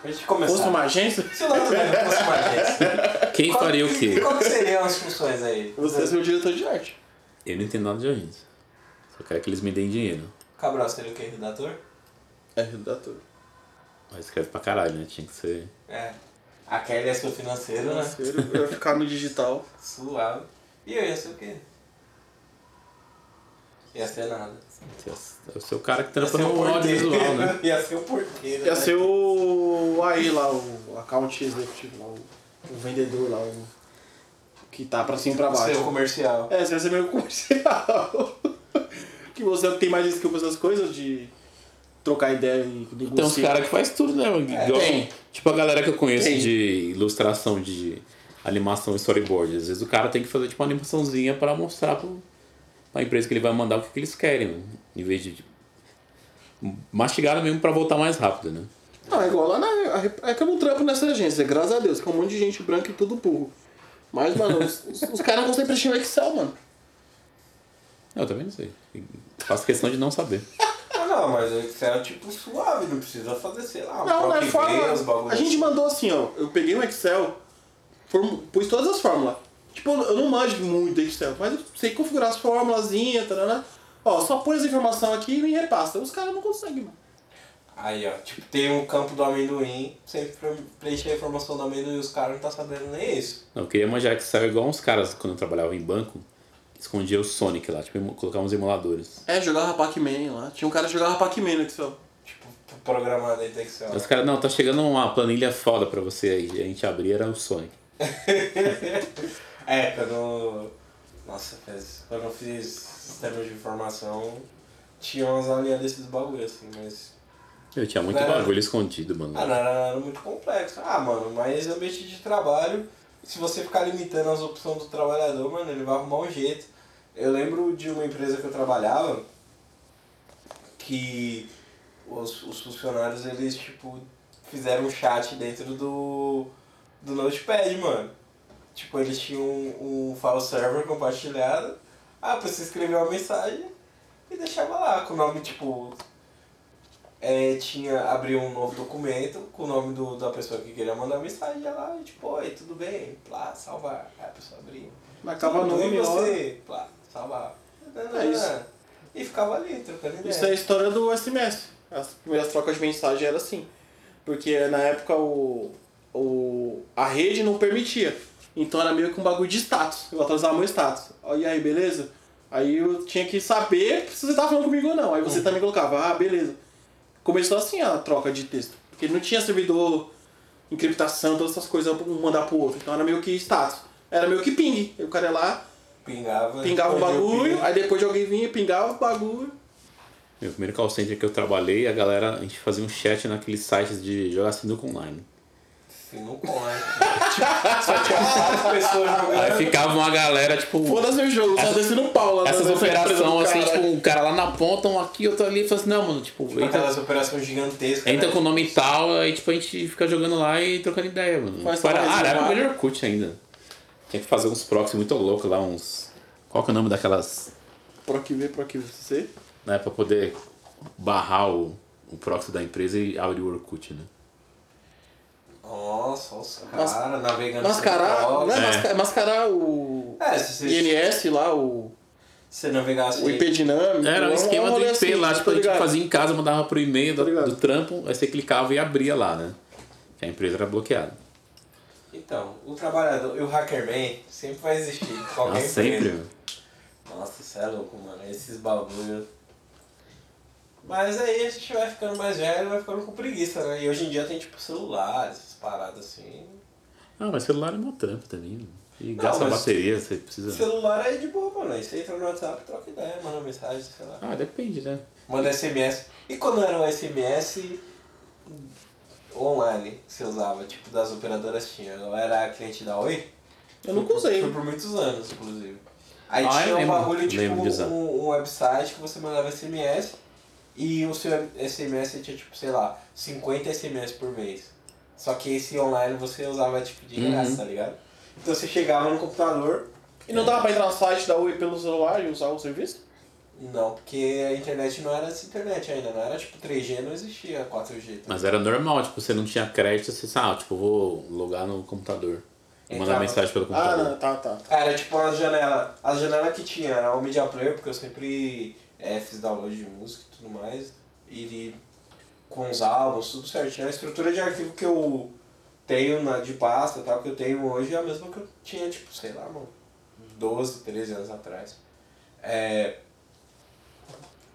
Pra gente começar. Fosse uma agência? Se o Leandro Neco fosse uma agência, Quem qual- faria o quê? Qual que seriam as funções aí? Você é meu diretor de arte. Eu não entendo nada de agência. Só quero que eles me deem dinheiro. Cabral seria o quê? Redator? É redator. Mas escreve pra caralho, né? Tinha que ser. É. A Kelly é seu financeiro, né? Financeiro, vai ficar no digital. Suave. E eu ia ser o quê? Ia ser nada. Ia ser- ia ser o cara que Ia trampa é ser no um o porteiro. audiovisual, né? Ia ser o porteiro. Ia né? ser o o aí lá, o account executivo lá, o, o vendedor lá, o que tá pra cima e pra Ser o baixo. comercial. É, você vai ser meio comercial. que você tem mais skill pra essas coisas de trocar ideia e negociar. Tem uns caras que faz tudo, né? Igual- É, tem. Tipo a galera que eu conheço Tem. de ilustração, de animação e storyboard. Às vezes o cara tem que fazer tipo uma animaçãozinha pra mostrar pro, pra empresa que ele vai mandar o que, que eles querem, né? Em vez de. tipo, mastigar mesmo pra voltar mais rápido, né? Não, é igual lá na. a- Acaba um trampo nessa agência, graças a Deus, que é um monte de gente branca e tudo burro. Mas, mano, os, os- os caras não conseguem preencher o Excel, mano. É, Eu também não sei. Faço questão de não saber. Ah, não, mas o Excel é tipo suave, não precisa fazer, sei lá, um Não, não é ProQV, uns fórmula. bagulho A gente assim. mandou assim, ó. Eu peguei um Excel, form- pus todas as fórmulas. Tipo, eu eu não manjo muito de Excel, mas eu sei configurar as formulazinhas, tarará. Ó, só põe essa informação aqui e me repassa. Os caras não conseguem, mano. Aí, ó, tipo, tem um campo do amendoim, sempre pre- preencher a informação do amendoim, os caras não tá sabendo nem isso. Não, eu queria manjar Excel igual uns caras quando eu trabalhava em banco, escondia o Sonic lá, tipo, emu- colocar uns emuladores. É, jogava Pac-Man lá. Tinha um cara que jogava Pac-Man no Excel. Tipo, pro- programar dentro do Excel. Aí os caras, não, tá chegando uma planilha foda pra você aí. A gente abria, era o Sonic. É, quando. Nossa, fez- quando eu fiz sistema de informação, tinha umas aulinhas desses bagulho, assim, mas. Eu tinha muito É. bagulho escondido, mano. Ah, não era, não era muito complexo. Ah, mano, mas ambiente de trabalho, se você ficar limitando as opções do trabalhador, mano, ele vai arrumar um jeito. Eu lembro de uma empresa que eu trabalhava que os, os funcionários, eles, tipo, fizeram um chat dentro do, do Notepad, mano. Tipo, eles tinham um, um file server compartilhado. Ah, pra você escrever uma mensagem e deixava lá com o nome, tipo, é, tinha abriu um novo documento com o nome do, da pessoa que queria mandar mensagem ia lá e tipo, oi, tudo bem, plá, salvar. Aí a pessoa abria. Mas acaba "Tudo bem, nome, ó. você, plá, salvar. É isso. E ficava ali, trocando ideia. Isso é a história do SMS. As primeiras trocas de mensagem era assim. Porque na época o, o, a rede não permitia. Então era meio que um bagulho de status. Eu atualizava meu status. Ó, E aí, beleza? Aí eu tinha que saber se você tava falando comigo ou não. Aí você também colocava, ah, beleza. Começou assim a troca de texto. Porque não tinha servidor, encriptação, todas essas coisas, um mandar pro outro. Então era meio que status. Era meio que ping. Aí O cara ia lá, Pingava. pingava o depois eu bagulho, pingo. aí depois de alguém vinha, pingava o bagulho. Meu primeiro call center que eu trabalhei, a galera, a gente fazia um chat naqueles sites de jogar sinuca online. Assim, não corre. tipo, só tinha quatro pessoas jogando. Aí ficava uma galera, tipo, Foda-se meu jogo, só Essas- desce no pau lá. né? essas na- na empresa do operações assim, cara. tipo, um cara lá na ponta, um aqui, outro ali, e fala assim, não, mano, tipo, Tipo, entra, aquelas operações gigantescas. entra né? com o nome tal, aí tipo, a gente fica jogando lá e trocando ideia, mano. Faz um Para, uma ah, era reserva. melhor Orkut ainda. Tinha que fazer uns proxies muito loucos lá, uns. Qual que é o nome daquelas. Pro que vê, pro que você. Né, pra poder barrar o, o proxy da empresa e abrir o Orkut, né? Nossa, nossa, Mas- cara, navegando. Mascarar, sem não é, droga. masca- mascarar o É, se você, INS lá, o, se você navegasse. o IP dinâmico. Era é o um- é esquema um do rolê IP assim, lá, tá tipo, a gente ligado? fazia em casa, mandava pro e-mail do, Tô ligado. do trampo, aí você clicava e abria lá, né? Que a empresa era bloqueada. Então, o trabalhador e o hackerman sempre vai existir. em Qualquer Ah, sempre. é empresa. meu. Nossa, isso é louco, mano. Esses bagulho. Mas aí a gente vai ficando mais velho e vai ficando com preguiça, né? E hoje em dia tem tipo celular, essas paradas assim. Ah, mas celular é mó trampo também. né? E Não, gasta mas- bateria, você precisa. Celular é de boa, mano. Aí você entra no WhatsApp, troca ideia, manda mensagem, sei lá. Ah, depende, né? Manda SMS. E quando era um o SMS online que você usava? Tipo, das operadoras tinha. Eu era cliente da Oi? Eu nunca usei. Foi por muitos anos, inclusive. Aí Ah, tinha eu um lembro. bagulho, tipo, Lembro de usar. um, um website que você mandava SMS e o seu SMS tinha, tipo, sei lá, 50 SMS por mês. Só que esse online você usava, tipo, de Uhum. graça, tá ligado? Então você chegava no computador, E não dava pra entrar no site da Oi pelo celular e usar o serviço? Não, porque a internet não era essa internet ainda, não era tipo 3G, não existia tá 4G. Mas era normal, tipo, você não tinha crédito, você sabe, ah, tipo, vou logar no computador. E mandar Entrava. mensagem pelo Ah, computador. não, tá, tá. tá. Era tipo as janelas. As janelas que tinha era o Media Player, porque eu sempre é, fiz download de música e tudo mais. E com os álbuns, tudo certinho. A estrutura de arquivo que eu tenho na, de pasta e tal, que eu tenho hoje é a mesma que eu tinha, tipo, sei lá, mano, 12, 13 anos atrás. É,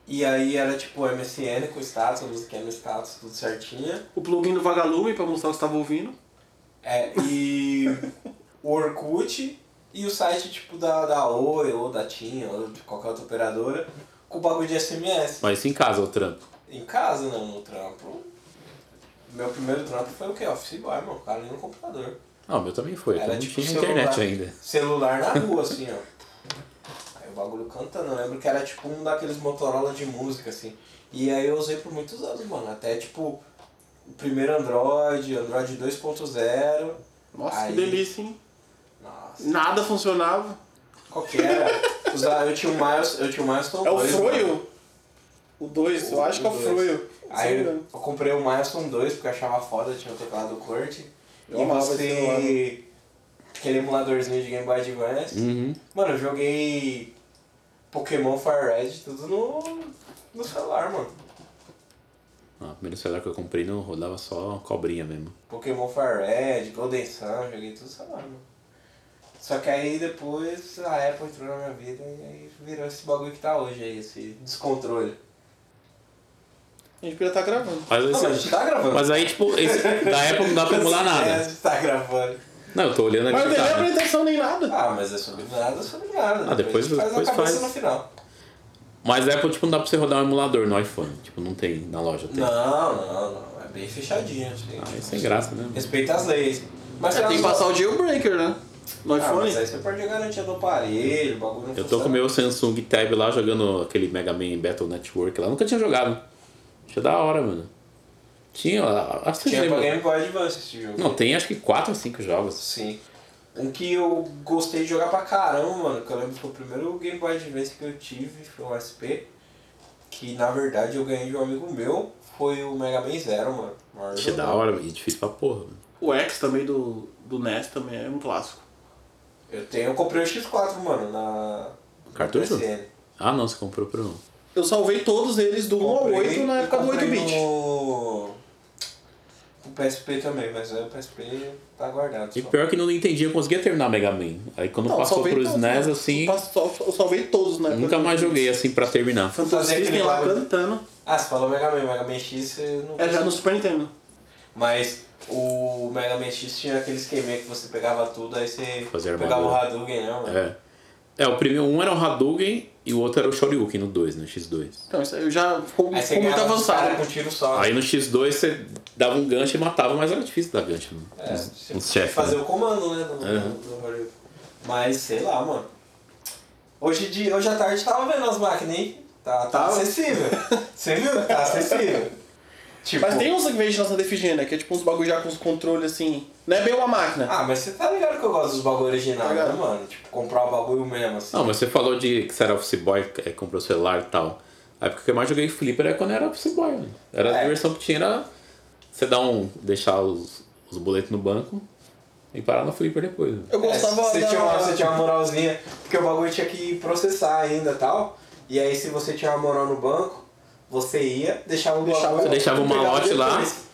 E aí era tipo MSN com status, a musiquinha no status, tudo certinho. O plugin do Vagalume pra mostrar o que você tava ouvindo. É, e o Orkut e o site tipo da, da Oi ou da TIM ou de qualquer outra operadora com o bagulho de SMS. Mas isso em casa, o trampo. Em casa, não, no trampo. Meu primeiro trampo foi o quê? Office boy, mano. O cara ali no computador. Ah, o meu também foi. Era Então não tipo tinha celular. internet ainda. Celular na rua, assim, ó. Aí o bagulho cantando. Eu lembro que era tipo um daqueles Motorola de música, assim. E aí eu usei por muitos anos, mano. Até tipo o primeiro Android, Android 2.0. Nossa, Aí. que delícia, hein? Nossa. Nada funcionava. Qual que era? Usava- eu tinha o Miles, eu tinha o Milestone É o 2, mano. né? Froio? O 2, eu acho que é o O dois. Froio. Aí eu, Sim, eu comprei o Milestone 2 porque eu achava foda, tinha o teclado Kurt. Eu e amava esse você. Aquele emuladorzinho de Game Boy Advance. Hum. Uhum. Mano, eu joguei Pokémon Fire Red, tudo no, no celular, mano. Ah, o primeiro celular que eu comprei não rodava só cobrinha mesmo. Pokémon Fire Red, Golden Sun, joguei tudo no celular, mano. Só que aí depois a Apple entrou na minha vida e aí virou esse bagulho que tá hoje aí, esse descontrole. A gente podia estar gravando. Mas, Não, esse- mas a gente tá gravando. mas aí, tipo, esse- da época não dá pra emular nada. tá gravando. Não, eu tô olhando Mas não aqui. tem nem Tá. apresentação nem nada. Ah, mas é sobre nada, é sobre nada. Ah, depois- a gente depois faz a cabeça faz. no final. Mas a Apple, tipo, não dá pra você rodar um emulador no iPhone. Tipo, não tem na loja. Tem. Não, não, não. É bem fechadinho. Assim. Ah, isso é graça, né? Respeita as leis. Mas tem que passar o jailbreaker, né? No ah, iPhone. mas aí você perde a garantia do aparelho, o bagulho não Eu tô funciona. com o meu Samsung Tab lá jogando aquele Mega Man Battle Network lá. Eu Nunca tinha jogado. Achei da hora, mano. Tinha, ó, acho que Tinha você pra lembra. Game Boy Advance esse jogo. Não, tem acho que 4 ou 5 jogos. Sim. Um que eu gostei de jogar pra caramba, mano, que eu lembro que foi o primeiro Game Boy Advance que eu tive, foi o SP, que na verdade eu ganhei de um amigo meu, foi o Mega Man Zero, mano. Maior Achei jogão. é da hora e difícil pra porra. mano. O X também do, do NES também é um clássico. Eu tenho, eu comprei o X4, mano, na. Cartucho? na PSN. Ah, não, você comprou pro não. Eu salvei todos eles do 1 ao Comprei 8 Um na e época do comprei 8-bit. No... O PSP também, mas aí o PSP tá guardado. E só. pior que não entendi, eu conseguia terminar Mega Man. Aí quando Não, eu passou salvei pro todos, SNES, né? assim, Eu passo- sal- Eu salvei todos na época. nunca do mais 8-bit. joguei assim pra terminar. Fazer Fantasy aquele tem lá bagulho. cantando. Ah, você falou Mega Man, Mega Man X você não. É já no Super Nintendo. Mas o Mega Man X tinha aquele esqueminha que você pegava tudo, aí você Fazia pegava o armadura. Hadouken, né, mano? É. É, o primeiro, um era o Hadouken e o outro era o Shoryuken no 2, no X2. Então, isso aí eu já ficou, Aí você ficou muito ganhava os caras tá avançado. com um tiro só. Aí no X2 você dava um gancho e matava, mas era difícil dar gancho. né? É, Um Uns- você uns chefes. Fazer né? o comando, né? Do, Aham. do Hollywood. Mas sei lá, mano. Hoje, de, hoje à tarde tava vendo as máquinas, hein? Tá, tá Tava. acessível. Você viu? que Tá acessível. Tipo, Mas tem uns que vende na Santa Efigênia, que é tipo uns bagulho já com os controles assim. Não é bem uma máquina. Ah, mas você tá ligado que eu gosto dos bagulho original, Tá né, ligado? mano? Tipo, comprar o bagulho mesmo, assim. Não, mas você falou de que você era office boy, é, comprou celular e tal. A época que eu mais joguei flipper era quando eu era office boy. né? Era É. a diversão que tinha era você dar um. deixar os, os boletos no banco e parar no flipper depois. né? Eu É, gostava você, da... tinha uma, você tinha uma moralzinha, porque o bagulho tinha que processar ainda e tal. E aí, se você tinha uma moral no banco, você ia, deixava o Deixava- bagulho. Você deixava o pegava malote lá, Depois-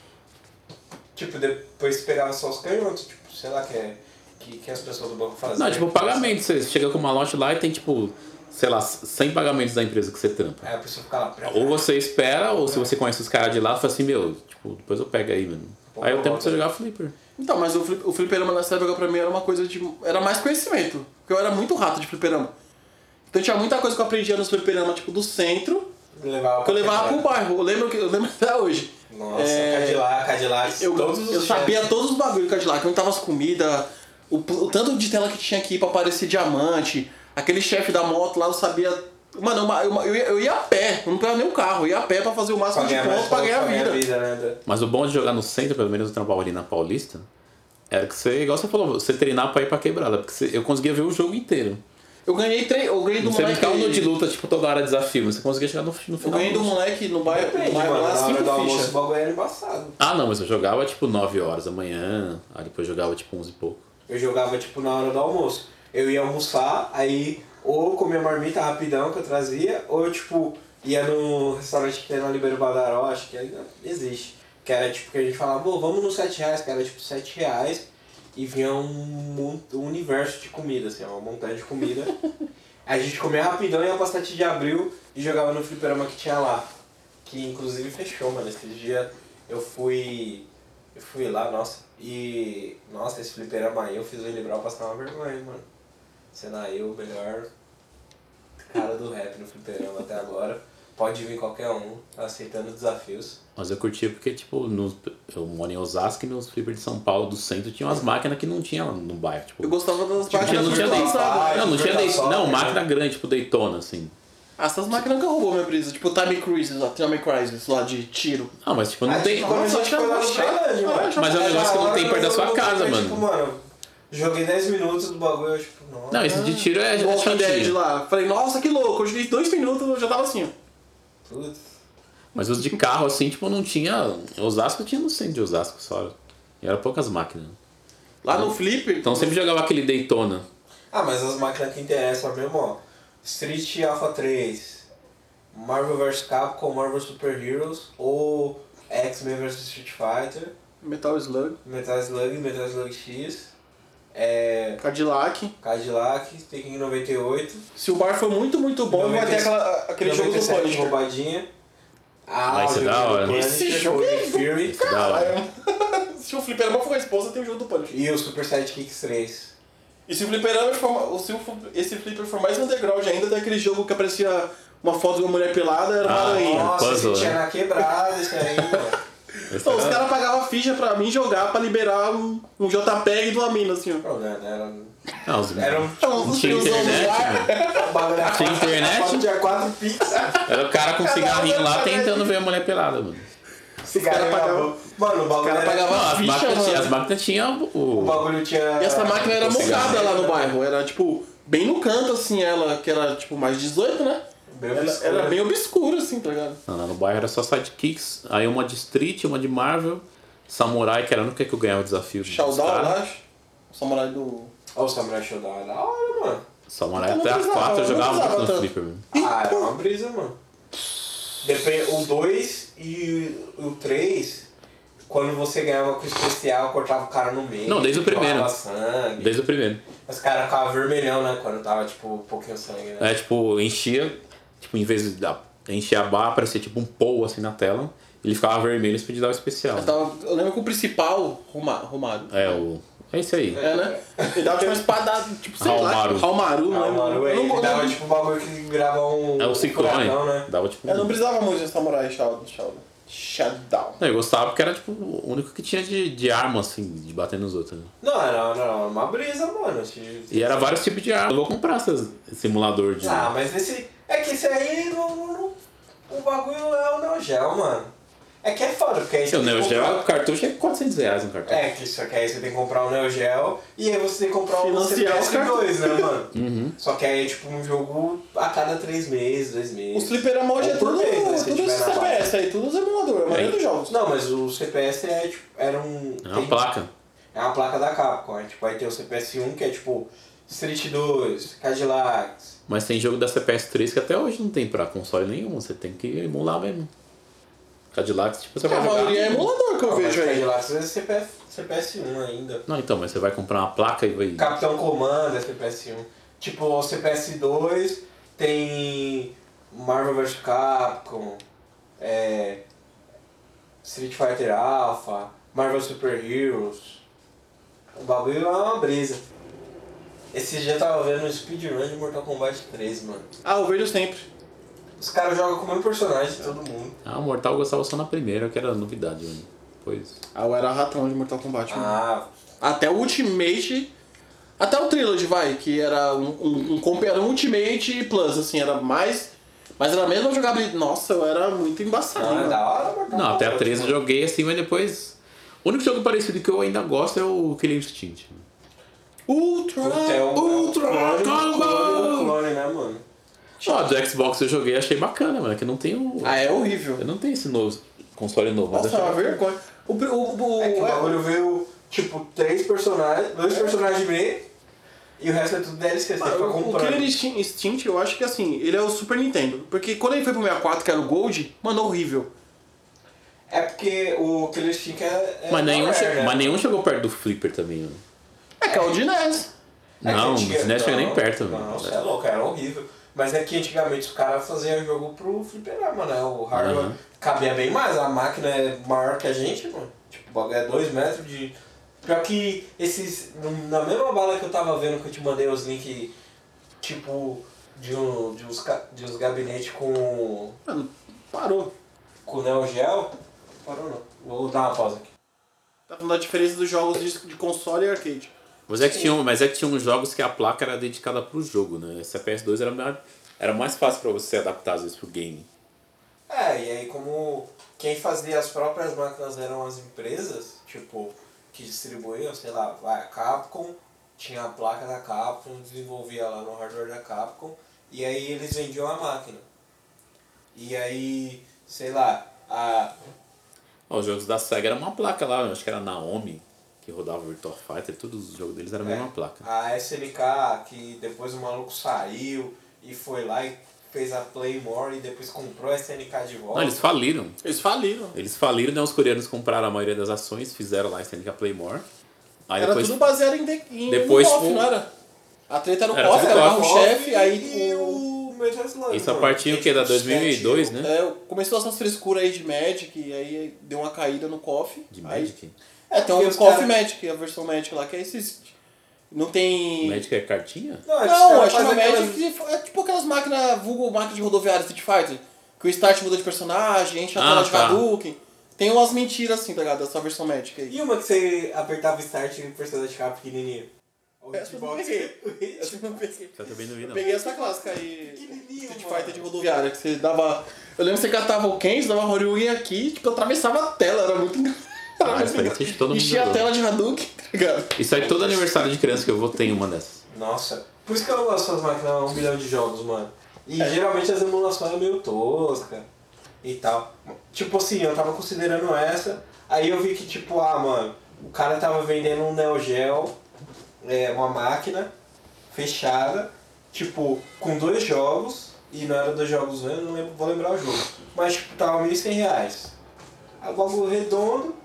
Tipo, depois você pegava só os canhotos, tipo, sei lá, que é. Que, que as pessoas do banco faziam. Não, tipo, pagamento. Você chega com uma lote lá e tem, tipo, sei lá, 100 pagamentos da empresa que você trampa. Aí É, a pessoa fica lá. Ou você espera, ou se você conhece os caras de lá, fala assim, meu, tipo, depois eu pego aí, mano. Aí é o tempo que você jogar flipper. Então, mas o, flip, o fliperama da Sérvia pra mim era uma coisa de... Era mais conhecimento. Porque eu era muito rato de fliperama. Então tinha muita coisa que eu aprendia nos fliperama, tipo, do centro, Levava que eu levava pro Cadillac. bairro. Eu lembro, que, eu lembro até hoje. Nossa, É, Cadillac, Cadillac, Eu, todos os eu chefes. sabia todos os bagulhos do Cadillac, onde tava as comidas, o, pl- o tanto de tela que tinha aqui pra aparecer diamante, aquele chefe da moto lá, eu sabia. Mano, eu, eu, eu, ia, eu ia a pé, eu não pegava nem o carro, eu ia a pé pra fazer o máximo Pra de ganhar mais pontos pra pontos, ganhar vida. né? Mas o bom de jogar no centro, pelo menos eu trampava ali na é Paulista, era que você, igual você falou, você treinar pra ir pra quebrada, porque você- eu conseguia ver o jogo inteiro. Eu ganhei três. Eu ganhei do Você não moleque. um ficava no de luta, tipo, toda hora desafio, mas você conseguia chegar no, no Eu final. ganhei do moleque no bairro. Depende, No bairro mano. lá, Na hora do cinco almoço, o fichas. bagulho era embaçado. Ah, não, mas eu jogava tipo 9 horas da manhã, aí depois jogava tipo 11 e pouco. Eu jogava, tipo, na hora do almoço. Eu ia almoçar, aí ou comia marmita rapidão que eu trazia, ou eu, tipo, ia no restaurante que tem na Ribeiro Badaró, acho que ainda existe. Que era, tipo, que a gente falava, pô, vamos nos 7 reais, que era, tipo, 7 reais. E vinha um, mon- um universo de comida, assim, ó, uma montanha de comida. a gente comia rapidão, ia pra 7 de abril e jogava no fliperama que tinha lá. Que, inclusive, fechou, mano. Esse dia eu fui... Eu fui lá, nossa, e. Nossa, esse fliperama aí eu fiz o Liberal passar uma vergonha, mano. Senaí, o melhor cara do rap no fliperama até agora. Pode vir qualquer um, aceitando desafios. Mas eu curtia porque, tipo, nos- eu moro em Osasco e nos flippers de São Paulo do centro tinham umas máquinas que não tinha lá no bairro. Tipo, Eu gostava das Tipo, tinha- máquinas não tinha Super virtuais. Daytona. Daytona. Daytona, Não, não tinha Super Daytona. Não, Daytona. né? máquina grande, tipo Daytona, assim. Ah, Essas máquinas que roubou minha brisa. Tipo Time Crisis lá, Time Crisis lá de tiro. Ah, mas tipo, não Aí, tem. tipo, quando a gente foi lá no Tailândia, Ah, mano. já Mas é um Era negócio que a não hora tem perto da eu sua fui, casa, tipo, mano. mano, joguei 10 minutos do bagulho, eu, tipo, nossa. Não, esse de tiro é é Walking Dead chatinho. lá. Falei, nossa, que louco. Eu joguei dois minutos eu já tava assim. ó. Putz. Mas os de carro, assim, tipo, não tinha. Osasco tinha no centro de Osasco só. E era poucas máquinas. Lá no Flip. Então sempre jogava aquele Daytona. Ah, mas as máquinas que interessam mesmo, ó. Street Alpha 3, Marvel vs Capcom, Marvel Super Heroes, ou X-Men vs Street Fighter, Metal Slug, Metal Slug, Metal Slug X, é, Cadillac. Cadillac, Tekken 98, Se o bar foi muito, muito bom, vai ter 97, aquela- aquele jogo do 97 Punisher. roubadinha. Ah, Ah, isso é o da jogo do hora. Punisher, Esse jogo Golden é- Fury Da hora. um- Se o fliperama for a resposta, tem o jogo do Punisher. e o Super Sidekicks 3. E se o fliperama for, ou se o fl- esse flipper for mais underground ainda, daquele jogo que aparecia uma foto de uma mulher pelada, era uma Ah, aranha. Nossa, puzzle, esse tinha né? na quebrada esse aí, mano. Esse Então, os era- caras pagavam ficha pra mim jogar pra liberar um, um JPEG de uma mina, assim, ó. Não, né, era... Ah, os- Era um... Então, os Tinha tiozão do internet, bar, mano. O bagulho era Tinha quatro- internet? quatro- Tinha 4 pixels. Era o cara com um Cada um cigarrinho lá era tentando diferente. ver a mulher pelada, mano. Cigarro Os cara pagava- pagava. Mano, o bagulho, cara era- pagava- Não, as Ficha, máquinas tinham. mano. As máquinas tinham o o. bagulho tinha. E essa máquina era Cigarro. mocada lá no bairro, era tipo, bem no canto, assim, ela, que era tipo mais 18, né? Bem Ela, obscura. era bem obscura, assim, tá ligado? Não, lá Ah, no bairro era só sidekicks, aí uma de Street, uma de Marvel, Samurai, que era a única que eu ganhava o desafio. dos Shaldal, caras. eu acho. O samurai do. Ó, o Samurai Shodown é da hora, mano. Samurai Eu Então, não até as precisava, quatro eu eu jogava não muito no precisava tanto. Flipper, mano. Ah, é uma brisa, mano. Depende, o 2 e o 3, quando você ganhava com o especial, cortava o cara no meio. Não, desde o primeiro. jorrava sangue. Desde o primeiro. Os caras ficavam vermelhão, né? Quando tava, tipo, um pouquinho sangue, né? É, tipo, enchia, tipo, em vez de dar- encher a barra, parecia tipo um pou assim na tela, ele ficava vermelho e podia dar o especial. né? Eu, tava, eu lembro que o principal, Roma- Romário. É, o. É isso aí. É, né? Ele dava tipo uma espadada, tipo, sei Halmaru. lá. Halmaru, né? Ah, mano, Eu ele não, eu dava, não- tipo, um bagulho que grava um. É o um Ciclone. furacão, né? Dava tipo. eu não um- precisava muito de samurai Shaldal. Shaldal. Shaldal. Não, eu gostava porque era tipo o único que tinha de, de arma, assim, de bater nos outros. né? Não, era, era uma brisa, mano. E é- era vários tipos de arma. Eu vou comprar esses esse simulador de. Ah, mas esse. É que esse aí. não- não- não- o bagulho é o Neo Geo, mano. É que é foda, porque aí você. Seu tem que Neo Geo, o comprar- cartucho é 400 reais no cartucho. É, que só que aí você tem que comprar o Neo Geo e aí você tem que comprar um o Financiar os CPS2, né, mano? Uhum. Só que aí é tipo um jogo a cada três meses, dois Os meses. fliperama hoje é Ou por tudo, mês, né, se tudo tiver esse na CPS aí, tudo os emuladores, a maioria É. dos jogos. Não, mas o CPS é tipo. Era um. É tem- uma placa. É uma placa da Capcom. Aí, tipo, aí tem o CPS1 que é tipo Street 2, Cadillacs. Mas tem jogo da CPS3 que até hoje não tem pra console nenhum, você tem que emular mesmo. Cadillac, tipo, você A vai jogar. maioria é emulador que eu Não, mas vejo aí. Cadillacs é CPS, CPS1 ainda. Não, então, mas você vai comprar uma placa e vai. Capitão Comando é CPS1. Tipo, o CPS2 tem Marvel vs Capcom, é, Street Fighter Alpha, Marvel Super Heroes. O bagulho é uma brisa. Esse dia eu tava vendo um speedrun de Mortal Kombat 3, mano. Ah, eu vejo sempre. Os caras jogam com o mesmo personagem de todo mundo. Ah, o Mortal eu gostava só na primeira, que era novidade, né? mano. Pois. Ah, eu era ratão de Mortal Kombat. mano. Ah, Até o Ultimate. Até o Trilogy, vai, que era um, um, um, comp- era um Ultimate Plus, assim, era mais. Mas era a mesma jogabilidade. Nossa, eu era muito embaçado. não, é mano. da hora Mortal Não, até a Kombat, 3 eu mano. joguei assim, mas depois. O único jogo parecido que eu ainda gosto é o Killer Instinct. mano. O Ultra! Puta, é um- é um Ultra! clone, um Combo! clone, um clone, né, mano? Ó, do Xbox eu joguei, achei bacana, mano. Que não tem o. Ah, é horrível. Eu não tenho esse novo console novo, mas Nossa, é achei uma bacana. vergonha. O, pri- o, o, É que o é- bagulho veio, tipo, três personagens, dois personagens B e o resto é tudo DLC, você tem que Mano, ficar o comprando. Killer Instinct, Instinct, eu acho que assim, ele é o Super Nintendo. Porque quando ele foi pro 64, que era o Gold, mano, horrível. É porque o Killer Instinct é. é Mas nenhum, rare, che- né? um mas nenhum chegou perto do Flipper também, mano. É que é o de NES. É que não, antiga- o Smash chega nem perto, Não, mano. você é louco, era horrível. Mas é que antigamente os caras faziam jogo pro fliperama, né? O hardware Aham. cabia bem mais, a máquina é maior que a gente, mano. Tipo, o bagulho é 2 metros de. Pior que esses. Na mesma bala que eu tava vendo que eu te mandei os links, tipo, de, um, de, uns, ca- de uns gabinetes com. Mano, parou. com o Neo Geo. Parou não. Vou dar uma pausa aqui. Tá falando da diferença dos jogos de, de console e arcade. Mas é, que tinha, mas é que tinha uns jogos que a placa era dedicada pro jogo, né? Essa PS2 era, mais- era mais fácil pra você adaptar às vezes pro game. É, e aí como quem fazia as próprias máquinas eram as empresas, tipo, que distribuíam, sei lá, vai a Capcom, tinha a placa da Capcom, desenvolvia lá no hardware da Capcom, e aí eles vendiam a máquina. E aí, sei lá, a. Ó, os jogos da SEGA era uma placa lá, eu acho que era Naomi, que rodava Virtua Fighter, todos os jogos deles era a mesma placa. A SNK, que depois o maluco saiu e foi lá e fez a Playmore e depois comprou a SNK de volta. Não, eles faliram. Eles faliram. Eles faliram, né? Os coreanos compraram a maioria das ações, fizeram lá a SNK Playmore. Aí Era depois. tudo baseado em, de, em Depois no KOF, o- não era? A treta era o Era KOF, tudo era KOF. o chefe, aí o... Metal Slug. tipo, Isso é a mano. partir o que? Da 2002, né? É, começou essas frescuras aí de Magic, e aí deu uma caída no KOF. De aí- Magic? É, tem Porque um os KOF cara- Magic, a versão Magic lá, que é esses... Não tem... Magic é cartinha? Não, esses Não, a caras China fazem aquelas- Magic é tipo aquelas máquinas, vulgo máquina de rodoviária Street Fighter, que o Start muda de personagem, enche a Ah, tela de tá. Hadouken. Tem umas mentiras assim, tá ligado? Dessa versão Magic aí. E uma que você apertava start e o personagem ficava pequenininho? O Essa eu não hitbox. peguei. O hitbox. Essa eu não peguei. Eu também não vi, não. Peguei essa clássica aí. Pequenininho, Street mano. Fighter de rodoviária, que você dava. Eu lembro que você catava o Ken, você dava Horyugen aqui, tipo, atravessava a tela, era muito Ah, isso aí engraçado. assiste todo mundo Enchia a jogou. tela de Hadouken, tá ligado? Isso aí todo aniversário de criança que eu vou tem uma dessas. Nossa, por isso que eu não gosto das máquinas um bilhão de jogos, mano. E geralmente as emulações é meio tosca e tal. Tipo assim, eu tava considerando essa, aí eu vi que tipo, ah mano, o cara tava vendendo um Neo Geo, é, uma máquina fechada, tipo, com dois jogos, e não era dois jogos, eu não lembro, vou lembrar o jogo. Mas tipo, tava 1.100 reais. Aí o bagulho redondo,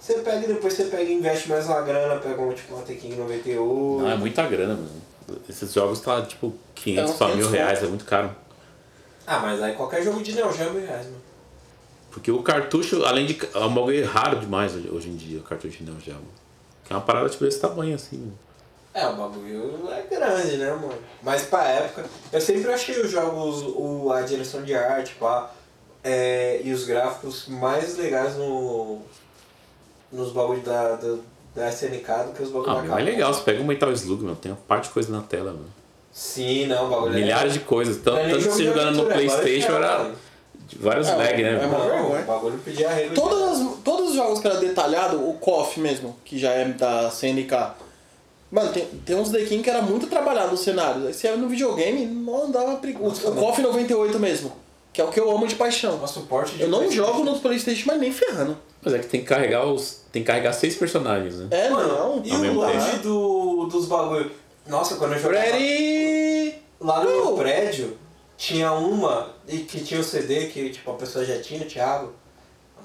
você pega e depois você pega e investe mais uma grana, pega um tipo uma Tekken 98. Não, é muita grana, mano. Esses jogos tá tipo 500 É, pra mil 500 reais, é muito caro. Ah, mas aí qualquer jogo de Neo Geo é mil reais, mano. Porque o cartucho, além de. É um bagulho raro demais hoje hoje em dia, o cartucho de Neo Geo. Que é uma parada tipo desse tamanho assim, mano. É, o bagulho é grande, né, mano? Mas pra época, eu sempre achei os jogos, o, a direção de arte, pá, é, e os gráficos mais legais no, nos bagulhos da, da, da SNK do que os bagulhos Ah, da meu, é legal, você pega o Metal Slug, mano, tem uma parte de coisa na tela, mano. Sim, não, o bagulho Milhares de coisas, tanto, Não é nem tanto que jogo você de jogando no aventura, é vários Playstation jogos, era mano. de vários É, lag, né? é mano? uma Não, vergonha. o bagulho pedia arrego. né? Todas as- todos os jogos que era detalhado, o KOF mesmo, que já é da CNK. Mano, tem, tem uns dequim que era muito trabalhado os cenários. Aí você era no videogame, não dava preguiça. O, o KOF 98 mesmo, que é o que eu amo de paixão. Nosso um suporte de Eu não PlayStation. jogo no Playstation, mas nem ferrando. Mas é que tem que carregar os. Tem que carregar seis personagens, né? É, Mano, não. e Ao o mesmo tempo. longe do, dos bagulhos. Nossa, quando eu jogava. Ready! Lá no meu Não. prédio tinha uma e que tinha o CD que tipo, a pessoa já tinha, o Thiago.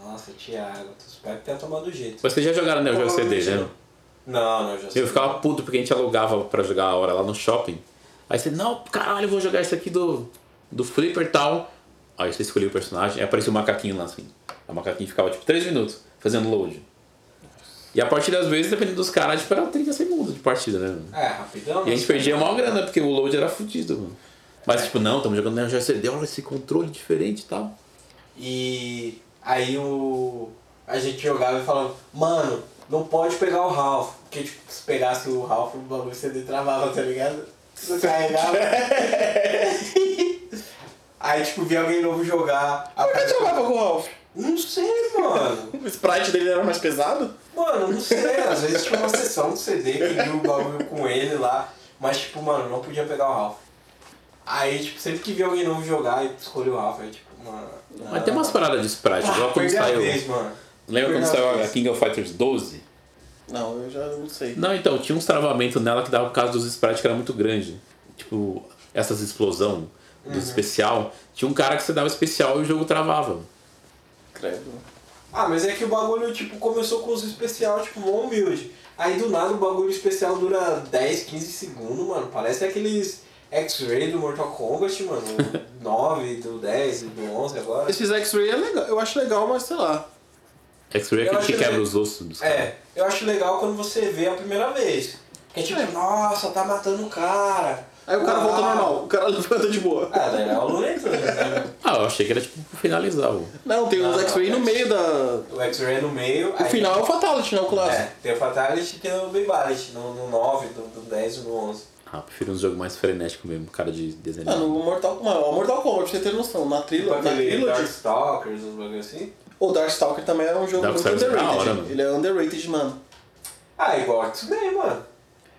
Nossa, Thiago, tu espero que tenha tomado jeito. Mas vocês já jogaram Neo Geo CD, Provavelmente né? Não, não, já sei. Eu ficava puto porque a gente alugava pra jogar a hora lá no shopping. Aí você, não, caralho, eu vou jogar isso aqui do, do Flipper e tal. Aí você escolhia o personagem, aí aparecia o macaquinho lá assim. O macaquinho ficava tipo 3 minutos fazendo load. E a partir das vezes, dependendo dos caras, tipo, era 30 segundos de partida, né? mano? É, rapidão. E a gente perdia a maior grana, porque o load era fudido, mano. Mas tipo, não, estamos jogando Neo Geo CD, olha esse controle diferente e tal. E aí o. A gente jogava e falava, mano, não pode pegar o Ralph. Porque tipo, se pegasse o Ralph, o bagulho CD travava, tá ligado? Você carregava. aí tipo, via alguém novo jogar. Eu nunca trabalhava com o Ralph. Não sei, mano. O sprite dele era mais pesado? Mano, não sei, às vezes tinha uma sessão do CD que viu o bagulho com ele lá, mas tipo, mano, não podia pegar o Ralph. Aí, tipo, sempre que via alguém novo jogar, eu escolhi o Ralph, aí tipo, mano. Mas tem umas paradas de sprite, igual quando perdi Ah, a saiu. vez, mano. Lembra quando Perdi a saiu a vez. King of Fighters 12? Não, eu já não sei. Não, então, tinha uns travamentos nela que dava por causa dos sprites que era muito grande. Tipo, essas explosão Uhum. do especial. Tinha um cara que você dava especial e o jogo travava. Credo. Ah, mas é que o bagulho, tipo, começou com os especial, tipo, mó humilde. Aí do nada o bagulho especial dura 10, 15 segundos, mano. Parece aqueles X-Ray do Mortal Kombat, mano. O 9, do 10, e do 11 agora. Esses X-Ray é legal, eu acho legal, mas sei lá. X-Ray é Eu aquele acho que que- quebra os ossos dos caras. É, eu acho legal quando você vê a primeira vez. Que é tipo, É. nossa, tá matando o cara. Aí o cara Ah. volta normal, o cara levanta de boa. Ah, daí é o Lorenzo, né? Ah, eu achei que era tipo pra finalizar. o- Não, tem uns Não, X-Ray no mas- meio da. O X-Ray no meio. O final é o Fatality, né? O clássico. É, tem o Fatality que é o Babality, no, no 9, do, do 10 e no 11. Ah, prefiro um jogo mais frenético mesmo, cara de desenho. É. Ah, Mano, o Mortal, mano, o Mortal Kombat, pra você ter noção, na Tipo trilha, na aquele trilogy, Darkstalkers, uns bagulho assim. o Darkstalker também é um jogo muito Darkstalker é da underrated. hora, mano. Ele é underrated, mano. Ah, igual isso daí, mano.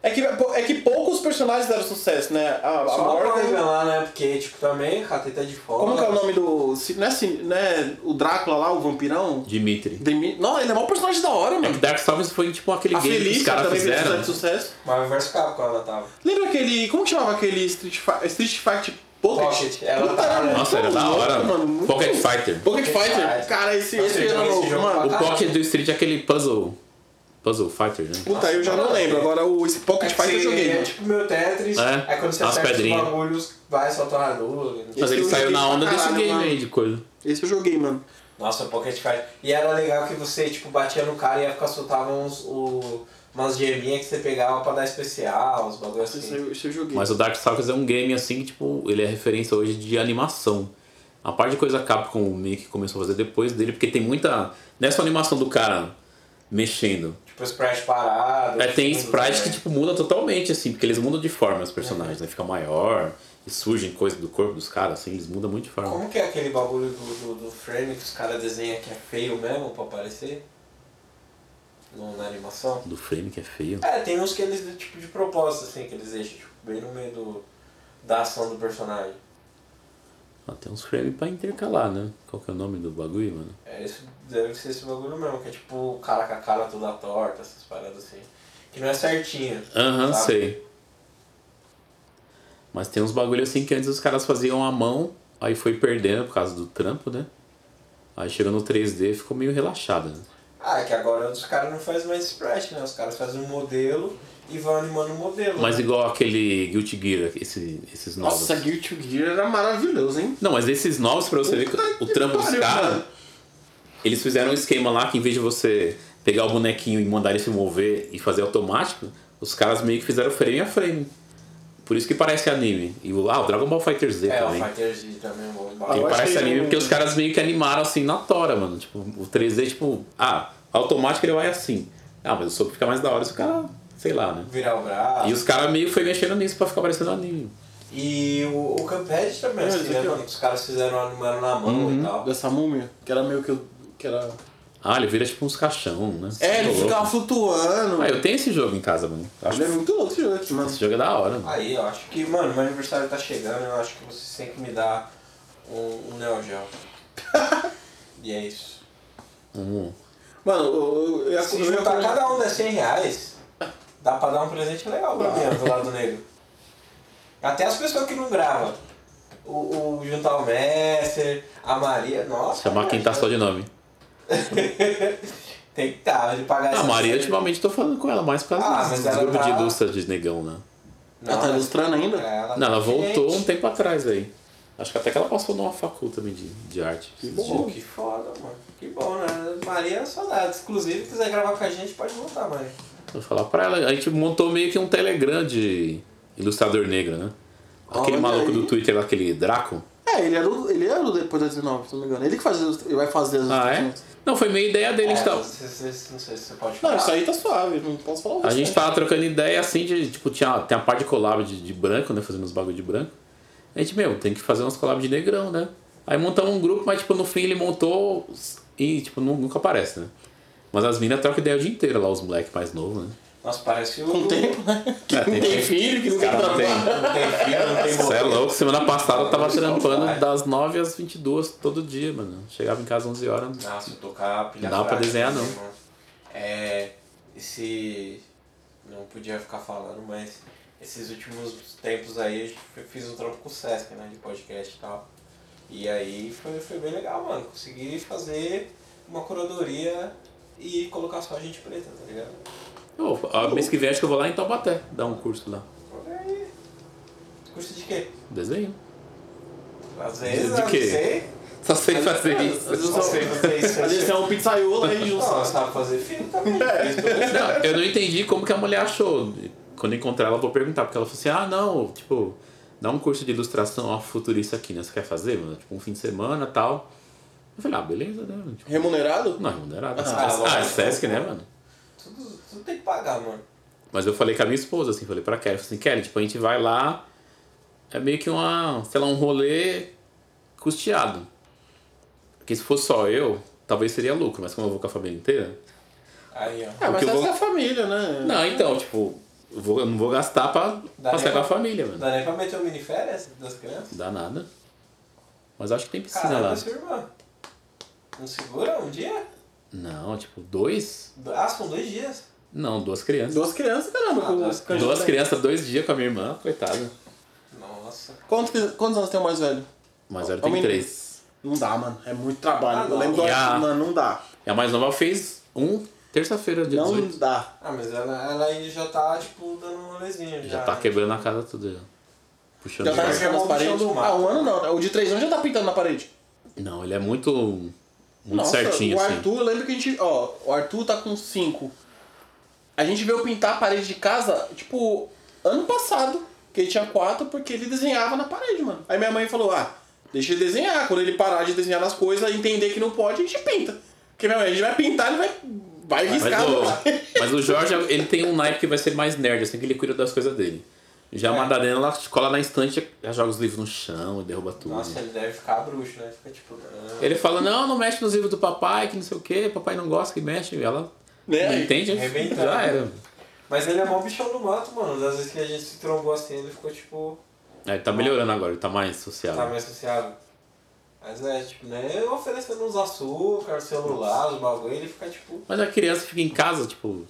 É que, é que poucos personagens deram sucesso, né? A, a Só a Morgan Morgan. lá, né? Porque, tipo, também, Rateta de Fogo. Como que é o nome do. se- Não é, assim, né? O Drácula lá, o vampirão? Dimitri. Demi... Não, ele é maior personagem da hora, É que mano. Darkstalkers foi tipo aquele A game que os Felícia caras também fez fizeram. bastante sucesso. Marvel vs Capcom ela tava. Lembra aquele. Como que chamava aquele Street, Fi- Street Fight Pocket? Pocket, ela Puta, tá, era né? muito Nossa, era da louco, hora. mano, muito- Pocket Fighter. Pocket Fighter? Fighter. Cara, esse, Nossa, esse eu era joguei esse louco, jogo pra mano. O Pocket do Street é aquele puzzle. Puzzle Fighter, né? Puta, eu já não lembro. Agora o esse Pocket Fight eu Sim, joguei. É mano. tipo meu Tetris, É, aí quando você as acerta pedrinhas. os bagulhos, vai soltar uma nuvem. Mas ele eu saiu joguei na pra onda desse caralho, game mano. aí de coisa. Esse eu joguei, mano. Nossa, o Pocket Fight. E era legal que você, tipo, batia no cara e ia ficar soltava uns, o, umas geminhas que você pegava pra dar especial, uns bagulhos Esse assim. eu, esse eu joguei. Mas o Darkstalkers é um game assim que, tipo, ele é referência hoje de animação. A parte de coisa Capcom meio que começou a fazer depois dele, porque tem muita. Não é só animação do cara mexendo. Tipo, sprite parado. É, tem tudo, sprites né? que, tipo, muda totalmente, assim, porque eles mudam de forma os personagens, né? Fica maior e surgem coisas do corpo dos caras, assim, eles mudam muito de forma. Como que é aquele bagulho do, do, do frame que os caras desenham que é feio mesmo pra aparecer? No, na animação? Do frame que é feio. É, tem uns que eles, tipo, de propósito, assim, que eles deixam, tipo, bem no meio do, da ação do personagem. Ah, tem uns frames pra intercalar, né? Qual que é o nome do bagulho, mano? É, isso deve ser esse bagulho mesmo, que é tipo o cara com a cara toda torta, essas paradas assim. Que não é certinho. Aham, sabe? sei. Mas tem uns bagulho assim que antes os caras faziam a mão, aí foi perdendo por causa do trampo, né? Aí chegou no 3D ficou meio relaxado, né? Ah, é que agora os caras não fazem mais sprite, né? Os caras fazem um modelo e vão animando o modelo. Mas né? igual aquele Guilty Gear, esse- esses novos. Nossa, Guilty Gear era maravilhoso, hein? Não, mas esses novos, pra você ver que o que trampo dos pariu, caras, mano. eles fizeram um esquema lá que em vez de você pegar o bonequinho e mandar ele se mover e fazer automático, os caras meio que fizeram frame a frame. Por isso que parece anime. E o, ah, o Dragon Ball Fighter Z É, o também. Fighter G também, o Ele Eu um bagulho. acho parece que anime eu- porque os caras meio que animaram assim na tora, mano. Tipo, o 3D, tipo, ah, automático ele vai assim. Ah, mas o soco fica mais da hora se o cara, sei lá, né? Virar o braço. E os caras meio que foi mexendo nisso pra ficar parecendo anime. E o, o Cuphead também, É, assim, esse né, aqui, ó. mano? Que os caras fizeram animando na mão e tal. Dessa múmia, que era meio que. o- que era... Ah, ele vira tipo uns caixão, né? É, ele Louco. ficava flutuando. Ah, eu tenho esse jogo em casa, mano. Eu Acho Ele é muito louco esse jogo aqui, mano. Esse jogo é da hora, mano. Aí, eu acho que, mano, meu aniversário tá chegando, eu acho que vocês têm que me dar um, um Neo Geo. e é isso. Hum. Mano, eu, eu, eu, Se eu, juntar cada um der 100 reais, dá pra dar um presente legal pra mim, do lado negro. Até as pessoas que não gravam. O, o juntar o Messer, a Maria, nossa. Chamar quem tá só de nome. Tem que tá, de pagar Ah, A essa- Maria, ultimamente, tô falando com ela mais por causa Ah, dos- mas dos ela grupos de tá- indústria de negão, né? Não, Ela tá ilustrando ainda? ela, tá Não, ela voltou um Gente, tempo atrás aí. Acho que até que ela passou numa faculdade também de, de arte. esses dias. Pô, que foda, mano. Que bom, né? Maria, saudades. Inclusive, se quiser gravar com a gente, pode voltar, Maria. Vou falar pra ela. A gente montou meio que um Telegram de ilustrador negro, né? Aquele Olha maluco aí. do Twitter lá, aquele Draco. É, ele era, o, ele era o depois da 19, se não me engano. Ele que faz, as- ele vai fazer as Ah, é? ilustrações. Não, foi meio ideia dele. É, a gente tá- tava- você- você- não sei se você pode falar. Não, isso aí tá suave, não posso falar o A gente restante. tava trocando ideia assim de, tipo, tinha, tem a parte de collab de, de branco, né? Fazendo uns bagulho de branco. A gente, meu, tem que fazer umas collab de negrão, né? Aí montamos um grupo, mas tipo, no fim ele montou E, tipo, nu- nunca aparece, né? Mas as minas trocam ideia o dia inteiro lá, os moleques mais novos, né? Nossa, parece o. Com tempo, né? É, Não tem filho, que não tem Cara, não tem. trabalho. Não tem filho, não tem Você é moleque. louco, semana passada eu tava Só vai. trampando das 9 às 22 todo dia, mano. Chegava em casa 11 horas. Nossa, eu tocar pilha Não dá pra fraca, desenhar, né, não. irmão? É. Esse. Não podia ficar falando, mas esses últimos tempos aí eu fiz um trampo com o Sesc, né? De podcast e tal. E aí foi, foi bem legal, mano. Consegui fazer uma curadoria e colocar só gente preta, tá ligado? Ô, a mês que vem acho que eu vou lá em Taubaté dar um curso lá. Olha aí. Curso de quê? Desenho. Às vezes, De eu quê? não sei. Só sei fazer Às vezes isso. Só sei fazer isso. Às vezes tem um pizzaiolo aí de um Não, você sabe fazer filho também. Fez dois. Não, eu não entendi como que a mulher achou. Quando eu encontrar ela, eu vou perguntar, porque ela falou assim, ah não, tipo, dá um curso de ilustração a futurista aqui, né? Você quer fazer, mano? Tipo, um fim de semana tal. Eu falei, ah, beleza, né? mano? Tipo, Remunerado? não, remunerado. Ah, Ah, ah, é lógico. Sesc, né, mano? Tudo, tudo tem que pagar, mano. Mas eu falei com a minha esposa, assim, falei pra Kelly, falei assim, Kelly, tipo, a gente vai lá, é meio que uma, sei lá, um rolê custeado. Porque se fosse só eu, talvez seria lucro, mas como eu vou com a família inteira. Aí, ó. Ah, mas Porque eu essa vou- é a família, né? Não, então, tipo, eu, vou- eu não vou gastar pra Dá passar nem com a pra- família, mano. Dá nem pra meter o mini férias das crianças? Dá nada. Mas acho que tem piscina Caramba, lá. sua irmã. Não segura um dia? Não, tipo, dois? Ah, são dois dias. Não, duas crianças. Duas crianças, caramba. Ah, com- duas- com a gente Duas tem. crianças, dois dias com a minha irmã, coitada. Nossa. Quantos, quantos anos tem o mais velho? Mas ela Ô, tem menino. três. Não dá, mano. É muito trabalho. Ah, eu não. lembro E da a- mano, não dá. E a mais nova fez um terça-feira, dia não 18. dá. Ah, mas ela, ela aí já tá, tipo, dando um rolezinho. Já, Já tá quebrando a casa tudo já. Puxando. Já tá o- Mas é riscando as um paredes. bichão do Ah, um mato. ano não. O de três anos já tá pintando na parede. Não, ele é muito. Muito Nossa, certinho, o assim. Arthur, eu lembro que a gente. Ó, o Arthur tá com cinco. A gente veio pintar a parede de casa, tipo, ano passado. Que ele tinha quatro porque ele desenhava na parede, mano. Aí minha mãe falou: ah, deixa ele desenhar. Quando ele parar de desenhar nas coisas, entender que não pode, a gente pinta. Porque minha mãe, a gente vai pintar, ele vai. Vai Mas riscar. né? o, mas o Jorge, ele tem um naipe que vai ser mais nerd, assim, que ele cuida das coisas dele. Já a É. Madalena, ela cola na estante, ela joga os livros no chão e derruba tudo. Nossa, ele deve ficar bruxo, né? Fica tipo. ah, Ele fala, não, não mexe nos livros do papai, que não sei o que, papai não gosta que mexe. Ela Né? não entende, arrebentado. já era. Mas ele é mó bichão do mato, mano. Das vezes que a gente se trombou assim, ele ficou tipo. É, ele tá melhorando agora, ele tá mais social. Tá meio associado. Mas é, tipo, né? Eu oferecendo uns açúcar, celular, os bagulho, ele fica tipo. Mas a criança fica em casa, tipo,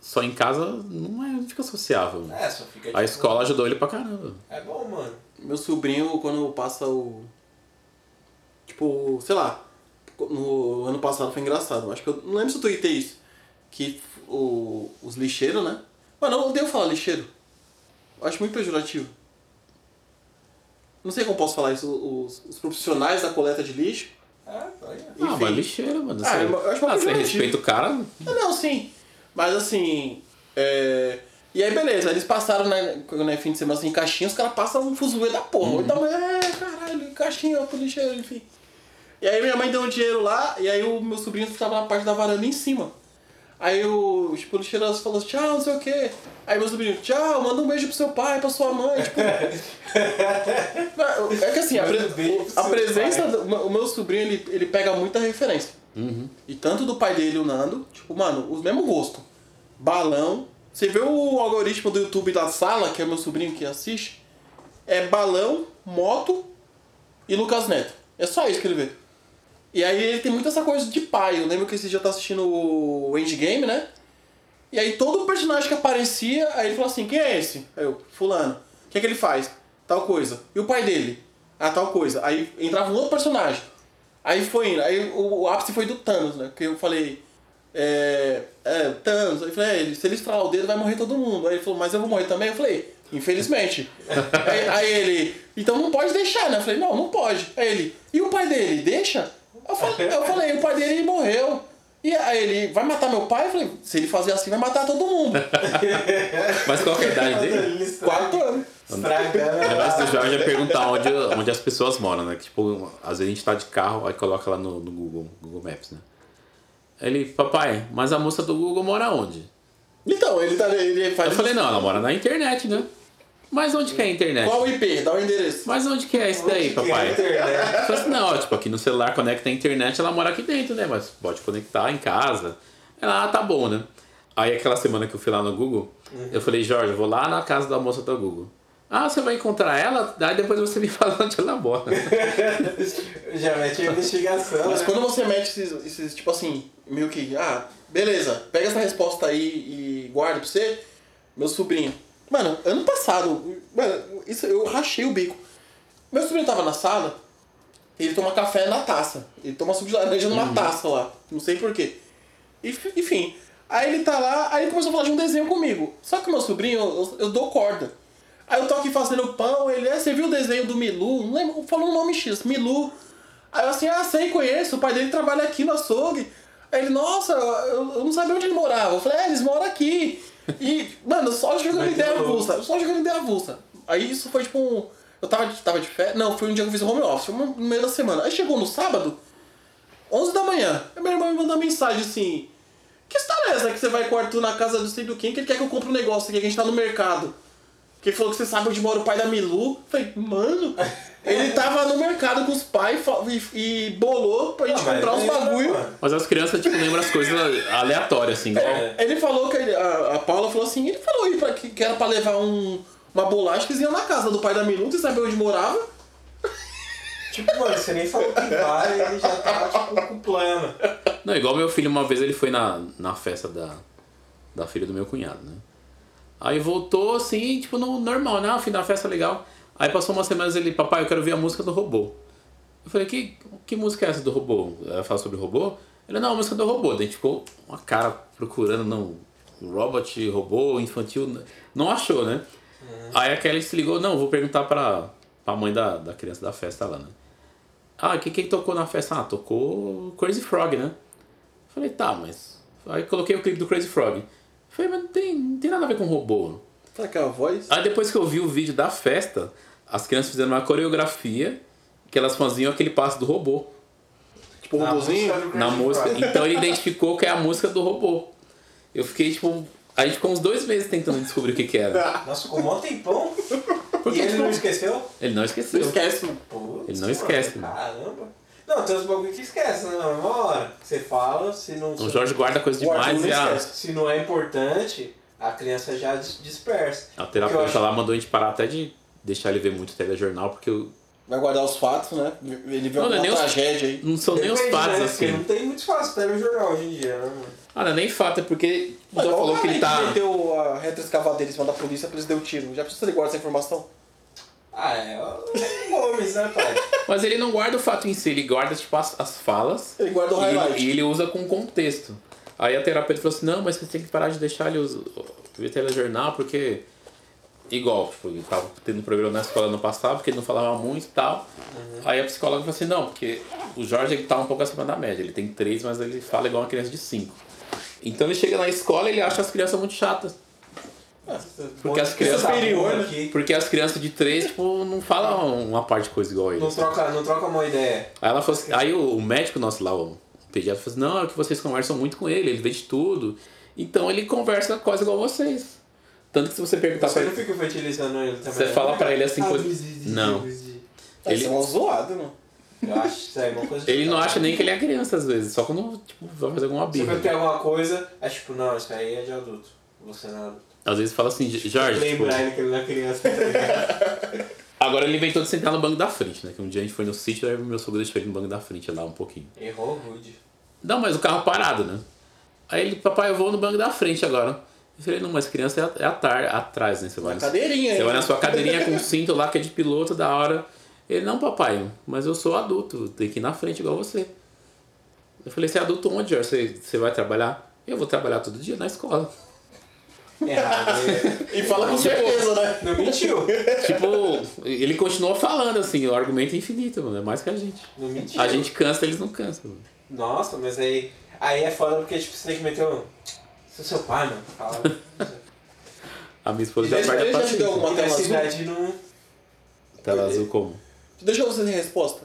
só em casa não, é, não fica sociável. É, só fica tipo. A escola ajudou ele pra caramba. É bom, mano. Meu sobrinho, quando passa o. Tipo, sei lá. No ano passado foi engraçado. Acho que eu não lembro se eu tuitei isso. Que o, os lixeiros, né? Mano, eu odeio falar lixeiro. Eu acho muito pejorativo. Não sei como posso falar isso. Os, os profissionais da coleta de lixo. É, olha. Ah, Enfim. mas lixeira, mano. Ah, você, eu acho uma ah, você coisa respeita o cara, Ah, não, sim. Mas assim. é, E aí, beleza, eles passaram né, né, fim de semana assim, em caixinha, os caras passam um fuzuê da porra. Então, é, caralho, caixinha pro lixeiro, enfim. E aí minha mãe deu um dinheiro lá, e aí o meu sobrinho ficava na parte da varanda em cima. Aí o, tipo, o lixeiro falou assim, tchau, não sei o quê. Aí meu sobrinho, tchau, manda um beijo pro seu pai, pra sua mãe, tipo... Não, é que assim, a, pre- Manda um beijo pro a seu presença... pai. do- o meu sobrinho, ele, ele pega muita referência. E tanto do pai dele, o Nando, tipo, mano, o mesmo gosto. Balão. Você vê o algoritmo do YouTube da sala, que é meu sobrinho que assiste, é balão, moto e Lucas Neto. É só isso que ele vê. E aí ele tem muito essa coisa de pai. Eu lembro que esse dia eu tava assistindo o Endgame, né? E aí todo personagem que aparecia, aí ele falou assim, quem é esse? Aí eu, fulano. O que é que ele faz? Tal coisa. E o pai dele? Ah, tal coisa. Aí entrava um outro personagem. Aí foi indo. Aí o, o ápice foi do Thanos, né? Porque eu falei, é, é Thanos. Aí eu falei, é, ele- se ele estralar o dedo vai morrer todo mundo. Aí ele falou, mas eu vou morrer também? Eu falei, infelizmente. aí, aí ele, então não pode deixar, né? Eu falei, não, não pode. Aí ele, e o pai dele, deixa? Eu falei, eu falei o pai dele morreu. E aí ele, vai matar meu pai? Eu falei, se ele fazer assim, vai matar todo mundo. mas qual que é a idade dele? Ele estraga- Quatro anos. Estragando. O negócio do Jorge é perguntar onde, onde as pessoas moram, né? Que, tipo, às vezes a gente tá de carro, aí coloca lá no, no Google, Google Maps, né? Ele, papai, mas a moça do Google mora onde? Então, ele tá. Ele faz. Eu falei, não, ela mora na internet, né? Mas onde que é a internet? Qual o IP? Dá o endereço. Mas onde que é isso daí, papai? Só assim, não, tipo, aqui no celular conecta a internet, ela mora aqui dentro, né? Mas pode conectar em casa. Ela, ah, tá bom, né? Aí aquela semana que eu fui lá no Google, eu falei, Jorge, eu vou lá na casa da moça do Google. Ah, você vai encontrar ela? Daí depois você me fala onde ela mora. Já mete a investigação. Mas né? quando você mete esses, esses, tipo assim, meio que, ah, beleza, pega essa resposta aí e guarda pra você, meu sobrinho. Mano, ano passado, mano, isso eu rachei o bico. Meu sobrinho tava na sala, ele toma café na taça. Ele toma suco de laranja numa taça lá. Não sei porquê. Enfim. Aí ele tá lá, aí ele começou a falar de um desenho comigo. Só que meu sobrinho, eu, eu dou corda. Aí eu tô aqui fazendo pão, ele, ah, você viu o desenho do Milu? Não lembro, falou um nome X, Milu. Aí eu assim, ah, sei, conheço, o pai dele trabalha aqui no açougue. Aí ele, nossa, eu, eu não sabia onde ele morava. Eu falei, é, eles moram aqui. E, mano, só jogando Mas ideia que louco. avulsa, só jogando ideia avulsa. Aí isso foi tipo um. Eu tava, de- tava de férias, não, foi um dia que eu fiz home office, foi no meio da semana. Aí chegou no sábado, 11 da manhã, a minha irmã me mandou uma mensagem assim: Que história é essa que você vai com o Arthur na casa do sei do quem que ele quer que eu compre um negócio aqui, que a gente tá no mercado? Que ele falou que você sabe onde mora o pai da Milu. Eu Falei, mano, ele tava no mercado com os pais fa- e, e bolou pra gente Ah, mas comprar uns isso, bagulho. mano. Mas as crianças, tipo, lembram as coisas aleatórias, assim. igual- É. Ele falou que ele- a, a Paula falou assim, ele falou aí pra, que, que era pra levar um, uma bolacha que eles iam na casa do pai da Milu, você sabia onde morava? Tipo, mano, você nem falou que vai, ele já tá, tipo, com o plano. Não, igual meu filho, uma vez ele foi na, na festa da, da filha do meu cunhado, né? Aí voltou assim, tipo, no normal, né? Ah, fim da festa legal. Aí passou umas semanas ele, papai, eu quero ver a música do robô. Eu falei, que, que música é essa do robô? Ela fala sobre robô? Ele, não, a música do robô. Daí a gente ficou uma cara procurando no robot, robô, infantil. Não achou, né? Aí a Kelly se ligou, não, vou perguntar pra, pra mãe da, da criança da festa lá, né? Ah, o que, que tocou na festa? Ah, tocou Crazy Frog, né? Falei, tá, mas. Aí coloquei o clipe do Crazy Frog. Falei, mas não tem, não tem nada a ver com robô. Será que é a voz? Aí depois que eu vi o vídeo da festa, as crianças fizeram uma coreografia que elas faziam aquele passo do robô Ah, Tipo, um Na robôzinho? música do na Crazy música. Frog. Então ele identificou que é a música do robô. Eu fiquei tipo. A gente ficou uns dois meses tentando descobrir o que, que era. Nossa, ficou mó tempão. Porque, e ele tipo, não esqueceu? ele não Não esqueceu. esquece, mano. Putz, Ele não esquece, mano. mano. Caramba. Não, tem uns bagulho que esquece, né? mano? Uma hora que você fala, se não, O Jorge guarda coisa Guarda, demais não e a, esquece. se não é importante, a criança já dis- dispersa. Porque a eu terapeuta acho- lá mandou a gente parar até de deixar ele ver muito telejornal, porque eu- Vai guardar os fatos, né? Ele vê Não, não é uma nem os- tragédia aí. não são nem os Depende, fatos né? assim. Porque não tem muito fácil telejornal hoje em dia, né, mano? Ah, não é nem fato, é porque o Dó Igual falou né, o que ele cara tá. meteu a retroescavadeira em cima da polícia pra eles deu tiro. Já precisa de guardar essa informação? Ah, é o Gomes, né, pai? Mas ele não guarda o fato em si, ele guarda tipo as, as falas Ele guarda o e ele, highlight. e ele usa com contexto. Aí a terapeuta falou assim, não, mas você tem que parar de deixar ele us- ver telejornal, porque. Igual, tipo, ele tava tendo um programa na escola no passado, porque ele não falava muito e tal. Uhum. Aí a psicóloga falou assim, não, porque o Jorge ele tá um pouco acima da média, ele tem três, mas ele fala igual uma criança de cinco. Então ele chega na escola e ele acha as crianças muito chatas. Ah, é Porque as crianças- Superior, né? Porque as crianças de três, tipo, não falam uma parte de coisa igual a ele. Não assim. troca, não troca uma ideia. Aí ela falou assim- aí o, o médico nosso lá, o pediatra, falou assim, não, é que vocês conversam muito com ele, ele vê de tudo. Então ele conversa quase igual vocês. Tanto que se você perguntar Você pra não ele. fica infantilizando ele também. Tá Você né? fala pra ele assim Ah, coisa- Luizinho, Não. Luizinho. Ah, Ele- Isso é uma zoada, mano. Eu acho isso aí é uma coisa de- Ele não acha nem que ele é criança às vezes, só quando tipo, vai fazer alguma Você vai birra. ter alguma coisa, é tipo, não, isso aí é de adulto. Você não é adulto. Às vezes fala assim, Jorge, tipo, Lembrar ele que ele não é criança. tá ligado? agora ele inventou de sentar no banco da frente, né? Que um dia a gente foi no sítio, aí o meu sogro deixou ele no banco da frente lá um pouquinho. Errou rude. Não, mas o carro parado, né? Aí ele, papai, eu vou no banco da frente agora. Eu falei, não, mas criança é, a- é atar- atrás, né? Você vai Na no cadeirinha Você aí. vai na sua cadeirinha com o cinto lá que é de piloto da hora. Ele, não, papai, mas eu sou adulto, tem que ir na frente igual você. Eu falei, você é adulto onde, Jorge? Você, você vai trabalhar? Eu vou trabalhar todo dia na escola. Errado. ele- E fala com certeza, né? Não mentiu. tipo, ele continua falando assim, o argumento é infinito, mano, é mais que a gente. Não mentiu. A gente cansa, eles não cansam. mano. Nossa, mas aí. Aí é foda porque tipo, você tem que meter um. Sou seu pai, mano. Fala. A minha esposa já Ele- perde ele a já te deu paciência. E alguma- Uma tela nessa azul? idade não. Tela azul como? Deixou você sem resposta.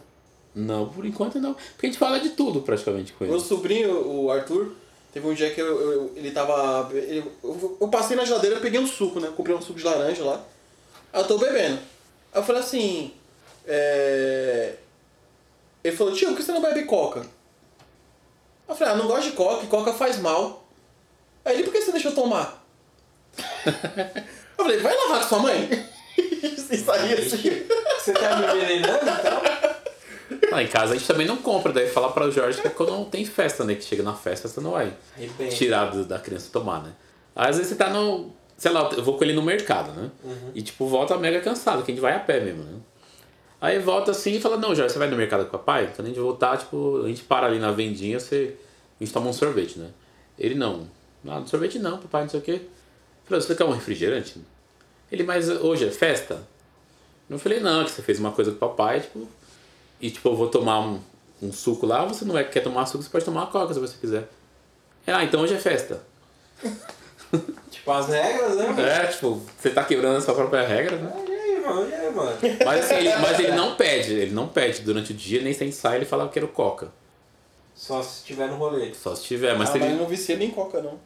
Não, por enquanto não. Porque a gente fala de tudo praticamente com Meu ele. sobrinho, o Arthur, teve um dia que eu, eu- ele tava. ele- eu, eu passei na geladeira, eu peguei um suco, né? Comprei um suco de laranja lá. Eu tô bebendo. Aí eu falei assim. É... Ele falou, tio, por que você não bebe coca? Eu falei, ah, não gosto de coca, coca faz mal. Aí ele, por que você deixou tomar? eu falei, vai lavar com sua mãe. e saí assim. Você tá me envenenando, então? Lá Ah, em casa a gente também não compra, daí falar pra Jorge que é quando não tem festa, né? Que chega na festa, você não vai Arrepende. tirar do- da criança tomar, né? Às vezes você tá no. Sei lá, eu vou com ele no mercado, né? E tipo, volta mega cansado, que a gente vai a pé mesmo, né? Aí volta assim e fala, não, Jorge, você vai no mercado com o papai? Quando a gente voltar, tipo, a gente para ali na vendinha, você. A gente toma um sorvete, né? Ele não. Ah, sorvete não, papai, não sei o quê. Eu Falei, você quer um refrigerante? Ele, mas hoje é festa? Eu falei, não, é que você fez uma coisa com o papai, tipo, e tipo, eu vou tomar um, um suco lá, você não é que quer tomar suco, você pode tomar uma coca se você quiser. É, ah, então hoje é festa. Tipo, as regras, né? mano? É, tipo, você tá quebrando a sua própria regra, né? E aí, mano? E aí, mano? Mas assim, ele, mas ele não pede, ele não pede durante o dia, nem se a gente sai, ele fala quero coca. Só se tiver no rolê. Só se tiver, mas Ah, Mas se ele ele. não vicia nem coca, não.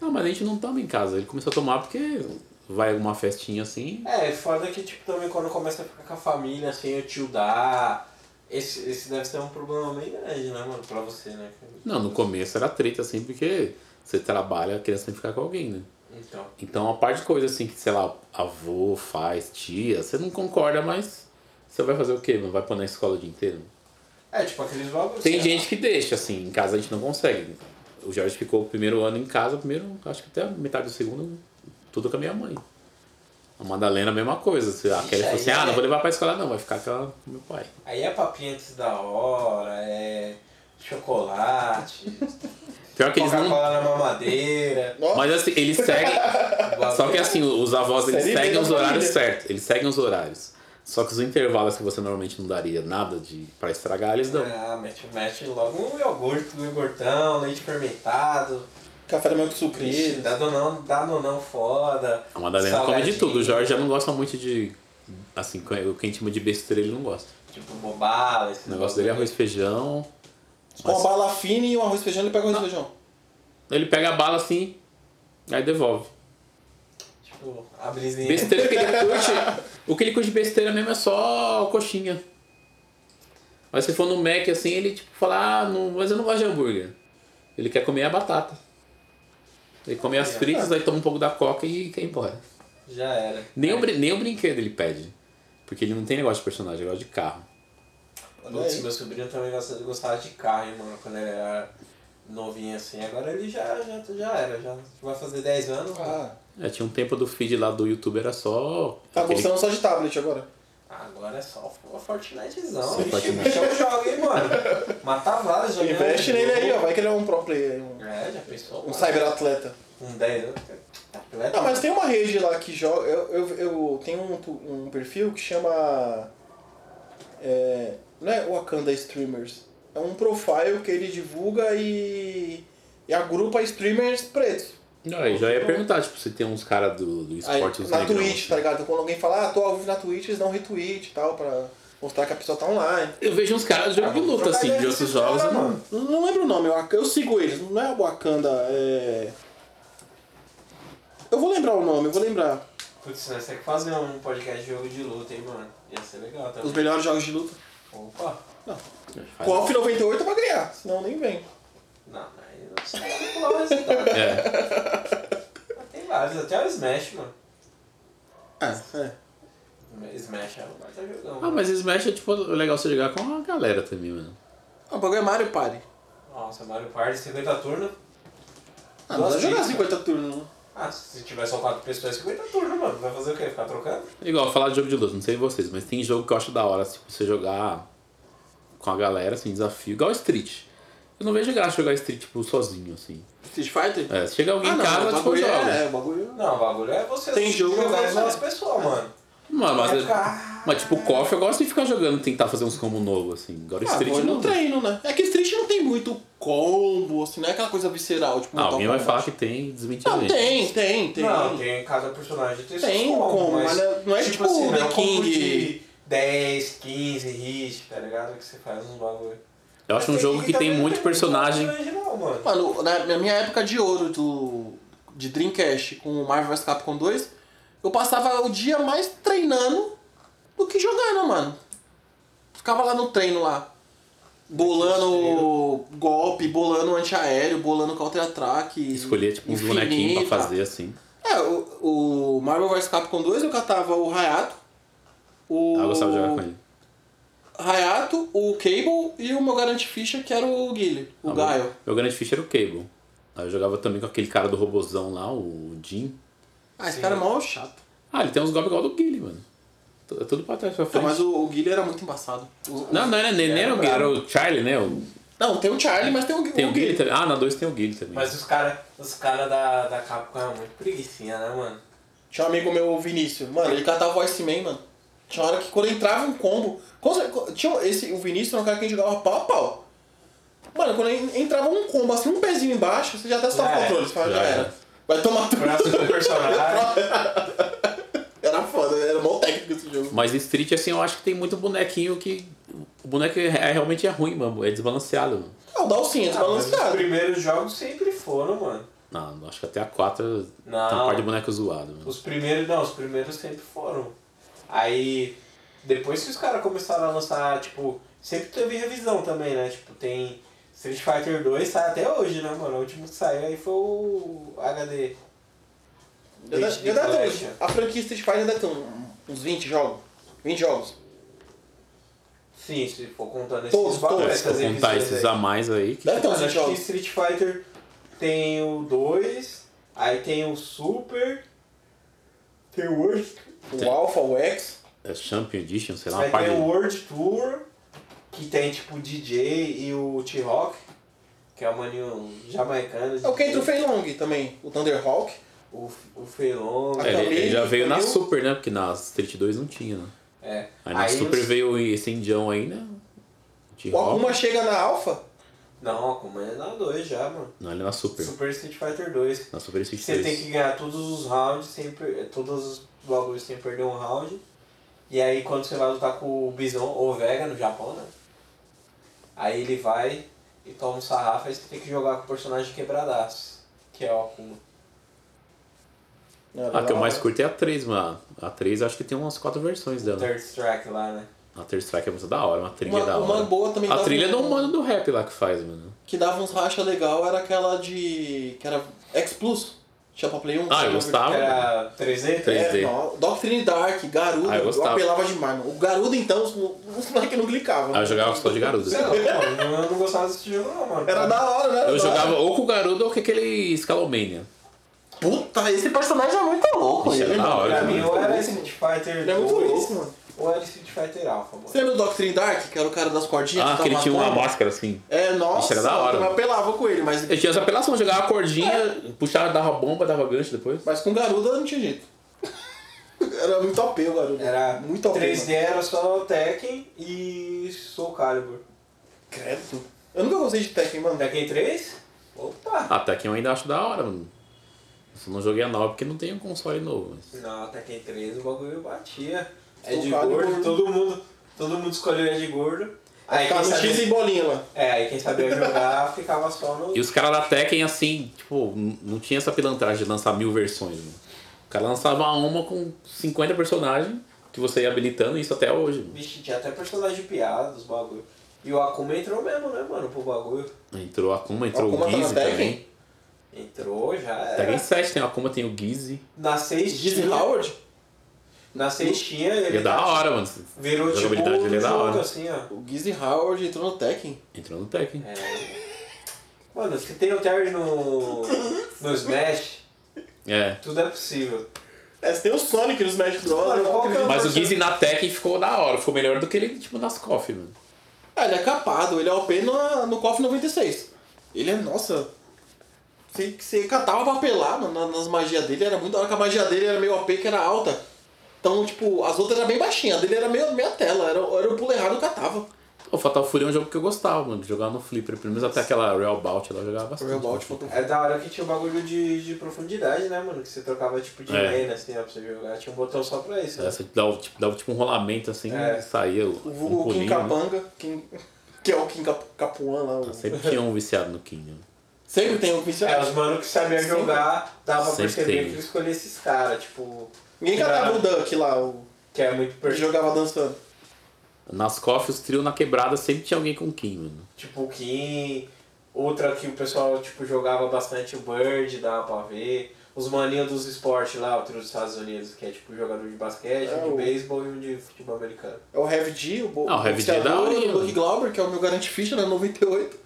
Não, mas a gente não toma em casa. Ele começou a tomar porque vai alguma festinha assim. É, foda que, tipo, também quando começa a ficar com a família, assim, o tio dá... Esse, esse deve ser um problema bem grande, né, mano? Pra você, né? Não, no começo era treta assim, porque você trabalha, a criança tem que ficar com alguém, né? Então, Então, a parte de coisa assim que, sei lá, avô faz, tia, você não concorda, mas você vai fazer o quê? mano? Vai pôr na escola o dia inteiro? é, tipo, aqueles bagulhos. Tem né? gente que deixa, assim, em casa a gente não consegue. O Jorge ficou o primeiro ano em casa, o primeiro, acho que até a metade do segundo, tudo com a minha mãe. A Madalena, a mesma coisa. Se a Kelly falou assim, aí ah, não é- vou levar pra escola não, vai ficar com ela- com meu pai. Aí é papinha antes da hora, é chocolate, Pior que eles não... Coca-Cola na mamadeira. é Nossa. Mas assim, eles seguem... Só que assim, os avós eles Seria seguem bem os da horários família. certos. Eles seguem os horários. Só que os intervalos que você normalmente não daria nada de para estragar, eles dão. Ah, mete, mete logo um iogurte do iogurtão, leite fermentado, Café da manhã com ixi, sucrilhos. dá danonão, dá danonão foda. A Madalena come de salgadinho, tudo. O Jorge já não gosta muito de. Assim, o que a gente chama de besteira, ele não gosta. Tipo, bobala, esse O negócio dele é arroz e feijão. Com uma bala fina e um arroz e feijão, ele pega o arroz e feijão. Ele pega a bala assim, aí devolve. Tipo, a brisinha. Besteira que ele curte. o que ele curte de besteira mesmo é só coxinha. Mas se for no Mac assim, ele tipo fala, ah, não, mas eu não gosto de hambúrguer. Ele quer comer a batata. Ele come É. as fritas, aí toma um pouco da coca e quer ir embora. Já era. Nem, o, brin- nem o brinquedo ele pede. Porque ele não tem negócio de personagem, ele gosta de carro. Olha Putz, aí. meu sobrinho também gosta- gostava de carro, hein, mano, quando ele era novinho assim. Agora ele já, já, já era, já vai fazer 10 anos. mano. Ah, É, tinha um tempo do feed lá do YouTube, era só. tá aquele- gostando só de tablet agora. Agora é só o Fortnitezão. Só Ixi, Fortnite. Fortnite. Eu jogo, hein, mano. Matar vários jogando. Investe nele aí, ó. Vai que ele é um pro player, aí, um, É, já pensou? um mano? cyberatleta. Um 10 anos. Atleta. Ah, mas tem uma rede lá que joga. Eu, eu, eu tenho um, tu- um perfil que chama. É, não é Wakanda Streamers. É um profile que ele divulga e, e agrupa streamers pretos. Não, eu já ia perguntar, tipo, se tem uns caras do, do Aí, esporte uns na negrão, Twitch, assim. tá ligado? Então, quando alguém fala, ah, tô ao vivo na Twitch, eles dão retweet e tal, pra mostrar que a pessoa tá online. Eu vejo uns caras de jogo de luta, assim, de outros jogos. eu não- Eu não lembro o nome, eu, eu sigo eles, não é Wakanda, é. Eu vou lembrar o nome, eu vou lembrar. Putz, nós temos que fazer um podcast de jogo de luta, hein, mano. Ia ser legal Os também. melhores jogos de luta. Opa. Faz- Qual 98 vai é ganhar, senão nem vem. Não, aí não sei pular o resultado. É. Mas Tem vários, até o Smash, mano. Ah, é. Smash é um baita jogão. Ah, mano. mas Smash é tipo legal você jogar com a galera também, mano. O bagulho é Mario Party. Nossa, Mario Party, 50 turnos. Ah, não Nossa, vai jogar gente. 50 turnos, né? não. Ah, se tiver só 4 pessoas, 50 turnos, mano. Vai fazer o quê? Ficar trocando? Igual, falar de jogo de luta, não sei vocês, mas tem jogo que eu acho da hora, tipo, você jogar com a galera, assim, desafio. Igual Street. Eu não vejo graça jogar Street, tipo, sozinho, assim. Street Fighter? É, se chegar alguém Ah, em não, casa, o tipo, eu bagulho jogo. é, é, o bagulho. Não, o bagulho é você Tem jogo, jogar mas com é- as pessoas, mano. Mano, mas, é- Vai é ficar- mas tipo, KOF eu gosto de ficar jogando, tentar fazer uns combos novos, assim. Agora Ah, Street vou não. no treino, né? É que Street não tem muito combo, assim, não é aquela coisa visceral, tipo, Ah, montar alguém um vai combo. falar que tem, desmentir a Não, gente. tem, tem, tem. Não, tem cada personagem tem, Tem seus combos, como, mas não é- não é tipo não é The um combo King. de 10, 15 hits, tá ligado? Que você faz uns bagulho. Eu acho um jogo que tem muito personagem. Não, mano. Mano, na, na minha época de ouro do, de Dreamcast com Marvel vs Capcom 2, eu passava o dia mais treinando do que jogando, mano. Ficava lá no treino lá. Bolando golpe, bolando antiaéreo, bolando counter-attack. Escolher, tipo, uns bonequinhos pra fazer, assim. É, o, o Marvel vs Capcom 2 eu catava o Hayato. O... Ah, eu gostava de jogar com ele. Hayato, o Cable e o meu garante ficha, que era o Guile, o Ah, Gaio. Meu, meu grande ficha era o Cable. Aí eu jogava também com aquele cara do robozão lá, o Jim. Ah, esse cara é mó chato. Ah, ele tem uns golpes igual do Guile, mano. T- É tudo pra trás pra Então, frente. mas o, o Guile era muito embaçado. O- Não, não era, nem, nem era o Guile, era o Charlie, né? O- Não, tem o Charlie, mas tem o, Tem o o Guile Guile. também. Ah, na 2 tem o Guile também. Mas os caras os cara da, da Capcom eram muito preguicinha, né, mano? Tinha um amigo meu, o Vinícius. Mano, ele catava Voice Man, mano. Tinha hora que quando entrava um combo. com cer- Tinha esse, o Vinícius era um cara que a gente jogava pau a pau. Mano, quando en- entrava um combo assim, um pezinho embaixo, você já até Já estava o era. controle. Você fala, Já já, era. era. Vai tomar tudo. Próximo um personagem. Era foda, era mó técnico esse jogo. Mas em Street, assim, eu acho que tem muito bonequinho que. O boneco é, é- realmente é ruim, mano. É desbalanceado, mano. Ah, o Dalcinha, Ah, mas os desbalanceado. primeiros jogos sempre foram, mano. Não, acho que até a 4 tem Não. uma parte de boneco zoado, mano. Os primeiros, não, os primeiros sempre foram. Aí, depois que os caras começaram a lançar, tipo, sempre teve revisão também, né? Tipo, tem Street Fighter 2, sai até hoje, né, mano? O último que saiu aí foi o HD. Eu da- HD eu da- Collection. um- A franquia Street Fighter ainda tem um- uns 20 jogos. 20 jogos. Sim, se for contando esses Todos, bagulho, todos. Se eu essas contar revisões esses aí. a mais aí. que- Deve ter uns Mano, 20 acho que jogos. Street Fighter tem o 2, aí tem o Super, tem o World, O Alpha, o X. É Champion Edition, sei lá, uma aí tem parte. o de- World Tour, que tem tipo o DJ e o T-Rock, que é o maninho jamaicano. É o que entra DJ, o Fei Long também. O Thunderhawk. o, o Feilon. A É, ele, ele já Camille, veio na Camille. Super, né? Porque na Street 2 não tinha, né? É. Aí na Super os- veio esse indião aí, né? De O rock. Akuma chega na Alpha. Não, como é na 2 já, mano. Não, ele é na Super. Super Street Fighter 2. Na Super Street Você 2. tem que ganhar todos os rounds, sem per... todos os bagulhos sem perder um round. E aí quando você vai lutar com o Bison ou Vega no Japão, né? Aí ele vai e toma um sarrafo, aí você tem que jogar com o personagem quebradaço, que é o Akuma. Então. Ah, que eu né? mais curto é a 3, mano. A 3 acho que tem umas 4 versões dela. Third Strike lá, né? A Third Strike é muito da hora, uma trilha Uma- da uma hora. boa também a dava trilha é um- do mano do rap lá que faz, mano. Que dava uns racha legal era aquela de... Que era X Plus. Tinha pra Play 1. Ah, tinha eu pra- gostava. mano. Era 3D? Três. É, 3D. não, Doctrine Dark, Garuda, Ah, eu eu, gostava. apelava demais, mano. O Garuda, então, os, os moleques não clicavam. Ah, eu jogava só de garoto. Sei lá, mano, eu É, não gostava desse jogo não, mano. Era da hora, né? Era Eu da hora. jogava ou com o garoto ou com aquele Scalomania. Puta, esse personagem é muito louco, Isso é ele, da mano. hora, Pra mano. mim ou era Street Fighter Ele é muito 2 louco, mano. ou era Street Fighter Alpha, mano. Você lembra do Doctrine Dark, que era o cara das cordinhas? Ah, que que ele ficava tinha uma matando? máscara assim. É, nossa, Isso era da hora. eu apelava com ele, mas, Eu tinha essa apelação, jogava a cordinha, puxava, dava bomba, dava gancho depois. mas com Garuda não tinha jeito. era muito OP o Garuda. Era é muito OP. 3D mano. era só Tekken e Soul Calibur. Credo. Eu nunca gostei de Tekken, mano. Tekken 3? Opa! Ah, Tekken eu ainda acho da hora, mano. Eu Só não joguei a 9 porque não tem um console novo. Mas... Não, Tekken 3 o bagulho batia. É Soul de Calibur. gordo, todo mundo, todo mundo escolheu é de gordo. Aí Ficava quem, Tá no X e sabia, bolinha lá. é, aí quem sabia jogar ficava só no. E os caras da Tekken, assim, tipo, n- não tinha essa pilantragem de lançar mil versões, mano. O cara lançava uma com 50 personagens que você ia habilitando, isso até hoje, mano. Vixe, tinha até personagem de piada, os bagulho. E o Akuma entrou mesmo, né, mano, pro bagulho. Entrou a Akuma, entrou Akuma o tá na Gizzy Tekken? É. também. Entrou já. Tekken Era. 7 tem a Akuma, tem o Gizzy. Na 6 Dizzy tinha. Howard? Na 6 tinha, E ele tá- é da hora, mano. virou tipo Jogabilidade um dele é da jogo hora. assim, ó. O Gizzy Howard entrou no Tekken. Entrou no Tekken. É. Mano, se tem o Terry no. no Smash, É. tudo é possível. É, você tem o Sonic nos Smash Bros. Mano, qual que é Mas o Gizzy na Tekken ficou da hora, ficou melhor do que ele, tipo, nas coffee, mano. Ah, ele é capado, ele é OP no, no KOF 96. Ele é, nossa. Você, você catava pra apelar, mano, na- nas magias dele, era muito da hora que a magia dele era meio OP, que era alta. Então, tipo, as outras eram bem baixinhas, a dele era meio meia tela, era, era o pulo errado, eu catava. O Fatal Fury é um jogo que eu gostava, mano. de Jogar no Flipper, pelo menos até aquela Real Bout lá eu jogava O bastante. Real Bout faltou. É da hora que tinha o bagulho de, de profundidade, né, mano? Que você trocava tipo de É. lane, assim, ó, pra você jogar. Tinha um botão só pra isso. né? Essa dava, tipo, dava tipo um rolamento assim É. e saía o, O um vulgo Kim pulinho. né? Capanga, Kim- que é o Kim Cap, Capuan lá. o- Sempre tinha um viciado no King. né? Sempre tem um o Kim É, os mano que sabiam Sempre. jogar, dava pra Sempre perceber tem. que eu escolhi esses caras. Tipo, Ninguém catava o Duck lá, o Que é muito que perfeito. jogava dançando. Nas coffees, os trio na quebrada sempre tinha alguém com Kim, mano. Tipo o Kim. Outra que o pessoal tipo, jogava bastante o Bird, dava pra ver. Os maninhos dos esportes lá, o trio dos Estados Unidos, que é tipo jogador de basquete, É, um de o- beisebol e um de futebol americano. É o Heavy D, o bo- Ah, o Heavy D é boxeador, da hora, o Luke mano. Glauber, que é o meu garante ficha na 98.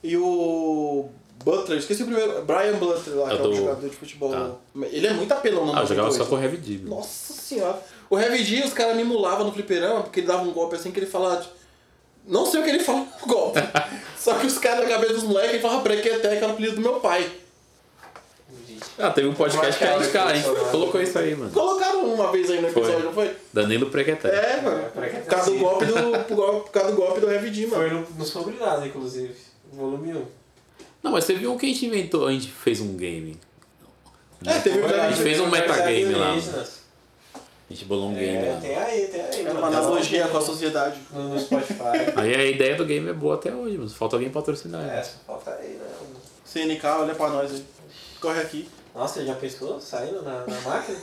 E o Butler, esqueci o primeiro, Brian Butler lá, É que é do- um jogador de futebol. Tá. Ele é muito apelão na Ah, eu jogava 98. só com o Heavy D, mano. Nossa senhora. O Heavy D, os caras me mulavam no fliperama, porque ele dava um golpe assim que ele falava. tipo, Não sei o que ele fala no golpe. Só que os caras na cabeça dos moleques, ele falava brequeteca, era o apelido do meu pai. Gente, Ah, teve um podcast que a gente, cara, a gente colocou isso aí, mano. Colocaram uma vez aí no Foi. episódio, não foi? Danilo Prequeté. É, mano. É, Por causa do golpe do, por gol- por causa do, golpe do Heavy D, mano. Foi no, no Sobrenada, inclusive. Volume 1. Não, mas você viu o que a gente inventou? A gente fez um game. É, teve um A episódio gente fez um metagame lá. mano. Alienígenas. A gente bolou um game É, lá. tem aí, tem aí. É mano. uma analogia com a sociedade. um No, no Spotify. Aí a ideia do game é boa até hoje, mas falta alguém patrocinar. é, né? só falta aí, né? CNK, olha pra nós aí. Corre aqui. Nossa, já pensou saindo na, na máquina?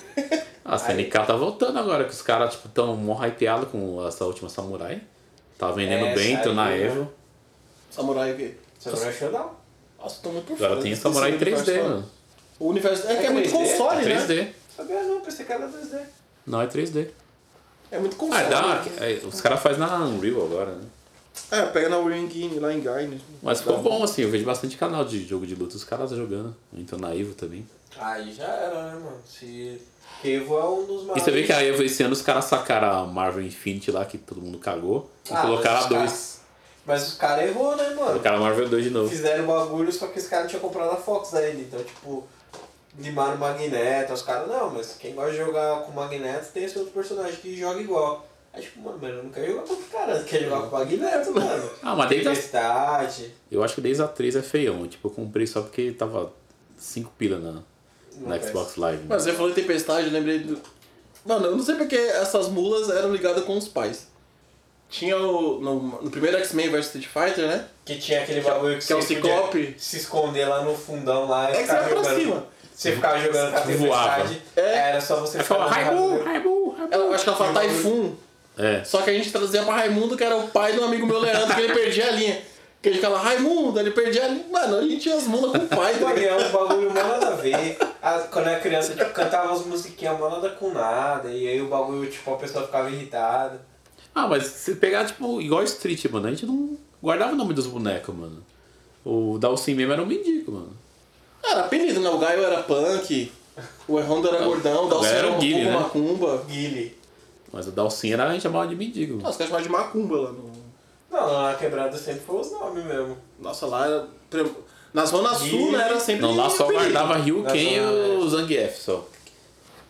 Ah, A CNK tá voltando agora, que os caras, tipo, tão mó hypeados com essa última Samurai. Tá vendendo É, bem, tô na saiu, né? Evo. Samurai o quê? Samurai Shodown. Nossa, tô muito por fora. Agora tem desse Samurai 3D, universo. mano. O universo. É que é, É muito 3D? console, né? 3D. Sabia é, não, pensei que era 2D. Não é 3D. É muito Ah, console. é da hora. né? É, Os caras fazem na Unreal agora, né? É, pega na Ringin lá em Gaines. Mas ficou bom, assim. Eu vejo bastante canal de jogo de luta, os caras jogando. Então na Evo também. Aí já era, né, mano? Se. Evo é um dos E maiores. você vê que a Evo esse ano os caras sacaram a Marvel Infinity lá, que todo mundo cagou. E Ah, colocaram mas a os 2. Mas os caras errou, né, mano? Colocaram a Marvel 2 de novo. Fizeram o bagulho, só que esse cara tinha comprado a Fox ainda. Então, tipo, limaram o Magneto. Os caras, não, mas quem gosta de jogar com o Magneto tem esse outro personagem que joga igual. Aí, tipo, mano, mas eu não quero jogar com o cara, quer jogar com o Magneto, mano. Ah, mas desde a Tempestade. Eu acho que desde a 3 é feião. Tipo, eu comprei só porque tava 5 pila na, Não na peço. Xbox Live. né? Mas você falou em tempestade, eu lembrei do. Mano, eu não sei porque essas mulas eram ligadas com os pais. Tinha o. No, no primeiro X-Men vs Street Fighter, né? Que tinha aquele bagulho que, Que é o você Ciclope. podia se esconder lá no fundão lá e É que você ficar vai pra jogando. cima. Você ficava jogando com a Voava. tempestade, É. era só você Aí ficar fala, dando Raibu, rasura. Raibu, Raibu. Eu acho que ela fala Typhoon. É. Só que a gente trazia pra Raimundo, que era o pai do amigo meu Leandro, que ele perdia a linha. Que ele ficava, Raimundo, ele perdia a linha. Mano, a gente tinha as mulas com o pai, tá Mano, ligado? é um bagulho mó nada a ver. As- quando eu era criança, tipo, cantava as musiquinhas mó nada com nada. E aí o bagulho, tipo, a pessoa ficava irritada. Ah, mas se pegar, tipo, igual Street, mano, a gente não guardava o nome dos bonecos, mano. O Dalsin mesmo era um mendigo, mano. Era apelido, né? O Gaio era punk, o Errondo era gordão, o Dalcin Gaio era era o um Guile, Macumba, né? Macumba. Guile. Mas o Dalsin era, a gente chamava de mendigo. mano. Nossa, que chamava de Macumba lá no. Não, na quebrada sempre foi os nomes mesmo. Nossa, lá era. por exemplo, Na Zona Sul Ih. né, era sempre. Não, lá só apelido. guardava Ryuken e Na zona o Zangief só.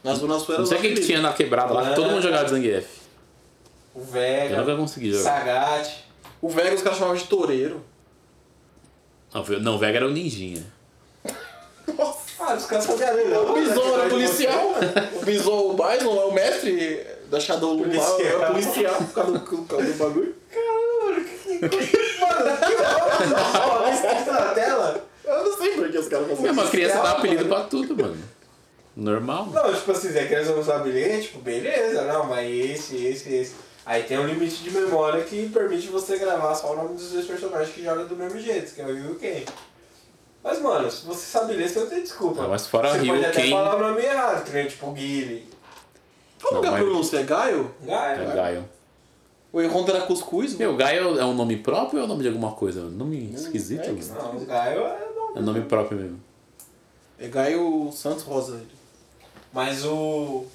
Na Zona Sul era Não sei o que, que apelido. tinha na quebrada lá, que todo mundo jogava de Zangief. O Eu Vega, nunca consegui jogar. Sagat. O Vega os caras chamavam de toureiro. Não, foi- Não, o Vega era o ninjinha. Nossa. Ah, descansa de areia. O Bison era policial. O Bison, o Bison, é o mestre da Shadow Lula, Policial. era policial por causa do, por causa do bagulho. Caramba, que que- Mano, que óbvio. Olha escrito na tela. Eu não sei por que os caras faziam É, isso. uma criança dá Mano. apelido pra tudo, mano. Normal, mano. Não, tipo assim, se a criança não sabe ler, tipo, beleza, não, mas esse, esse, esse. Aí tem um limite de memória que permite você gravar só o nome dos dois personagens que jogam do mesmo jeito, que é o Yu e o Ken. Mas, mano, se você sabe ler, você não tem desculpa. Ah, mas fora você Ryu, pode até Ken- falar o nome errado, que nem, tipo, o Guile. Como que é a Não, mas- pronúncia? É Gaio? Gaia, É né? Gaio. O Erron era cuscuz? né? Meu, Gaio é um nome próprio ou é o nome de alguma coisa? Nome esquisito. é mano. que É, Não, o Gaio é o nome. nome próprio mesmo. É Gaio Santos Rosa. ele. Mas o.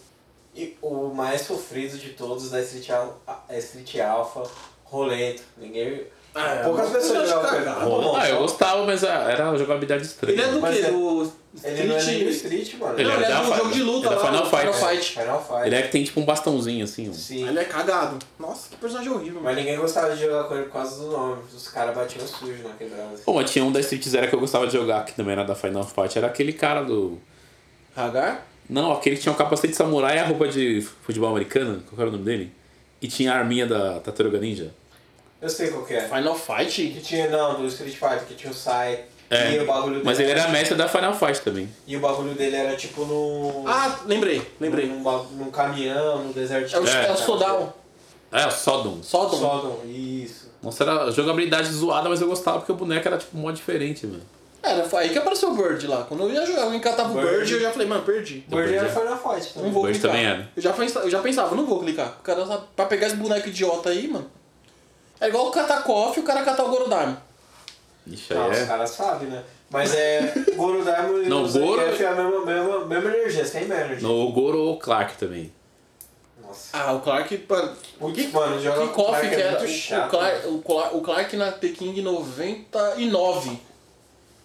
e O mais sofrido de todos da Street, Al é Street Alpha, Rolento. Ninguém. Ah, Poucas eu pessoas acho jogam. cagado. Ah, bom, ah, eu só- gostava, mas ah, era uma jogabilidade estranha. tá Ele é do Mas quê? é- Do Ele não é nem do Street... Street, mano. Não, Ele é ele é da do Fight. jogo de luta Ele é lá. Final do Fight. Final Fight. Ele é que tem tipo um bastãozinho assim. ó. Sim. Ele é cagado. Nossa, que personagem horrível, mano. Mas ninguém gostava de jogar com ele por causa do nome. Os caras batiam sujo na quebrada. Bom, mas tinha um da Street Zero que eu gostava de jogar, que também era da Final Fight. Era aquele cara do. Hagar? Não, aquele que tinha um capacete de samurai e a roupa de futebol americano. Qual era o nome dele? E tinha a arminha da Tataruga Ninja. Eu sei qual que é. Final Fight? Que tinha, não, do Street Fighter, que tinha o Sai, É. E o bagulho Mas dele ele era mestre da Final Fight também. E o bagulho dele era tipo no. Ah, lembrei, lembrei. Num, ba- num caminhão, no deserto. É o, é. É. o Sodom. É, o Sodom. Sodom. Sodom, isso. Nossa, era a jogabilidade zoada, mas eu gostava porque o boneco era tipo mó diferente, mano. Era, foi aí que apareceu o Bird lá. Quando eu ia jogar, alguém catava o Bird. Bird, eu já falei, mano, perdi. O Bird Bird era é- Final Fight Não também. vou Bird clicar. também era. Eu já, pensa- eu já pensava, não vou clicar. O cara, sabe, pra pegar esse boneco idiota aí, mano. É igual o catar coffee e o cara catar o Gorodime. Ixi, Não, os aí é. caras sabem, né? Mas é. Goro Daimon e Não, Luzan Goro- Kef é a mesma, mesma, mesma energia, sem energia. No o Goro ou o Clark também. Nossa. Ah, o Clark. pá, Putz, mano, joga Que com o coffee Clark que é era? muito O- chato, O Clark, o Clark- o Clark na The King 99.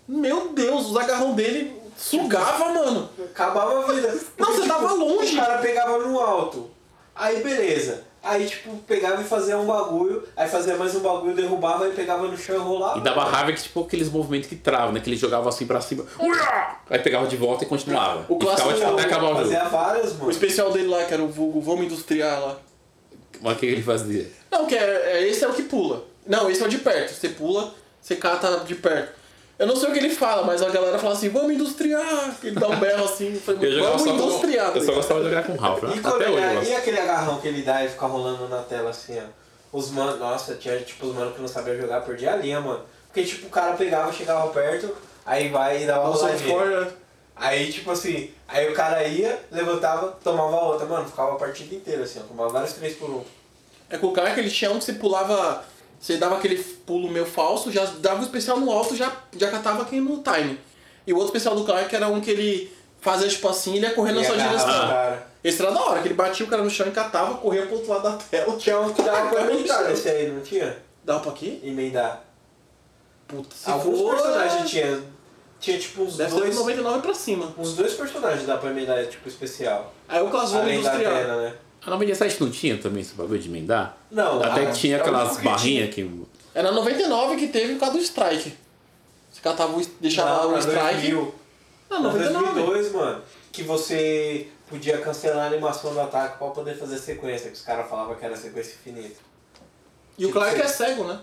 Meu Deus, os agarrão dele sugava, mano. Acabava a vida. Porque, você tava longe. O cara pegava no alto. Aí beleza. Aí tipo, pegava e fazia um bagulho, aí fazia mais um bagulho, derrubava e pegava no chão e rolava. E dava raiva que, tipo, aqueles movimentos que travam, né? Que ele jogava assim pra cima. uia! Aí pegava de volta e continuava. O e clássico ficava, tipo, Não, até acabar o jogo. Fazia várias, O mano. especial dele lá, que era o vulgo Vamos Industriar lá. Mas o que que ele fazia? Não, que é, é- esse é o que pula. Não, esse é o de perto. Você pula, você cata de perto. Eu não sei o que ele fala, mas a galera fala assim, vamos industriar. Ele dá um berro assim, eu falei, Eu jogava vamos só com- industriar. Eu só gostava de jogar com o Ralph. né? E, né? quando Até ele- hoje eu e é- gosto. aquele agarrão que ele dá e fica rolando na tela assim, ó. Os mano, nossa, tinha tipo os mano que não sabia jogar, perdia a linha, mano. Porque tipo, o cara pegava, chegava perto, aí vai e dava Nossa, roladinha. Aí tipo assim, aí o cara ia, levantava, tomava a outra, mano, ficava a partida inteira assim, ó. Tomava vários três por um. É com o cara que ele tinha um que você pulava. Você dava aquele pulo meio falso, já dava o especial no alto, já, já catava quem no time. E o outro especial do Clark era um que ele fazia tipo assim, ele ia correr na E sua agarrava o direção. cara. Esse era da hora, que ele batia o cara no chão e catava, corria pro outro lado da tela. Tinha um que dava pra emendar esse aí, não tinha? Dava pra quê? Emendar. Puta, se Alguns for- personagens tinha. Tinha tipo uns Deve ser de dois. 99 pra cima. Uns dois personagens dá pra emendar, tipo, especial. Aí o Casulo Além da Industrial. Atena, né? A 97 não tinha também esse bagulho de emendar? Não, Até ah, que tinha é o único aquelas que barrinhas que. Era 99 que teve por causa do Strike. Você catava o, deixava Não, o era Strike. 2000. Ah, Era 99. 2002, mano. Que você podia cancelar a animação do ataque pra poder fazer sequência. Que os caras falavam que era sequência infinita. E o Clark é cego, né?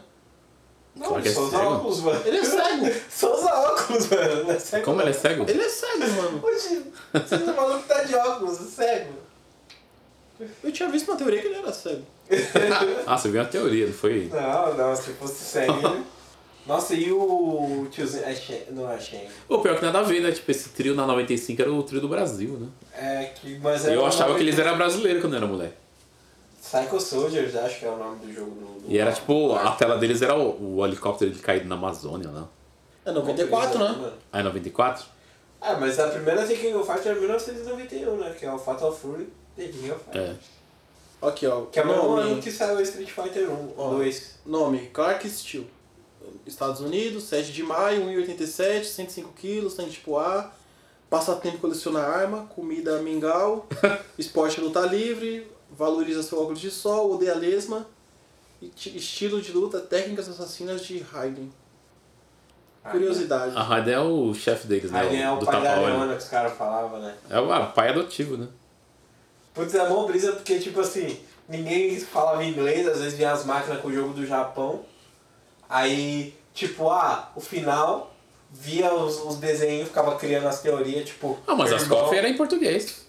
Não, Claro que é só usa cego. óculos, mano. Ele é cego. Só usa óculos, mano. Não é cego, Como ele é cego? Ele é cego, mano. Hoje, você não maluco tá de óculos, é cego. Eu tinha visto uma teoria que ele era cego. Ah, você viu a teoria, não foi? Não, não, se fosse cego, né? Nossa, e o tiozinho... É Shen- Não é Shen. O pior que nada a ver, né? Tipo, esse trio na 95 era o trio do Brasil, né? É que... Mas era Eu um achava nome- que eles eram brasileiros quando eu era moleque. Psycho Soldiers, acho que é o nome do jogo do... do- E era tipo, a tela deles era o, o helicóptero de caído na Amazônia né? é É lá. 94, né? Mano. Aí 94? Ah, mas a primeira The King of Fighters é 1991, né? Que é o Fatal Fury The King of Fighters. É. Aqui, ó. Que é o mesmo ano nome, que saiu Street Fighter 1, Ó. 2. nome, Clark Steel. Estados Unidos, 7 de maio, 1,87, 105 quilos, sangue tipo A. Passatempo coleciona arma, comida mingau, esporte luta livre, valoriza seu óculos de sol, odeia lesma, e ti- estilo de luta, técnicas assassinas de Raiden. Ah, Curiosidade. A Raiden é o chefe deles, né? Aí é o do pai da tapa-olho. Leona que os caras falavam, né? É o ah, pai adotivo, né? Putz, é mó brisa porque, tipo assim, ninguém falava inglês, às vezes vinha as máquinas com o jogo do Japão. Aí, tipo, ah, o final, via os, os desenhos, ficava criando as teorias, tipo... Ah, mas as irmão- coffee eram em português.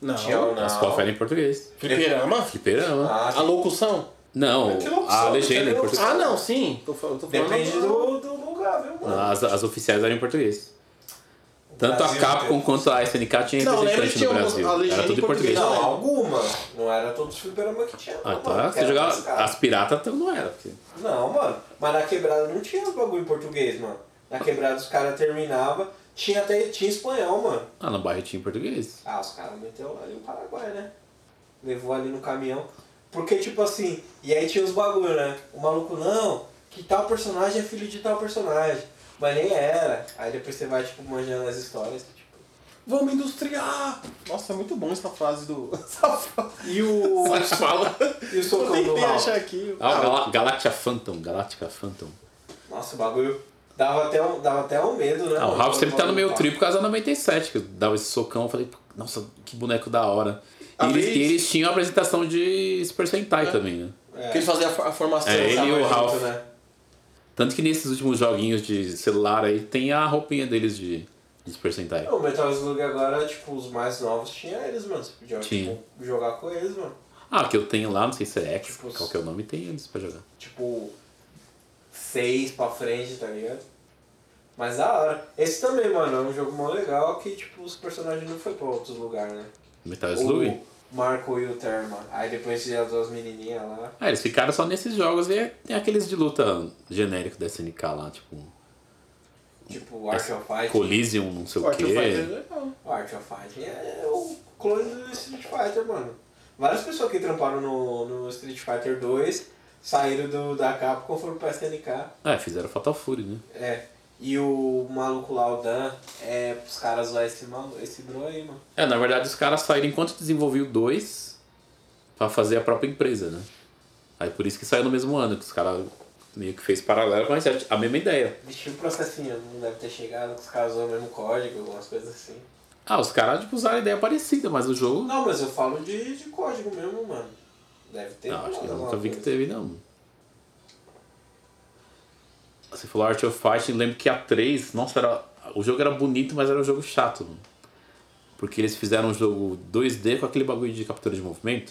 Não. Tinha- As Não. coffee eram em português. Fliperama? Fliperama. Ah, A locução? Não, Que loucura, a legenda em que português. Ah, não, sim. Tô, fal- tô falando. depende do, do lugar, viu, mano? As, as oficiais eram em português. Ah, Tanto a Brasil né? Capcom inteiro. quanto a SNK tinha Não, lembra que representante tinha no um- a Brasil. legenda Era tudo em em português. português. Não, alguma. Não era todos os fliperama que tinha. não, né? Ah, mano, tá. que Você era jogava mais caro. as piratas, então não era. porque- Não, mano. Mas na quebrada não tinha os bagulho em português, mano. Na quebrada os caras terminavam. Tinha até tinha espanhol, mano. Ah, na barra tinha em português. Ah, os caras meteu ali o Paraguai, né? Levou ali no caminhão. Porque, tipo assim, e aí tinha os bagulho, né? O maluco, não, que tal personagem é filho de tal personagem. Mas nem era. Aí depois você vai, tipo, manjando as histórias. Tipo... Vamos industriar! Nossa, é muito bom essa frase do. Essa frase. E o. Mas fala. e o Eu socão do tentei mal. achar aqui. Ah, o Gal Galactia Phantom. Galactica Phantom. Nossa, o bagulho dava até um, dava até um medo, né? Ah, o mano? Ralph sempre tá no meio Quando- trio por causa da 97, que eu dava esse socão. Eu falei, nossa, que boneco da hora. E A eles, vez- e eles tinham a apresentação de Super Sentai É. também, né? Tá É. Porque eles faziam a, for- a formação. É, ele sabe? e o Tava Ralph. junto, né? Tanto que nesses últimos joguinhos de celular aí tem a roupinha deles de, de percentual. O Metal Slug agora, tipo, os mais novos tinha eles, mano. Você podia Tinha. tipo, jogar com eles, mano. Ah, que eu tenho lá, não sei se é X, Tipo, qual que é o nome, tem eles pra jogar. Tipo, seis pra frente, tá ligado? Mas da hora. Esse também, mano, é um jogo mó legal que, tipo, os personagens não foi pra outros lugares, né? Metal Slug? O Marco e o Therma. Aí depois tinha as duas menininhas lá. Ah, eles ficaram só nesses jogos e é- tem aqueles de luta genérico da SNK lá, tipo Tipo, Art of Fight. Coliseum, não sei o Art of Fighter é né? quê. legal. O Art of Fighting é o clone do Street Fighter, mano. Várias pessoas que tramparam no, no Street Fighter 2 saíram do, da Capcom e foram pra SNK. Ah, fizeram Fatal Fury, né? É. E o maluco lá, o Dan, é os caras lá esse, malu- esse bro aí, mano. É, na verdade os caras saíram enquanto desenvolviam dois pra fazer a própria empresa, né? Aí por isso que saiu no mesmo ano, que os caras meio que fez paralelo, mas é a mesma ideia. Vestiu o um processinho, não deve ter chegado, os caras usam o mesmo código, algumas coisas assim. Ah, os caras tipo, usaram ideia parecida, mas o jogo. Não, mas eu falo de, de código mesmo, mano. Deve ter. Não, acho que eu alguma nunca vi que coisa. teve, não. Você falou Art of Fighting, lembro que a 3, nossa, era, o jogo era bonito, mas era um jogo chato. mano. Porque eles fizeram um jogo 2D com aquele bagulho de captura de movimento.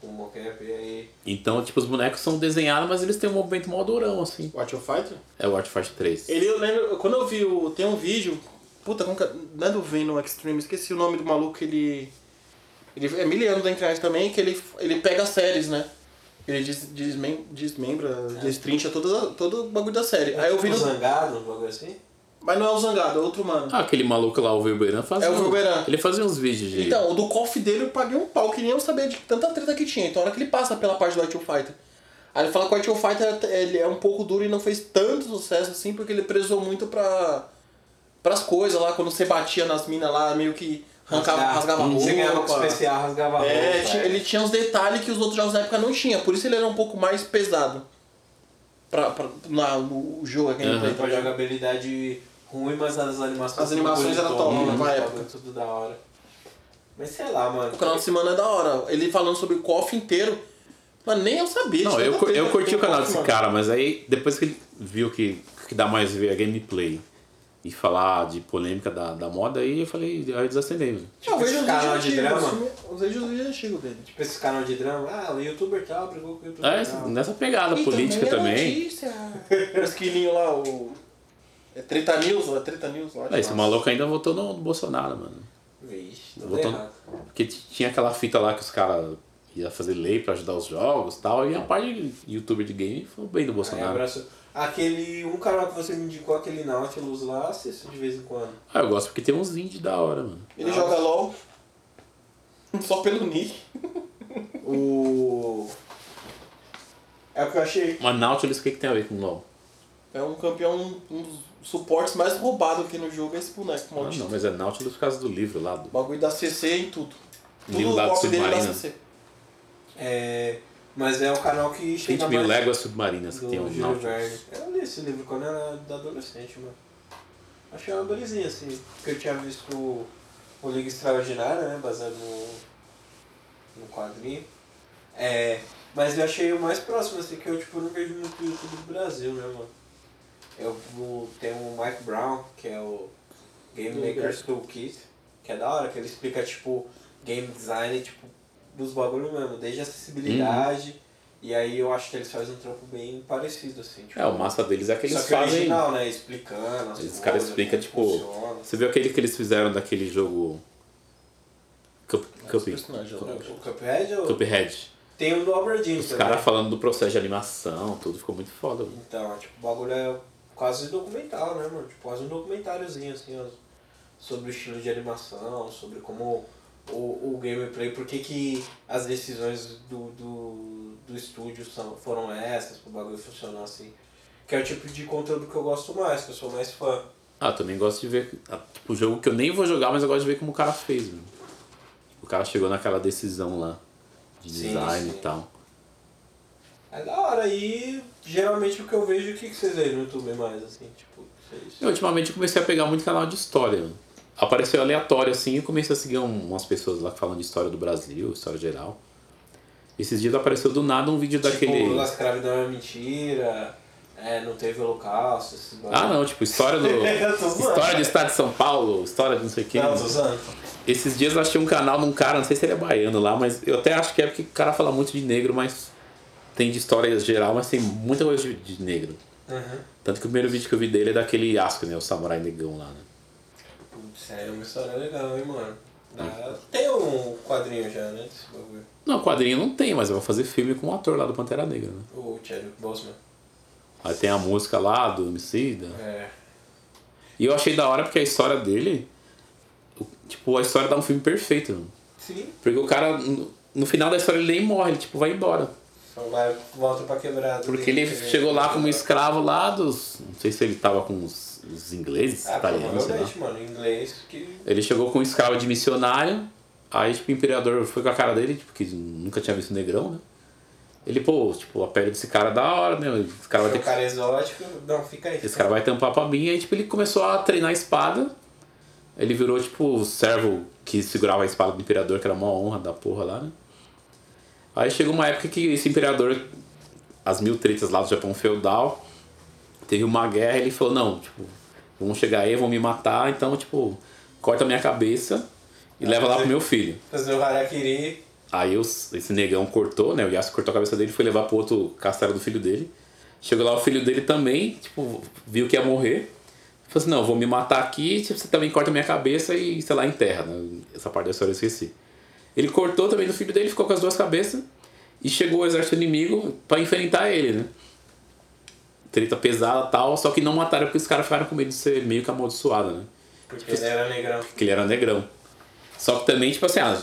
Com o mocap aí. Então, tipo, os bonecos são desenhados, mas eles têm um movimento mó durão, assim. O Art of Fighter? É o Art of Fighting 3. Ele, eu lembro, quando eu vi, o, tem um vídeo, puta, como que, é? não é do Venom Extreme, esqueci o nome do maluco, ele, ele é miliano da internet também, que ele, ele pega séries, né? Ele des, desmem, desmembra, destrincha todas a- todo o bagulho da série. Aí eu vi Tipo, no, Zangado, um bagulho assim? Mas não é o Zangado, é outro mano. Ah, aquele maluco lá, o Wilberan, fazia. um- É o Wilberan. Ele fazia uns vídeos de. Então, o do cofre dele eu paguei um pau, que nem eu sabia de tanta treta que tinha. Então, a hora que ele passa pela parte do Art of Fighter. Aí ele fala que o Art of Fighter ele é um pouco duro e não fez tanto sucesso assim, porque ele prezou muito pra. pras coisas lá, quando você batia nas minas lá, meio que arrancava, rasgava a Você ganhava com roupa. especial, rasgava a É, roupa. né? tinha- ele tinha uns detalhes que os outros jogos da época não tinha, por isso ele era um pouco mais pesado. Pra, pra, na, no jogo, aquele tá Aham. Tipo, a jogabilidade ruim, mas as animações... As animações eram top, bonitonas, na tudo época. Tudo da hora. Mas sei lá, mano. O canal de semana é da hora. Ele falando sobre o KOF inteiro. Mas nem eu sabia. Não, de eu, tanta cu- treta eu que né? tem curti um o canal KOF, desse mano. cara, mas aí depois que ele viu que, que dá mais ver a gameplay e falar de polêmica da, da moda, aí eu falei, aí eu desacendei. velho. Eu vejo os Esse canal de vídeos drama. antigos. Eu vejo os vídeos antigos dele. Tipo, esse canal de drama. Ah, o youtuber tal brigou com o youtuber É, tal. nessa pegada Então, E é política também. notícia. Os quilinhos lá, o... É Treta News, ou é Treta News? eu acho. É, esse maluco ainda votou no, no Bolsonaro, mano. Vixe, tudo Voltando. errado. Porque t- tinha aquela fita lá que os caras iam fazer lei pra ajudar os jogos e tal, e a parte de youtuber de game foi bem do É. Aí Bolsonaro. abraço. Aquele... Um canal que você me indicou, aquele Nautilus lá, assisto de vez em quando. Ah, eu gosto porque tem uns indie da hora, mano. Ele joga LOL. Só pelo nick. O... É o que eu achei... Mas Nautilus, o que, que tem a ver com LoL? É um campeão, um dos suportes mais roubado aqui no jogo, é esse boneco. Ah, maldito. não, mas é Nautilus por causa do livro lá, do O bagulho dá CC em tudo. Tudo Livro o lá do golpe dele dá Submarino. CC. É... Mas é o canal que 20 chega mil mais... léguas submarinas que tem do o Júlio Nautilus. Verne. Eu li esse livro quando eu era da adolescente, mano. Achei uma belezinha, assim. Porque eu tinha visto o, o Liga Extraordinária, né? Baseado no, no quadrinho. É, mas eu achei o mais próximo, assim, que eu tipo, não vejo muito YouTube do Brasil, né, mano? Eu o- tem o Mike Brown, que é o Game Legal. Maker's Toolkit, que é da hora, que ele explica, tipo, game design, tipo, dos bagulho mesmo, desde acessibilidade. E aí eu acho que eles fazem um trampo bem parecido, assim. Tipo, É, o massa deles é que eles só que fazem. original, né? Explicando as Esses caras coisas, explicam, como tipo, funciona. Você viu aquele que eles fizeram daquele jogo. Cup, Cup, personagens, é. Cup- O Cuphead eu- Cuphead. tem o do Albert Dean Os também. caras falando do processo de animação, tudo ficou muito foda. mano. Então, tipo, o bagulho é quase documental, né, mano? Tipo, quase um documentáriozinho, assim, ó, sobre o estilo de animação, sobre como o, o gameplay, por que que as decisões do, do, do estúdio são, foram essas, pro bagulho funcionar assim. Que é o tipo de conteúdo que eu gosto mais, que eu sou mais fã. Ah, eu também gosto de ver. ah, Tipo, jogo que eu nem vou jogar, mas eu gosto de ver como o cara fez, mano. O cara chegou naquela decisão lá. De Sim, design sim. e tal. É da hora, e geralmente o que eu vejo, o que, que vocês veem no YouTube mais, assim, tipo, vocês... Eu ultimamente comecei a pegar muito canal de história. mano. Apareceu aleatório assim e comecei a seguir um- umas pessoas lá que falam de história do Brasil, história geral. Esses dias apareceu do nada um vídeo daquele. Tipo, a escravidão é mentira, É, não teve holocausto, esse Ah, não, tipo, história do. Eu tô zoando. história do estado de São Paulo, história de não sei o quê. Não, tô usando. Esses dias eu achei um canal de um cara, não sei se ele é baiano lá, mas eu até acho que é porque o cara fala muito de negro, mas tem de história geral, mas tem muita coisa de, de negro. Uhum. Tanto que o primeiro vídeo que eu vi dele é daquele Asco, né? O samurai negão lá, né? Putz, é uma história legal, hein, mano. É. Dá- Tem um quadrinho já, né, desse bagulho. Não, quadrinho não tem, mas eu vou fazer filme com o ator lá do Pantera Negra, né? O Chadwick Boseman. Aí tem a música lá do Homicida. É. E eu achei da hora porque a história dele. o- Tipo, a história dá um filme perfeito, mano. Sim. Porque o cara, no, no final da história, ele nem morre, ele tipo, vai embora. Então vai, volta pra quebrada. Porque ele chegou lá como escravo lá dos. Não sei se ele tava com os, os ingleses, Ah, italianos, né, sei lá. provavelmente, mano, em inglês que... Ele chegou com um escravo de missionário, aí tipo, o imperador foi com a cara dele, tipo, que nunca tinha visto negrão, né? Ele, pô, tipo, a pele desse cara é da hora, né? Esse cara vai Seu ter que é um cara exótico, não, fica aí. esse cara vai tampar pra mim. Aí, tipo, ele começou a treinar a espada. Ele virou, tipo, o servo que segurava a espada do imperador, que era uma honra da porra lá, né? Aí chegou uma época que esse imperador, as mil tretas lá do Japão feudal, teve uma guerra e ele falou, não, tipo, vão chegar aí, vão me matar, então, tipo, corta a minha cabeça e leva lá pro meu filho. Fazer o harakiri. Aí os- esse negão cortou, né? O Yasuo cortou a cabeça dele e foi levar pro outro castelo do filho dele. Chegou lá o filho dele também, tipo, viu que ia morrer. Falou assim, não, eu vou me matar aqui, tipo, você também corta a minha cabeça e, sei lá, enterra, né? Essa parte da história eu esqueci. Ele cortou também do filho dele, ficou com as duas cabeças. E chegou o exército inimigo pra enfrentar ele, né? Treta pesada e tal, só que não mataram porque os caras ficaram com medo de ser meio que amaldiçoado, né? Porque ele era negrão. que ele era negrão. Só que também, tipo assim, ah,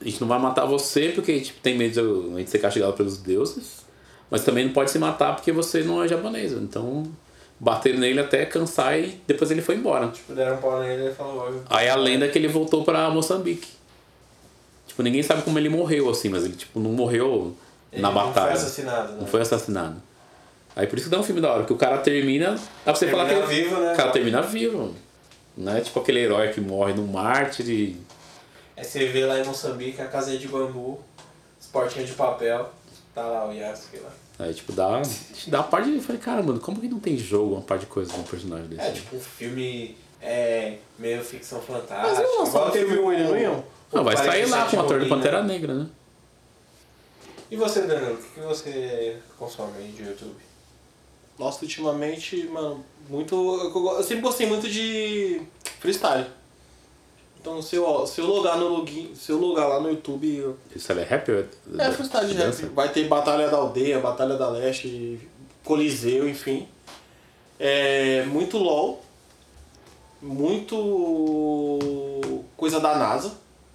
a gente não vai matar você porque tipo, tem medo de a gente ser castigado pelos deuses, mas também não pode se matar porque você não é japonês. Então, bateram nele até cansar e depois ele foi embora. Tipo, deram um pau nele e ele falou, óbvio. Aí a lenda é que ele voltou pra Moçambique. Tipo, ninguém sabe como ele morreu, assim, mas ele, tipo, não morreu Ele na não foi batalha. assassinado, né? Não foi assassinado. Aí por isso que dá um filme da hora, que o cara termina. Dá pra você Termina falar que ele, vivo, né? o cara termina vivo. Não é tipo aquele herói que morre no mártir e Aí você vê lá em Moçambique a casinha de bambu, os portinhos de papel, tá lá o Yasuke lá. Aí, tipo, dá, te dá a parte de. Eu falei, cara, mano, como que não tem jogo uma parte de coisa de um personagem desse? É tipo um filme é, meio ficção Mas fantástica. ele não lançou Igual o filme o- 1, ele não é? ia? não, vai sair lá com o ator 47 do Pantera Ronin, né? Negra, né? E você, Danilo, o que que você consome aí de YouTube? Nossa, ultimamente, mano, muito. Eu, go- eu sempre gostei muito de freestyle. Então se eu, se eu logar no login, se eu logar lá no YouTube. eu- Isso é rap? ou É freestyle de rap. dança? Vai ter Batalha da Aldeia, Batalha da Leste, Coliseu, enfim. É muito LOL. Muito coisa da NASA.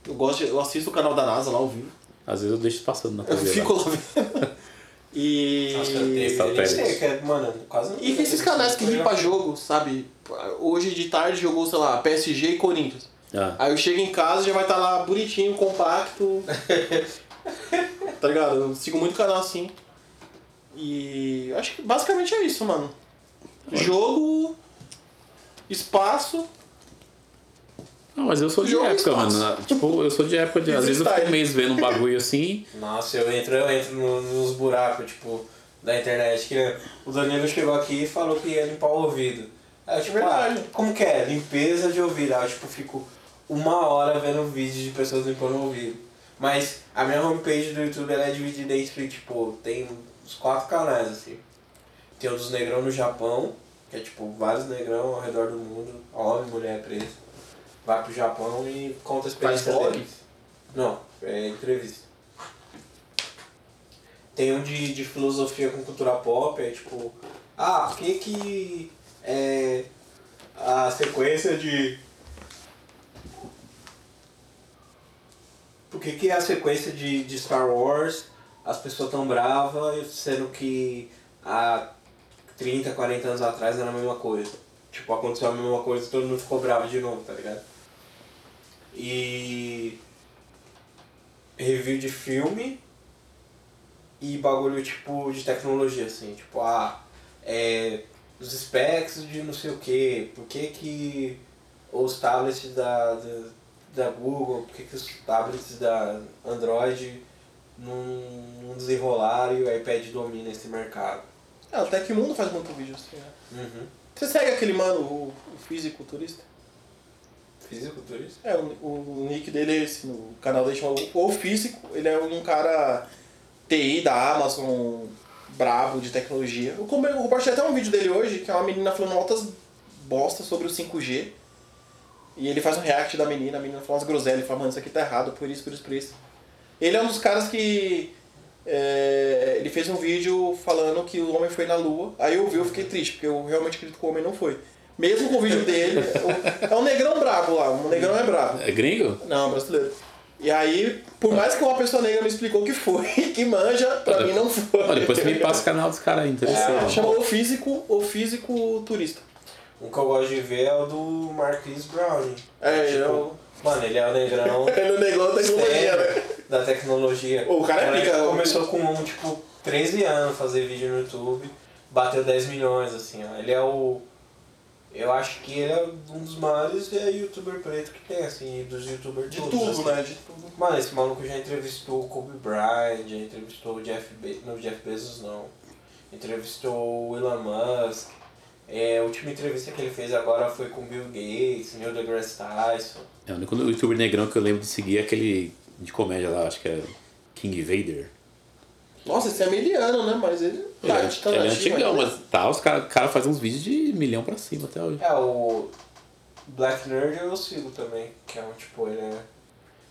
Eu, gosto, de- eu assisto o canal da NASA lá ao vivo. Às vezes eu deixo passando na Eu TV. fico lá. lá vendo. E. Nossa, eu tenho- eu nem satélite. sei, que é, mano, quase não E tem tem esses canais que vêm pra jogo, sabe? Hoje de tarde jogou, sei lá, PSG e Corinthians. Ah, Aí eu chego em casa e já vai estar lá bonitinho, compacto. tá ligado? Eu sigo muito canal assim. E acho que basicamente é isso, mano. Jogo, espaço. não, mas eu sou de Jogo época, espaço. mano. Tipo, eu sou de época de. Às vezes eu fico um Freestyle. mês vendo um bagulho assim. Nossa, eu entro, eu entro no- nos buracos, tipo, da internet, que né, o Danilo chegou aqui e falou que ia limpar o ouvido. Aí eu, tipo, Verdade. ah, como que é? Limpeza de ouvido. Aí eu, tipo, fico uma hora vendo vídeo de pessoas limpando o ouvido. Mas a minha homepage do YouTube, ela é dividida entre, tipo, tem uns quatro canais, assim. Tem o dos negrão no Japão, que é, tipo, vários negrão ao redor do mundo, homem, mulher, presa. Vai pro Japão e conta a experiência vlog? deles. Não, é entrevista. Tem um de, de filosofia com cultura pop, é tipo, ah, por que que é, a sequência de... Por que que a sequência de, de Star Wars as pessoas tão bravas, sendo que há 30, 40 anos atrás era a mesma coisa. Tipo, aconteceu a mesma coisa e todo mundo ficou bravo de novo, tá ligado? E... Review de filme, e bagulho tipo de tecnologia, assim, tipo, ah, é, os specs de não sei o que, por que que os tablets da, da, da Google, por que que os tablets da Android não, não desenrolaram e o iPad domina esse mercado. É, até que o mundo faz muito vídeo assim, né? Uhum. Você segue aquele mano, o, o fisiculturista? Fisiculturista? É, o, o nick dele é esse, no canal dele chama O Físico. Ele é um cara TI da Amazon, brabo de tecnologia. Eu come- eu compartilhei até um vídeo dele hoje, que é uma menina falando altas bostas sobre o 5G. E ele faz um react da menina, a menina fala umas groselhas, ele fala, mano, isso aqui tá errado, por isso, por isso, por isso. Ele é um dos caras que. é, ele fez um vídeo falando que o homem foi na lua. Aí eu vi, eu fiquei triste, porque eu realmente acredito que o homem não foi. Mesmo com o vídeo dele, é um- é um negrão brabo lá, um negrão é brabo. É gringo? Não, brasileiro. E aí, por mais que uma pessoa negra me explicou que foi, que manja, pra mim não foi. Ó, depois você me passa o canal dos caras aí, É, interessante. Chama o físico, o físico turista. O que eu gosto de ver é o do Marquis Brown. É, Tipo, ele é o. Mano, ele é o negrão Ele é o negão da tecnologia, né? sério da tecnologia. O cara é Moleque pica, o- começou com, tipo, 13 anos fazer vídeo no YouTube, bateu 10 milhões, assim, ó. Ele é o... Eu acho que ele é um dos maiores é, youtuber preto que tem, assim, dos youtubers De todos, tudo, assim. né? De tudo. Mano, esse maluco já entrevistou o Kobe Bryant, já entrevistou o Jeff Bezos. Não, o Jeff Bezos não. Entrevistou o Elon Musk. É, a última entrevista que ele fez agora foi com o Bill Gates, Neil deGrasse Tyson. É, o único youtuber negrão que eu lembro de seguir é aquele de comédia lá, acho que é King Vader. Nossa, esse é miliano, né? Mas ele. Ele Tá, é, tá ele é nativo, antigão, né? mas tá, os caras cara fazem uns vídeos de milhão pra cima até hoje. É, o Black Nerd eu sigo também, que é um tipo, ele é...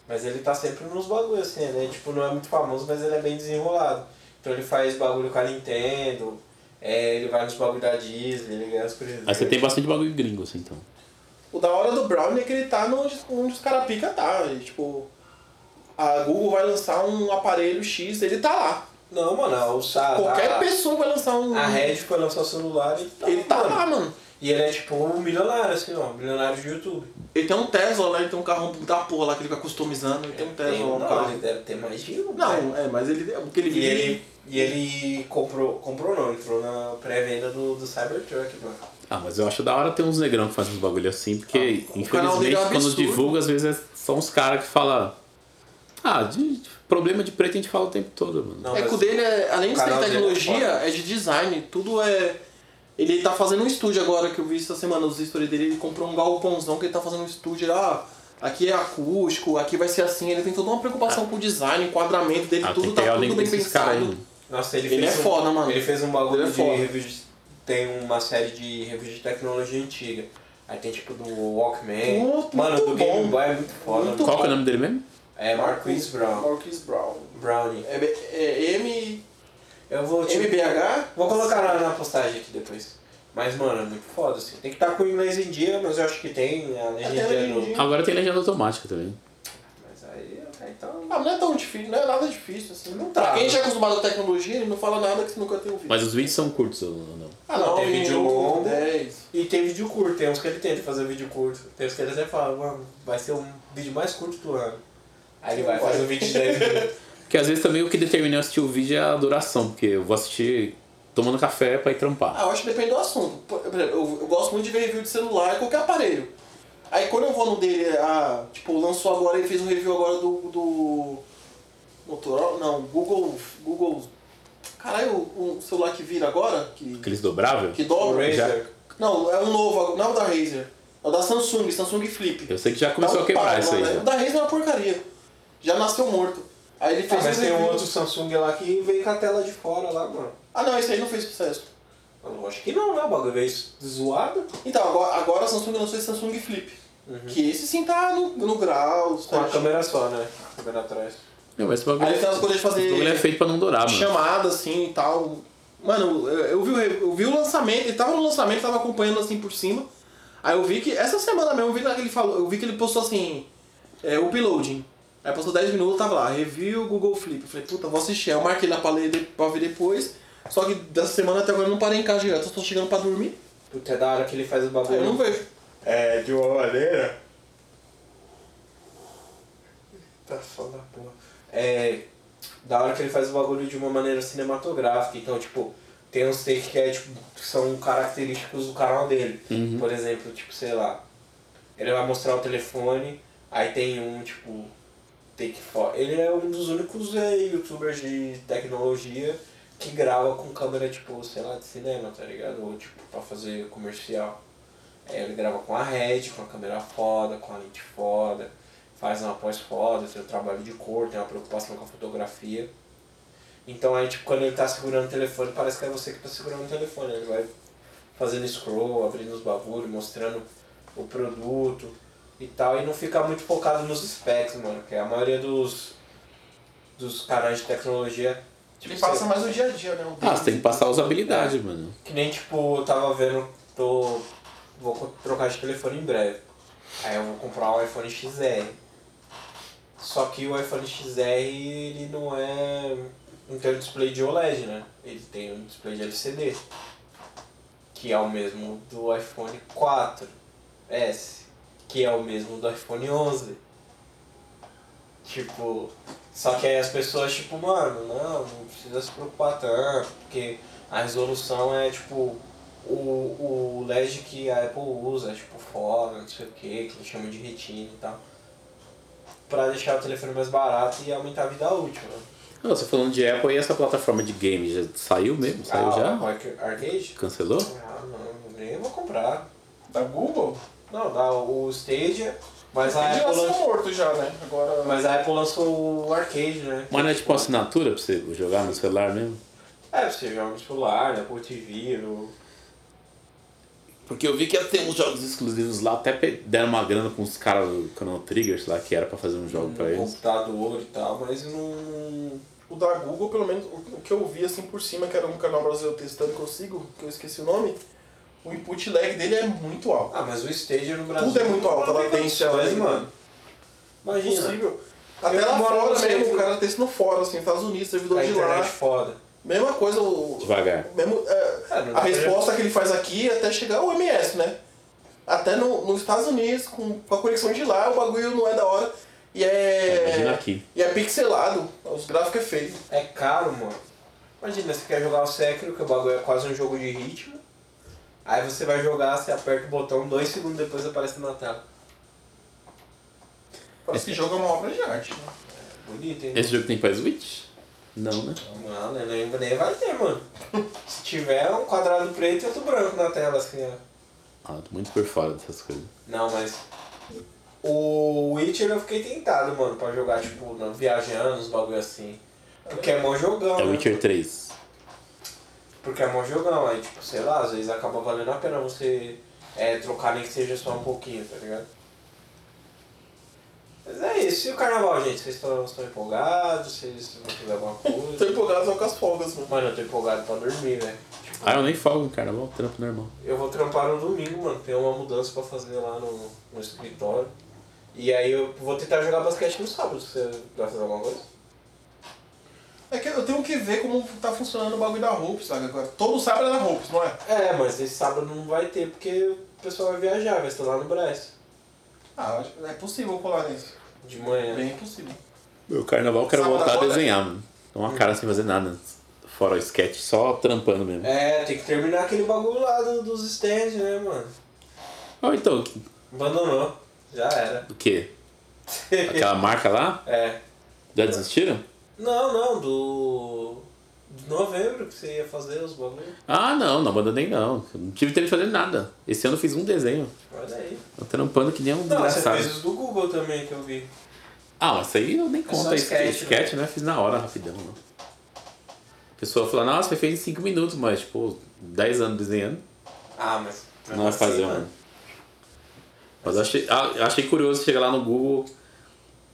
Mas ele tá sempre nos bagulhos, assim, né? Tipo, não é muito famoso, mas ele é bem desenrolado. Então ele faz bagulho com a Nintendo, é, ele vai nos bagulhos da Disney, ele ganha as coisas. Aí você tem bastante bagulho gringo, assim, então. O da hora do Brown é que ele tá no- onde, os caras pica tá. e, tipo, a Google vai lançar um aparelho X, ele tá lá. Não, mano, é o Sá... Qualquer a- pessoa vai lançar um. A Red foi lançar o celular e tá, ele tá mano. lá, mano. E ele é tipo um milionário, assim, ó. Milionário de YouTube. Ele tem um Tesla lá, ele tem um carro da porra lá que ele fica customizando, ele tem um Tesla lá. um não, ele carro. deve ter mais de um. cara. Não, é, mas ele. O que ele E vive. ele, e ele comprou, comprou não, entrou na pré-venda do, do Cybertruck, mano. Ah, mas eu acho da hora ter uns negrão que fazem uns bagulho assim, porque canal dele infelizmente é um quando absurdo. divulga, às vezes é só uns caras que falam. Ah, de de problema de preto a gente fala o tempo todo, mano. Não, É que o mas- dele, é, além de o ser de canal dele é tecnologia, foda. é de design. Tudo é. Ele tá fazendo um estúdio agora que eu vi essa semana os stories dele. Ele comprou um galpãozão que ele tá fazendo um estúdio. Ah, aqui é acústico, aqui vai ser assim. Ele tem toda uma preocupação com o design, enquadramento dele, Ah, tem tudo que ter tá ordem tudo com bem esses caras aí. pensado. mano. Nossa, ele, Ele fez é um- foda, mano. Ele fez um bagulho Ele de é foda. review de- Tem uma série de reviews de tecnologia antiga. Aí tem tipo do Walkman. Puta, mano, muito do Game bom. Boy é muito foda. Muito mano. Qual que é o nome dele mesmo? É Marquis Brown. Marquis um Brown. Brownie. É, B- é M, Eu vou te MBH? Vou colocar na, na postagem aqui depois. Mas, mano, é muito foda, assim. Tem que estar com o inglês em dia, mas eu acho que tem né? a legenda Até em hoje em dia. dia. Agora tem legenda automática também. Mas aí, aí então... Ah, não é tão difícil, não é nada difícil assim. Não tá, tá. Quem né? já é acostumado à tecnologia, ele não fala nada que você nunca tenha ouvido. Mas os vídeos são curtos ou não? ah, não, tem um vídeo minuto, longo. dez. E tem vídeo curto, tem uns que ele tenta fazer vídeo curto. Tem uns que ele até fala, mano, vai ser um vídeo mais curto do ano. Aí ele vai fazer um vídeo de 10 minutos. Porque às vezes também o que determina eu assistir o vídeo é a duração, porque eu vou assistir tomando café pra ir trampar. Ah, eu acho que depende do assunto. Por por exemplo, eu, eu gosto muito de ver review de celular e qualquer aparelho. Aí quando eu vou no dele, ah, tipo, lançou agora, ele fez um review agora do. do Motorola? Não, Google. Google. Caralho, o, o celular que vira agora? Que, Aqueles dobráveis? que O dobra? Já- Razer. Não, é um novo, agora, não é o da Razer. É o da Samsung, Samsung Flip. Eu sei que já começou Dá um a quebrar pau, isso aí. né? mano. já. O da Razer é uma porcaria. Já nasceu morto. Aí ele Ah, fez mas um tem um review- outro Samsung lá que veio com a tela de fora lá, mano. Ah não, esse aí não fez sucesso. Eu acho que não, né? O bagulho veio zoado. Então, agora, agora a Samsung lançou esse Samsung Flip. Que esse sim tá no, no grau, Uhum. Com tá a câmera só, né? A câmera atrás. Não, mas esse bagulho, né? Aí tem umas coisas de fazer- esse bagulho é feito pra não dourar, mano. chamada assim e tal. Mano, eu, eu vi, o re- eu vi o lançamento, ele tava no lançamento, tava acompanhando assim por cima. Aí eu vi que, essa semana mesmo, eu vi que ele falou, eu vi que ele postou assim, é, uploading. Aí postou 10 minutos, tava lá, review Google Flip. Eu falei, puta, vou assistir. Aí eu marquei lá pra, ler, de- pra ver depois. Só que dessa semana até agora eu não parei em casa direto, eu tô chegando pra dormir. Puta, é da hora que ele faz o Aí eu não bagulho. vejo. É, de uma maneira. Tá só da porra. É. Da hora que ele faz o bagulho de uma maneira cinematográfica. Então, tipo, tem uns takes que é, tipo, que são característicos do canal dele. Por exemplo, tipo, sei lá. Ele vai mostrar o telefone, aí tem um, tipo, take for. Ele é um dos únicos é, youtubers de tecnologia que grava com câmera, tipo, sei lá, de cinema, tá ligado? Ou, tipo, pra fazer comercial. Aí ele grava com a Red, com a câmera foda, com a lente foda, faz uma pós foda, tem um trabalho de cor, tem uma preocupação com a fotografia. Então aí, tipo, quando ele tá segurando o telefone, parece que é você que tá segurando o telefone. Ele vai fazendo scroll, abrindo os bagulhos, mostrando o produto e tal, e não fica muito focado nos specs, mano, que é a maioria dos, dos canais de tecnologia... Ele tipo, passa você- mais o dia a dia, né? Um Ah, você tem que passar a usabilidade, mano. que nem tipo, eu tava vendo, tô. Vou co- trocar de telefone em breve. Aí eu vou comprar um iPhone XR. Só que o iPhone XR ele não é. não tem um display de OLED, né? Ele tem um display de LCD. Que é o mesmo do iPhone 4S, que é o mesmo do iPhone 11. Tipo, só que aí as pessoas, tipo, mano, não, não precisa se preocupar tanto, porque a resolução é tipo o, o LED que a Apple usa, é, tipo foda, não sei o que, que eles chamam de retina e tal. Pra deixar o telefone mais barato e aumentar a vida útil, né? Ah, você falando de Apple e essa plataforma de game já saiu mesmo? Saiu Ah, já? o Arc- Arcade? Cancelou? Ah, não, nem vou comprar. Da Google? Não, dá o Stadia, mas a Ele Apple, nasceu lan- morto já, né? Agora. mas a Apple lançou o Arcade, né? Mas não é tipo uma assinatura pra você jogar no celular mesmo? É, você joga no celular, na Apple TV, no... Porque eu vi que tem uns jogos exclusivos lá, até pe- deram uma grana com os caras do Canal Triggers lá, que era pra fazer um jogo Hum, pra no eles. computador e tal, mas não... O da Google, pelo menos, o o que eu vi assim por cima, que era um canal brasileiro testando que eu sigo, que eu esqueci o nome, o input lag dele é muito alto. Ah, mas o Stadia no Brasil... Tudo é muito alto, a latência, mas, né, mano. Imagina. É Impossível. Até lá moro fora nos mesmo, Estados- o cara testando fora, assim, Estados Unidos, servidor A de internet lá. foda. Mesma coisa, o. Devagar. Mesmo, é, É, a não dá pra- resposta que ele faz aqui é até chegar ao MS, né? Até no, nos Estados Unidos, com, com a conexão de lá, o bagulho não é da hora. E Imagina é. aqui. E é pixelado. Os gráficos é feio. É caro, mano. Imagina, você quer jogar o Sekiro, que o bagulho é quase um jogo de ritmo. Aí você vai jogar, você aperta o botão, dois segundos depois aparece na tela. Parece que jogo é uma obra de arte. Né? Bonito, hein? Esse jogo tem pra Switch? Não, né? Mano, eu nem, nem vai ter, mano. Se tiver um quadrado preto e outro branco na tela, assim, ó. Ah, tô muito por fora dessas coisas. Não, mas. O Witcher eu fiquei tentado, mano, pra jogar, tipo, na- viajando, uns bagulho assim. Porque é mó jogão. É né? Witcher 3. Porque é mó jogão, aí tipo, sei lá, às vezes acaba valendo a pena você é, trocar nem que seja só um pouquinho, tá ligado? Mas é isso, e o carnaval, gente? Vocês estão estão empolgados? Vocês vão fazer alguma Tô coisa? empolgado só com as folgas, mano. mano, eu tô empolgado pra dormir, velho. Ah, eu nem folgo no carnaval, trampo normal. Eu vou trampar no domingo, mano. Tem uma mudança pra fazer lá no, no escritório. E aí eu vou tentar jogar basquete no sábado. Você vai fazer alguma coisa? É que eu tenho que ver como tá funcionando o bagulho da Ropes, sabe? Agora, todo sábado é na Ropes, não é? É, mas esse sábado não vai ter porque o pessoal vai viajar, vai estar lá no Brás. Ah, é possível colar nisso. De É manhã. Bem possível. Meu carnaval eu quero Sábado voltar a agora? desenhar, mano. Tô uma cara sem fazer nada. Fora o sketch, só trampando mesmo. É, tem que terminar aquele bagulho lá do- dos stands, né, mano? Ah, então, o que- Abandonou. Já era. o quê? Aquela marca lá? é. Já desistiram? Não, não, do. De novembro que você ia fazer os bagulhos. Ah, não, não abandonei não. Eu Não tive tempo de fazer nada. Esse ano eu fiz um desenho. Olha aí. Tô trampando que nem um Não, você desgraçado. fez os do Google também que eu vi. Ah, mas isso aí eu nem só um conto. Esse sketch, sketch, né? Fiz na hora, rapidão. Não. A pessoa fala, nossa, você fez em 5 minutos, mas, tipo, 10 anos desenhando. Ah, mas. né? Não vai fazer, mano. Mas eu achei, ah, eu achei curioso chegar lá no Google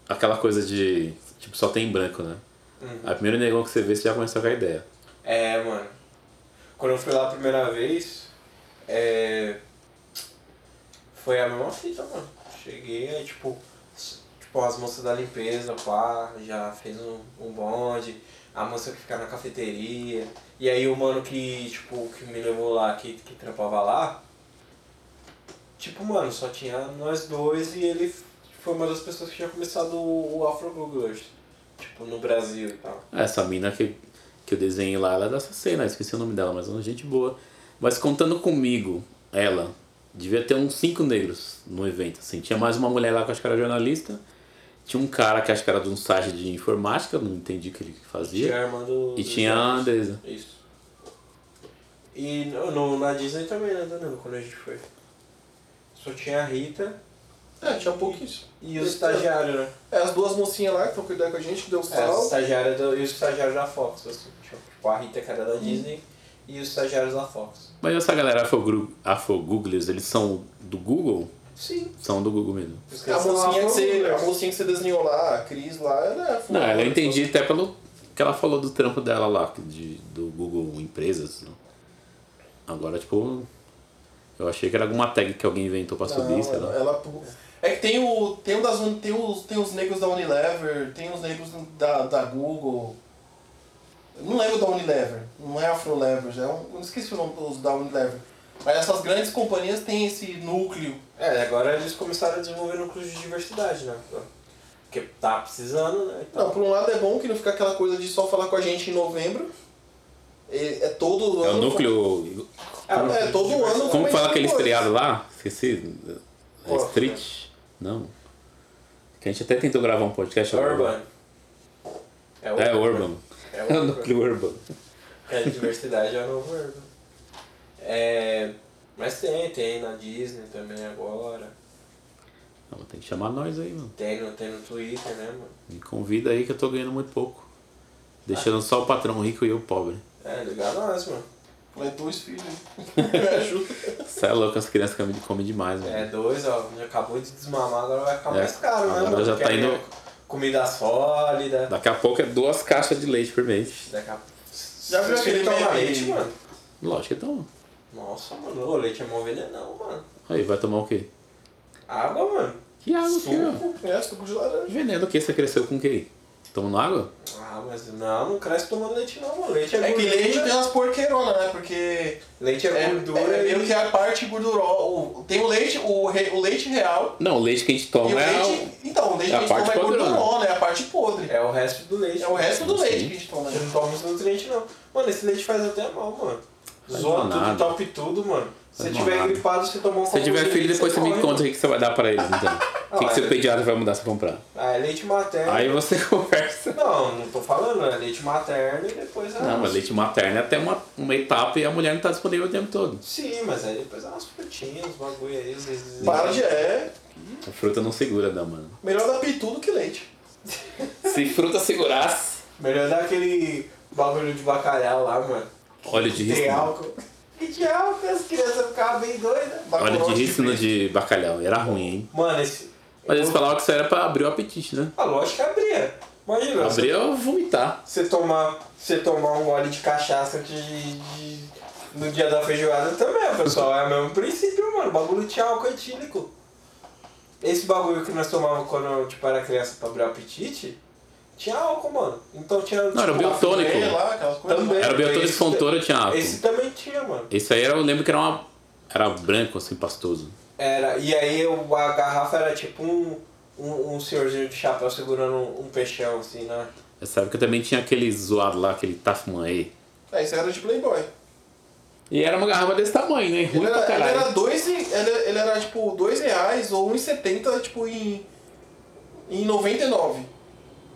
aquela coisa de, tipo, só tem em branco, né? Uhum. Aí primeiro negão que você vê, você já começa com a ideia. É, mano. Quando eu fui lá a primeira vez, é... foi a mesma fita, mano. Cheguei, aí, tipo, s- tipo, as moças da limpeza, pá, já fez um, um bonde, a moça que fica na cafeteria. E aí o mano que, tipo, que me levou lá, que, que trampava lá, tipo, mano, só tinha nós dois e ele f- foi uma das pessoas que tinha começado o, o Afro Google, tipo, no Brasil e tal. Ah, Essa mina que, que eu desenhei lá, ela é dessa cena, eu esqueci o nome dela, mas é uma gente boa. Mas contando comigo, ela, devia ter uns cinco negros no evento, assim. Tinha mais uma mulher lá que eu acho que era jornalista, Tinha um cara que acho que era de um site de informática, não entendi o que ele fazia. Tinha a irmã do. E do tinha Jorge. a Andresa. Isso. E no, no- na Disney também, né, Danilo, quando a gente foi. Só tinha a Rita É, tinha pouquíssimo. e os estagiários, né? É, as duas mocinhas lá que estão cuidando com a gente, que deu um É, os sarau. estagiários do- e os estagiários da Fox, assim. Tipo, a Rita que era da Hum. Disney e os estagiários da Fox. Mas essa galera afogru- afogooglers, eles são do Google? Sim. São do Google mesmo. Os A caras são assim, é, mocinha, que você, afro- a mocinha que você desenhou lá, a Cris lá, ela é Não, ela né, assim. eu entendi até pelo que ela falou do trampo dela lá, que de, do Google Empresas. né? Agora, tipo, eu achei que era alguma tag que alguém inventou pra subir, Não, sei lá. ela, ela- É que tem o. Tem o das un- tem os, tem os negros da Unilever, tem os negros da, da Google. Eu não lembro da Unilever, não é a Frulevers, é um. Eu esqueci o nome dos da Unilever. Mas essas grandes companhias têm esse núcleo. É, agora eles começaram a desenvolver núcleos de diversidade, né? Porque tá precisando, né? e tal. Não, por um lado é bom que não fica aquela coisa de só falar com a gente em novembro. É, é todo É o ano. núcleo. É, é todo ano. Como comentando fala aquele coisas. estreado lá? Esqueci. É Qual? Street? Não. Que a gente até tentou gravar um podcast agora. Urban. É, Urban. É É o Urban. núcleo Urban. É, diversidade é o novo Urban. É, mas tem, tem na Disney também agora. Não, tem que chamar nós aí, mano. Tem no, tem no Twitter, né, mano? Me convida aí que eu tô ganhando muito pouco. Deixando só o patrão rico e eu pobre. É, legal nós, mano. Mas dois filhos. Me ajuda. Você é louco, as crianças comem, comem demais, mano. É, dois, ó. Já acabou de desmamar, agora vai ficar É, mais caro, né, agora mano? já Porque tá aí indo- é Comida sólida. Daqui a pouco é duas caixas de leite por mês. Daqui a... Já viu Os aquele filhos tomam meme? leite, mano? Lógico, então. Nossa, mano, o leite é mó venenão, mano. Aí, vai tomar o quê? Água, mano. Que água, filho? É, suco de laranja. Veneno o quê? Você cresceu com o quê? Tomando água? Ah, mas não, não cresce tomando leite não, mano. Leite é, É que gordura. leite tem umas porqueironas, né? Porque Leite é, é gordura. é e- meio que a parte gordurosa. Tem o leite, o, re- o leite real. Não, o leite que a gente E o toma é. leite, então, o leite é que a a gente toma parte é podrona. gordurona, é a parte podre. É o resto do leite. É o resto do Sim. leite que a gente toma. né? Não toma os nutrientes, não. Mano, esse leite faz até mal, mano. Faz Zoa mal tudo, nada. top tudo, mano. Se Faz você mal tiver nada. gripado, você tomar um Se você tiver copo de filho, leite, depois você me morre, conta o que que você vai dar pra eles, então. O que, Ah, que seu é. pediatra vai mudar se comprar? mano. Ah, é leite materno. Aí você conversa. Não, não tô falando, é leite materno e depois é. Não, mas leite materno é até uma, uma etapa e a mulher não tá disponível o tempo todo. Sim, mas aí depois é umas frutinhas, uns bagulho aí. às vezes- Para de é. A fruta não segura, não, mano. Melhor dar pitu do que leite. Se fruta segurasse. Melhor dar aquele bagulho de bacalhau lá, mano. Óleo de Que tem ricino. álcool. Que de álcool, as crianças ficavam bem doidas. Óleo de Macarrão ricino leite. de bacalhau. Era ruim, hein? Mano, esse. Mas eles falavam que isso era pra abrir o apetite, né? A lógica abria. Imagina. você- Abrir é eu vomitar. Você tomar, você tomar um gole de cachaça de, de- no dia da feijoada também, pessoal. É o mesmo princípio, mano. O bagulho tinha álcool etílico. Esse bagulho que nós tomávamos quando tipo, era criança pra abrir o apetite, tinha álcool, mano. Então tinha. Não, era tipo, biotônico. É, lá, aquelas coisas. Também. Era biotônico Esse- com touro, tinha álcool. Esse tá- também tinha, mano. Esse aí era- eu lembro que era uma. Era branco, assim, pastoso. Era, e aí o- a garrafa era tipo um, um, um senhorzinho de chapéu segurando um, um peixão, assim, né? Nessa época também tinha aquele zoado lá, aquele Tafmanê. É, isso era de Playboy. E era uma garrafa desse tamanho, né? Ruim Ele pra era, ele caralho. era dois, e- ele, ele era tipo 2 reais ou 1,70 tipo em, em 99.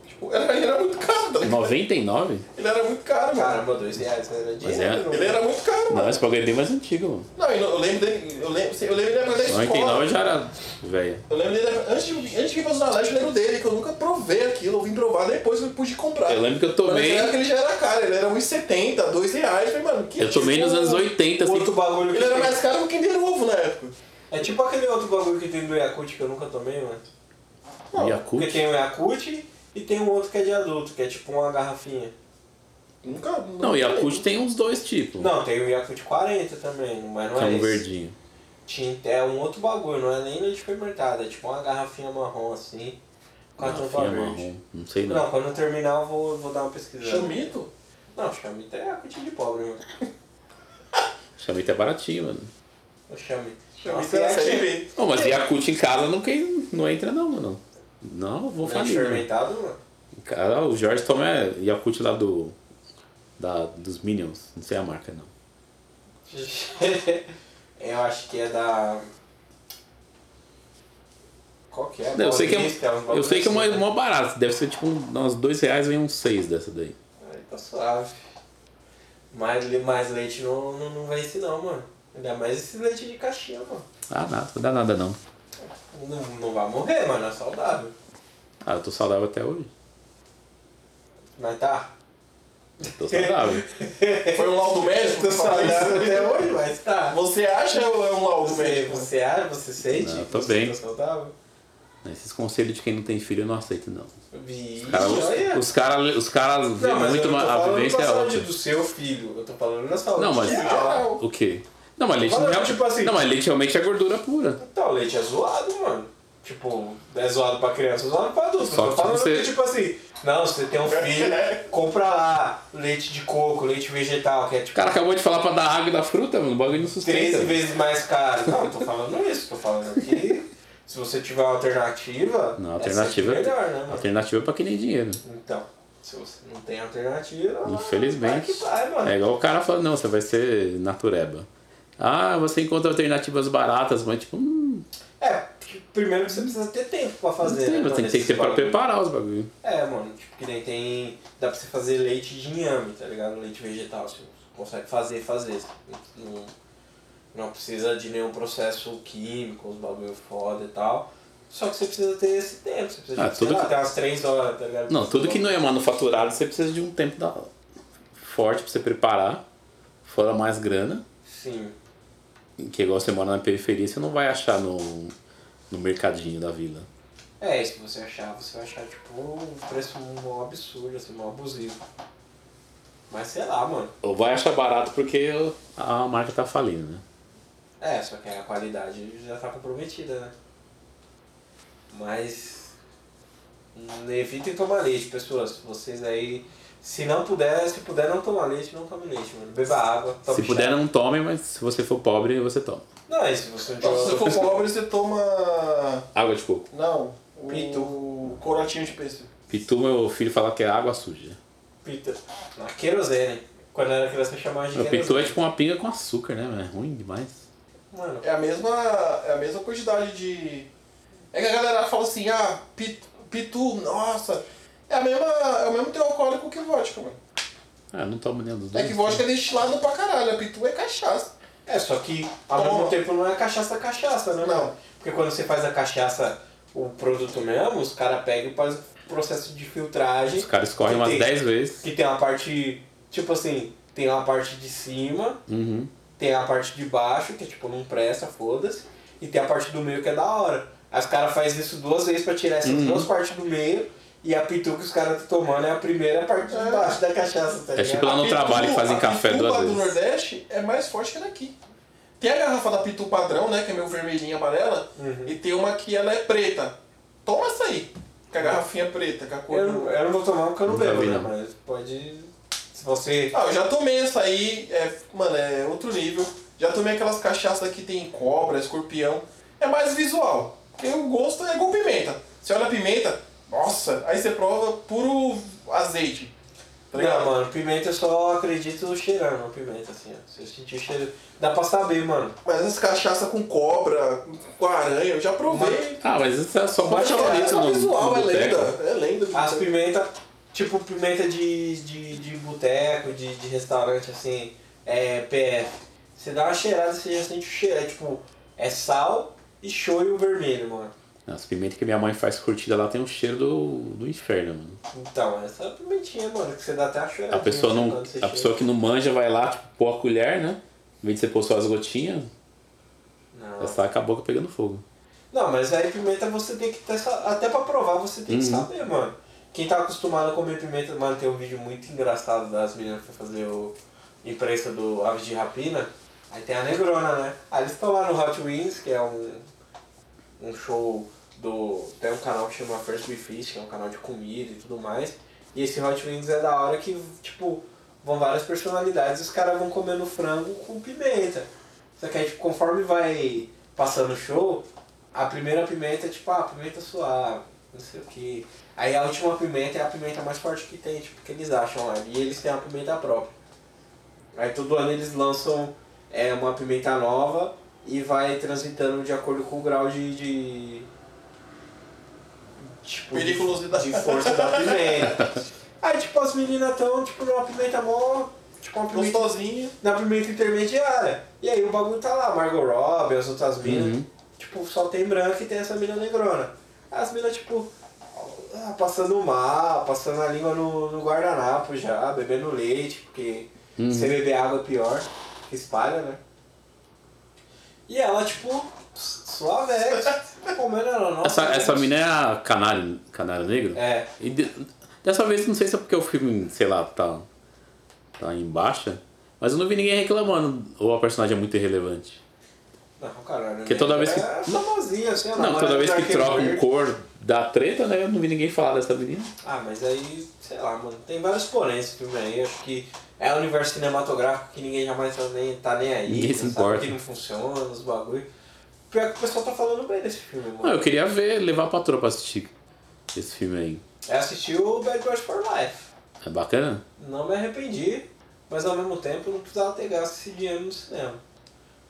Tipo, era, ele era muito caro. tá ligado? 99? Ele era muito caro, mano. Caramba, dois reais, né? Era Mas dinheiro, é. Ele era muito caro, mano. Não, esse bagulho é bem mais antigo, mano. Não, eu, eu lembro dele. Eu lembro, eu lembro dele da escola. 99 já era velho. Eu lembro dele. Antes de, antes de vir pra Zona Leste, eu lembro dele, que eu nunca provei aquilo. Eu vim provar depois que eu pude comprar. Eu lembro que eu Mas tomei. naquela época ele já era caro, ele era 1,70, 2 reais. Eu Falei, mano, que Eu tomei tipo- nos anos 80, assim. Outro bagulho que Ele era tem- mais caro que o Kinder Ovo na época. É tipo aquele outro bagulho que tem do Yakut que eu nunca tomei, mano. Não, Porque Yakult. tem o Yakut e tem um outro que é de adulto, que é tipo uma garrafinha. Nunca. Não, um- Yakult tem uns dois tipos. Não, tem o Yakut 40 também, mas não Hum. que é é um esse. verdinho. Tinha, é um outro bagulho, não é nem leite fermentado, é tipo uma garrafinha marrom assim, com a tampa Garrafinha verde. marrom. Não sei não. Não, quando eu terminar eu vou, vou dar uma pesquisada. Chamito? Não, chamita é Yakut de pobre, mano. Chamei até é baratinho, mano. O é chame. Chamito era série B. Não, mas Yakult em casa não, que- não entra não, mano. Não, eu vou Leite falir. né? mano. É fermentado, mano. Cara, o Jorge toma Yakult lá do. Da, dos Minions. Não sei a marca, não. eu acho que é da. Qual que é? Não, eu sei que é- Paulista, uns Eu bagulho sei que é assim, uma, né? mó barata, deve ser tipo um- uns dois reais vem uns seis dessa daí. Aí tá suave. Mais, le- mais leite não, não, não vence não, mano. Ainda mais esse leite de caixinha, mano. Ah, nada, não dá nada não. Não, não vai morrer, mano, é saudável. Ah, eu tô saudável até hoje. Mas tá. Tô saudável. Foi um laudo médico que Tô falou isso? saudável até hoje, mas tá. Você acha ou é um laudo Você, médico? você acha, você sente? Não, tô que você bem. Tá saudável? Esses conselhos de quem não tem filho eu não aceito, não. Vixe, Os caras olha. os, caras os caras é. Não, veem mas muito eu não mais. tô A falando vivência da é saúde outra. do seu filho. Eu tô falando da saúde. Não, mas. geral. O quê? Não, mas leite falando, não é. tipo assim- Não, mas leite realmente é gordura pura. Então, o leite é zoado, mano. Tipo, é zoado pra criança, é zoado pra adulto. Só Só tô que falando você- que, tipo assim, não, se você tem um filho, compra lá leite de coco, leite vegetal, que é O tipo cara acabou de falar pra dar água e dar fruta, mano. O bagulho não 13 sustenta. vezes mais caro. Não, eu tô falando isso, tô falando que se você tiver uma alternativa, Não, é alternativa sempre melhor, né, mano? Alternativa é pra quem tem dinheiro. Então, se você não tem alternativa, Infelizmente. vai que vai, mano. É igual o cara falando, não, você vai ser natureba. Ah, você encontra alternativas baratas, mas tipo, hum, É, porque primeiro que você precisa ter tempo pra não fazer. tem, né, mas mano, tem que ter esses tempo pra bagulho. preparar os bagulho. É, mano, tipo, que nem tem. Dá pra você fazer leite de inhame, tá ligado? Leite vegetal, você consegue fazer, fazer. Não, não precisa de nenhum processo químico, uns bagulho foda e tal. Só que você precisa ter esse tempo, você precisa Ah, de, tudo sei lá, que- até umas 3 horas, tá ligado? Não, tudo que não é manufaturado, você precisa de um tempo da... forte pra você preparar, fora mais grana, Sim. que é igual você mora na periferia, você não vai achar no, no mercadinho da vila. É, e se você achar, você vai achar, tipo, um preço mó absurdo, assim, mó abusivo. Mas sei lá, mano. Ou vai achar barato porque a marca tá falindo, né? É, só que a qualidade já tá comprometida, né? Mas. hum, Evitem tomar leite, pessoas. Vocês aí. Se não puder, se puder não tomar leite, não tome leite, mano. Beba água, tome Se chá. puder, não tome, mas se você for pobre, você toma. Não, e se você não Então, se você tiver. for pobre, você toma. Água de coco. Não. O Pitu. corotinho de pêssego. Pitu, meu filho fala que é água suja. Pita. Na querosene. Quando eu era criança eu chamava de O pitu é querosene. tipo uma pinga com açúcar, né? É ruim demais. Mano, É a mesma. É a mesma quantidade de. É que a galera fala assim, ah, pitu, pitu nossa. É, a mesma, é o mesmo teu alcoólico que vodka, mano. Ah, eu não tomo nenhum dos dois. É que vodka é destilado pra caralho, a pitu é cachaça. é só que ao Toma. mesmo tempo não é cachaça cachaça, né? Não. mano? Porque quando você faz a cachaça, o produto mesmo, os caras pegam e fazem o processo de filtragem. Os caras escorrem umas Tem. 10 vezes. que tem uma parte, tipo assim, tem uma parte de cima, Uhum. tem a parte de baixo, que é tipo, não presta, foda-se, e tem a parte do meio que é da hora. Aí os caras fazem isso duas vezes pra tirar essas Uhum. duas partes do meio, e a pitu que os caras estão tomando é a primeira parte de baixo da cachaça, tá É ligado? tipo lá no Pitu, trabalho que fazem a café Pitu duas lá vezes. do Nordeste é mais forte que a daqui. Tem a garrafa da Pitu padrão, né? Que é meio vermelhinha amarela. Uhum. E tem uma que ela é preta. Toma essa aí. Com a garrafinha preta, com a cor Eu, do- não- eu não vou tomar porque eu não Nunca bebo, vi, né? não. Mas pode. Se você. Ah, eu já tomei essa aí, é, mano, é outro nível. Já tomei aquelas cachaças que tem cobra, escorpião. É mais visual. Porque o gosto é igual pimenta. Você olha a pimenta, nossa, aí você prova puro azeite. Tá Não, ligado? mano, pimenta eu só acredito cheirando a pimenta, assim, ó. Se eu sentir o cheiro. Dá pra saber, mano. Mas as cachaças com cobra, com aranha, eu já provei. Ah, mas isso é só Mas, baixa é, é isso só no, visual, no é lenda. boteco. É lenda. As pimentas, tipo pimenta de, de, de boteco, de, de restaurante, assim, é PF. Você dá uma cheirada, você já sente o cheiro. É tipo, é sal e shoyu vermelho, mano. As pimentas que minha mãe faz curtida lá tem um cheiro do, do inferno, mano. Então, essa pimentinha, mano, que você dá até assim a chorada. A pessoa, não, a pessoa que não manja vai lá, tipo, pôr a colher, né? Em vez de você pôr só as gotinhas, Não. essa com a boca pegando fogo. não, mas aí pimenta você tem que ter. sa- Até pra provar você tem que Uhum. saber, mano. Quem tá acostumado a comer pimenta, mano, tem um vídeo muito engraçado das meninas que foi fazer o imprensa do Aves de Rapina. Aí tem a Negrona, né? Aí eles estão lá no Hot Wings, que é um, um show do. Tem um canal que chama First We Feast, que é um canal de comida e tudo mais. E esse Hot Wings é da hora que, tipo, vão várias personalidades e os caras vão comendo frango com pimenta. Só que aí, tipo, conforme vai passando o show, a primeira pimenta é tipo, ah, pimenta suave, não sei o que. Aí a última pimenta é a pimenta mais forte que tem, tipo, que eles acham lá. E eles têm a pimenta própria. Aí todo ano eles lançam é, uma pimenta nova e vai transitando de acordo com o grau de, de, tipo, de, Periculosidade. de força da pimenta. Aí, tipo, as meninas estão, tipo, numa pimenta mó... Tipo, uma pimenta Gostosinha. na pimenta intermediária. E aí o bagulho tá lá, Margot Robbie, as outras minas, Uhum. tipo, só tem branca e tem essa mina negrona. Aí As minas, tipo, ah, passando mal, passando a língua no, no guardanapo já, bebendo leite, porque Uhum. se beber água é pior, que espalha, né? E ela, tipo, suavex, comendo ela, nossa. Essa, essa gente. mina é a Canário, canário Negro? É, E de- dessa vez, não sei se é porque o filme, sei lá, tá, tá em baixa, mas eu não vi ninguém reclamando ou a personagem é muito irrelevante. não, caralho. Porque toda vez que- É famosinha, sei lá. né? Não, toda namorada vez do que Arqueiro troca Verde. um cor da treta, né? Eu não vi ninguém falar dessa menina. Ah, mas aí, sei lá, mano, tem vários porém esse filme aí, acho que é o universo cinematográfico que ninguém jamais tá nem, tá nem aí, Ninguém se sabe importa. que não funciona, os bagulho. Pior que o pessoal tá falando bem desse filme, Não, mano. eu queria ver, levar a patroa pra assistir esse filme aí. Eu assisti o Bad Boys for Life, É bacana? não me arrependi, mas ao mesmo tempo não precisava ter gasto esse dinheiro no cinema.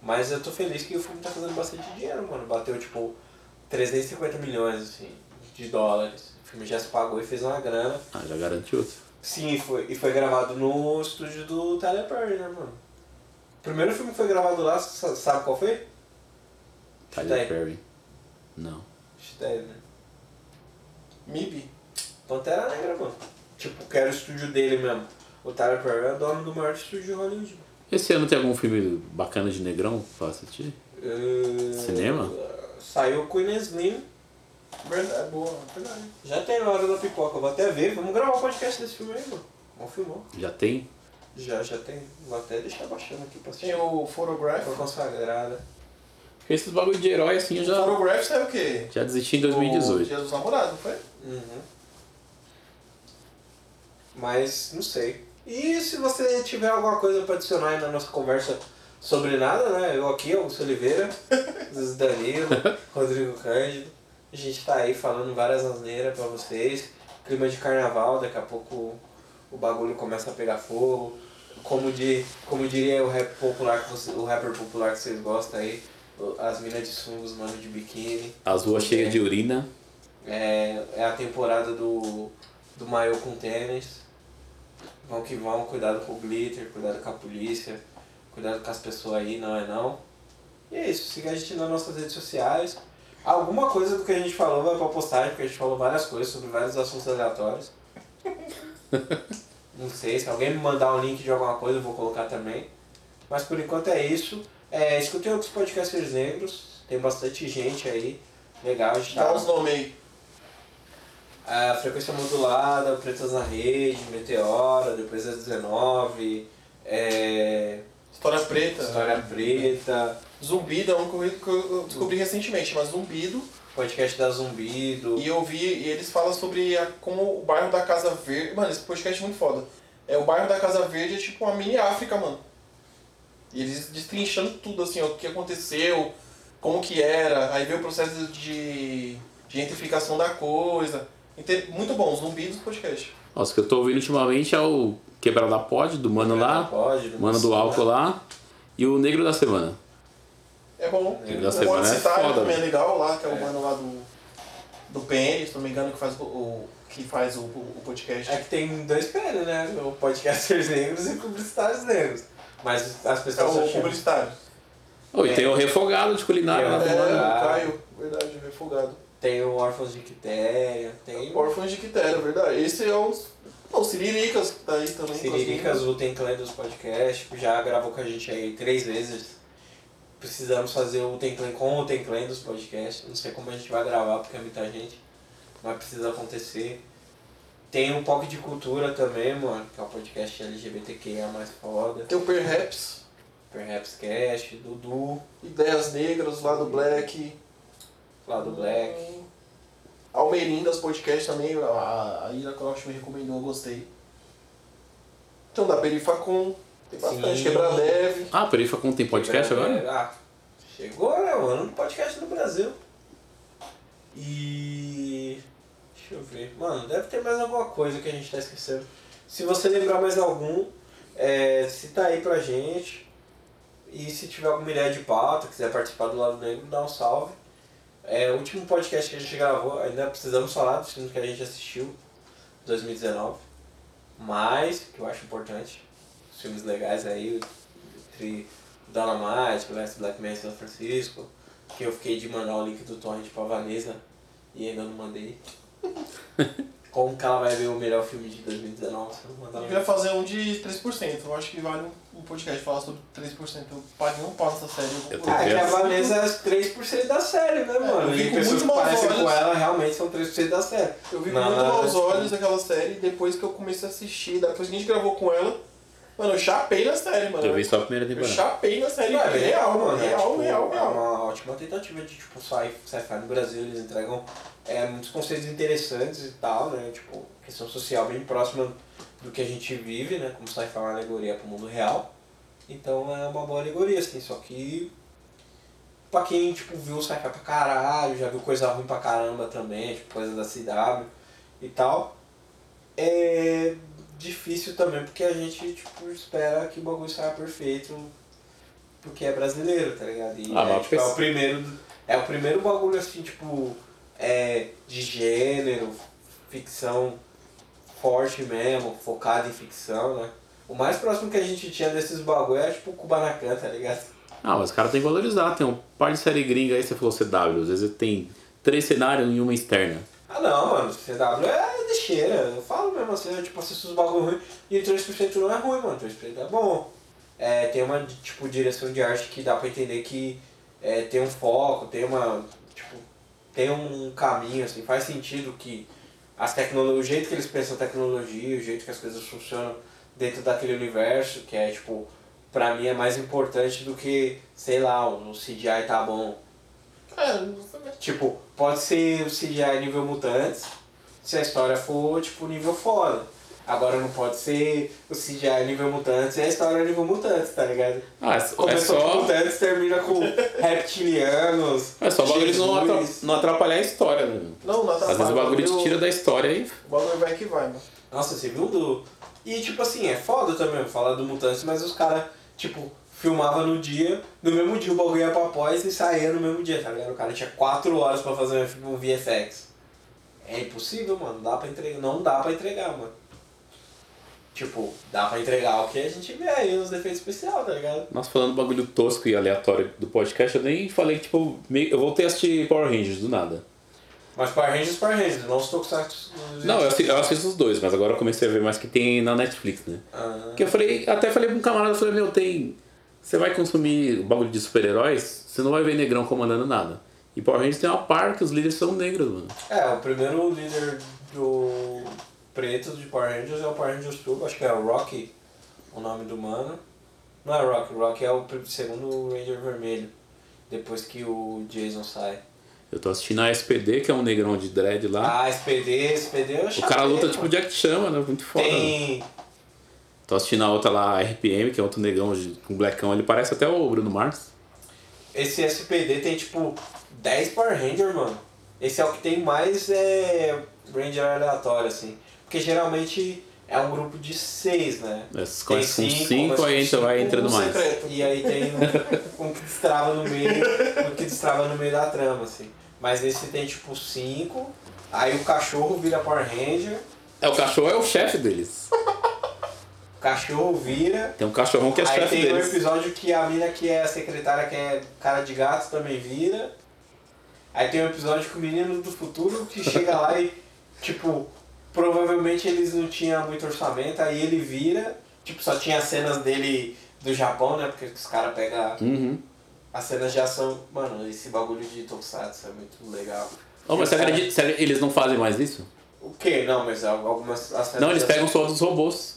Mas eu tô feliz que o filme tá fazendo bastante dinheiro, mano, bateu tipo 350 milhões, assim, de dólares. O filme já se pagou e fez uma grana. Ah, já garantiu outro. Sim, foi, e foi gravado no estúdio do Tyler Perry, né, mano? O primeiro filme que foi gravado lá, sa- sabe qual foi? Chuta Tyler aí. Perry. Não. Chuta aí, né? Mib. Pantera Negra, mano. Tipo, que era o estúdio dele mesmo. O Tyler Perry é o dono do maior estúdio de Hollywood. Esse ano tem algum filme bacana de negrão pra assistir? Eh, Cinema? Saiu Queen Slim. Verdade, é boa. Verdade. Já tem na hora da pipoca, eu vou até ver. Vamos gravar o podcast desse filme aí, mano. Bom filmão. Já tem? Já, já tem. Vou até deixar baixando aqui pra Tem assistir. né? um- o Photograph. Foi consagrada. Porque esses bagulho de herói assim eu já, Photograph saiu o quê? já desisti em O 2018. Dia dos Namorados, não foi? Uhum. Mas não sei. E se você tiver alguma coisa pra adicionar aí na nossa conversa sobre nada, né? Eu aqui, Augusto Oliveira, Zé Danilo, Rodrigo Cândido. A gente tá aí falando várias asneiras pra vocês. Clima de carnaval, daqui a pouco o bagulho começa a pegar fogo. Como, di, como diria o, rap popular que você- o rapper popular que vocês gostam aí, as minas de sungos, mano de biquíni. As ruas cheias de urina. É, é a temporada do, do maiô com tênis. Vão que vão, cuidado com o glitter, cuidado com a polícia, cuidado com as pessoas aí, não é não. E é isso, siga a gente nas nossas redes sociais. Alguma coisa do que a gente falou vai pra postagem, porque a gente falou várias coisas sobre vários assuntos aleatórios. Não sei, se alguém me mandar um link de alguma coisa eu vou colocar também. Mas por enquanto é isso. É, escutem outros podcasters negros, tem bastante gente aí. Legal, a gente tá- Dá um uns nomes aí. a frequência modulada, Pretas na Rede, Meteora, depois às 19, é, História Preta. História Preta, Zumbido é um que eu- que eu descobri recentemente, mas Zumbido. Podcast da Zumbido. E eu vi, e eles falam sobre a- como o bairro da Casa Verde. Mano, esse podcast é muito foda. É, o bairro da Casa Verde é tipo uma mini África, mano. E eles destrinchando tudo, assim, ó, o que aconteceu, como que era. Aí veio o processo de gentrificação da coisa. Inte- Muito bom, zumbi dos podcast. Nossa, o que eu tô ouvindo ultimamente é o Quebrada Pod, do mano lá, Pode, o mano do álcool lá, e o Negro da Semana. É bom. Negro da O Semana Modo é Citário foda, também é velho. legal lá, que é o É. mano lá do. Do PN, se não me engano, que faz o- o. que faz o, o podcast. É que tem dois PN, né? O Podcasters Negros e Publicitários Negros. Mas as É pessoas o acham- publicitário. Oh, e É. tem o Refogado de Culinária lá do É, um mano. o Caio, verdade, refogado. tem o Órfãos de Quitéria, tem o Órfãos de Quitéria, verdade. Esse é um. Não, o Siriricas que tá aí também. Siririca Azul, tem Clã dos Podcasts, que já gravou com a gente aí três vezes. Precisamos fazer o Tenclan com o Tenclan dos podcasts. Não sei como a gente vai gravar, porque é muita gente. Mas precisa acontecer. Tem um pouco de cultura também, mano, que é o podcast LGBTQIA mais foda. Tem o Perhaps, Perhaps Cast, Dudu, Ideias Negras, lá do Black. lá do Hum. Black. Almeirindas podcast também, a, a Ira Croft me recomendou, eu gostei. Então da Perifacon, tem bastante. Sim. Quebra leve. Ah, Perifa Con tem podcast agora? Ah, chegou, né, mano? No podcast do Brasil. E. Deixa eu ver. Mano, deve ter mais alguma coisa que a gente tá esquecendo. Se você lembrar mais algum, é, cita aí pra gente. E se tiver alguma ideia de pauta, quiser participar do lado negro, dá um salve. É, o último podcast que a gente gravou, ainda precisamos falar dos filmes que a gente assistiu em 2019. Mas, que eu acho importante, os filmes legais aí, entre Dynamite, Last Black Man em São Francisco, que eu fiquei de mandar o link do Torrent pra Vanessa e ainda não mandei. Como que ela vai ver o melhor filme de 2019 se eu não mandar Eu o queria link? fazer um de 3%. Eu acho que vale um podcast falar sobre 3%. Eu paguei um pau nessa série. Eu tô Ah, é que a vendo. Vanessa é 3% da série, né, mano? eu e fico pessoas que muito mal parecem olhos. com ela realmente são 3% da série. Eu vi com Não, muito não, maus não. olhos aquela série depois que eu comecei a assistir. Depois que a gente gravou com ela, mano, eu chapei na série, mano. Eu vi só a primeira Eu temporada. chapei na série. é Mano, real, mano. é, Real, tipo, real, é real. uma ótima tentativa de, tipo, sair, sci-fi no Brasil, eles entregam é, muitos conceitos interessantes e tal, né? Tipo, questão social bem próxima do que a gente vive, né? Como sci-fi é uma alegoria pro mundo real. Então é uma boa alegoria, assim, só que pra quem, tipo, viu sci-fi pra caralho, já viu coisa ruim pra caramba também, tipo, coisa da CW e tal, é difícil também porque a gente, tipo, espera que o bagulho saia perfeito porque é brasileiro, tá ligado? E Ah, é, mas tipo, é pensa- o primeiro, é o primeiro bagulho, assim, tipo, é, de gênero, ficção forte mesmo, focado em ficção, né? O mais próximo que a gente tinha desses bagulho era tipo Kubanacan, tá ligado? Ah, mas os caras têm que valorizar. Tem um par de série gringa aí, você falou CW. Às vezes tem três cenários e uma externa. Ah não, mano, CW é lixeira. Eu falo mesmo assim, eu tipo, assisto os bagulho ruim e 3% não é ruim, mano. 3% é bom. É, tem uma tipo direção de arte que dá pra entender que é, tem um foco, tem uma. Tipo, tem um caminho, assim, faz sentido que as tecnologias, o jeito que eles pensam a tecnologia, o jeito que as coisas funcionam dentro daquele universo, que é tipo, pra mim é mais importante do que, sei lá, o CGI tá bom. É, não sei mesmo. Tipo, pode ser o CGI nível mutantes, se a história for, tipo, nível foda. Agora não pode ser o CGI nível mutantes e a história nível mutantes, tá ligado? Ah, é, só- é Começou com só. mutantes, termina com reptilianos. É só o bagulho de não, atra- Jesus. não atrapalhar a história. Né? Não, não Às atrapalha. vezes o bagulho te eu- tira da história e. O bagulho vai que vai, mano. Nossa, você viu do. E tipo assim, é foda também falar do mutantes, mas os caras, tipo, filmava no dia, no mesmo dia o bagulho ia pra pós e saía no mesmo dia, tá ligado? O cara tinha 4 horas pra fazer um VFX. É impossível, mano. Dá pra entregar. Não dá pra entregar, mano. Tipo, dá pra entregar o que a gente vê aí nos defeitos especiais, tá ligado? Nossa, falando do bagulho tosco e aleatório do podcast, eu nem falei que, tipo, meio- eu voltei a assistir Power Rangers do nada. Mas Power Rangers, Power Rangers, não estou com saco. Não, eu assi- eu assisto os dois, mas agora eu comecei a ver mais que tem na Netflix, né? Ah, Porque eu falei, até falei pra um camarada, eu falei, meu, tem. Você vai consumir bagulho de super-heróis, você não vai ver negrão comandando nada. E Power Rangers tem uma par que os líderes são negros, mano. É, o primeiro líder do preto de Power Rangers é o Power Rangers Turbo, acho que é o Rocky, o nome do mano. Não é Rocky, Rocky é o pr- segundo Ranger Vermelho, depois que o Jason sai. Eu tô assistindo a SPD, que é um negrão de dread lá. Ah, SPD, SPD eu o chapei, cara é luta mano. tipo Jack Chan, mano, é muito foda. né? Tem. Tô assistindo a outra lá, a RPM, que é outro negão de- com blackão, ele parece até o Bruno Mars. Esse SPD tem tipo 10 Power Ranger, mano. Esse é o que tem mais é, Ranger aleatório, assim. Porque geralmente é um grupo de 6, né? Esses Tem coisas são cinco, cinco, mas aí entra, vai entrando Um mais. secreto. E aí tem um, um que destrava no meio, um que destrava no meio da trama, assim. Mas esse tem tipo 5, aí o cachorro vira Power Ranger, É, o cachorro é o chefe deles. o cachorro vira. Tem um cachorrão que é aí chefe tem um deles. episódio que a mina que é a secretária, que é cara de gato, também vira. Aí tem um episódio com o menino do futuro que chega lá e, tipo, provavelmente eles não tinham muito orçamento, aí ele vira, tipo, só tinha cenas dele do Japão, né? Porque os caras pegam. Uhum. As cenas de ação, mano, esse bagulho de Tokusatsu é muito legal. Oh, mas você acredita, você- eles não fazem mais isso? O quê? Não, mas algumas as cenas Não, eles de pegam ação- só dos robôs.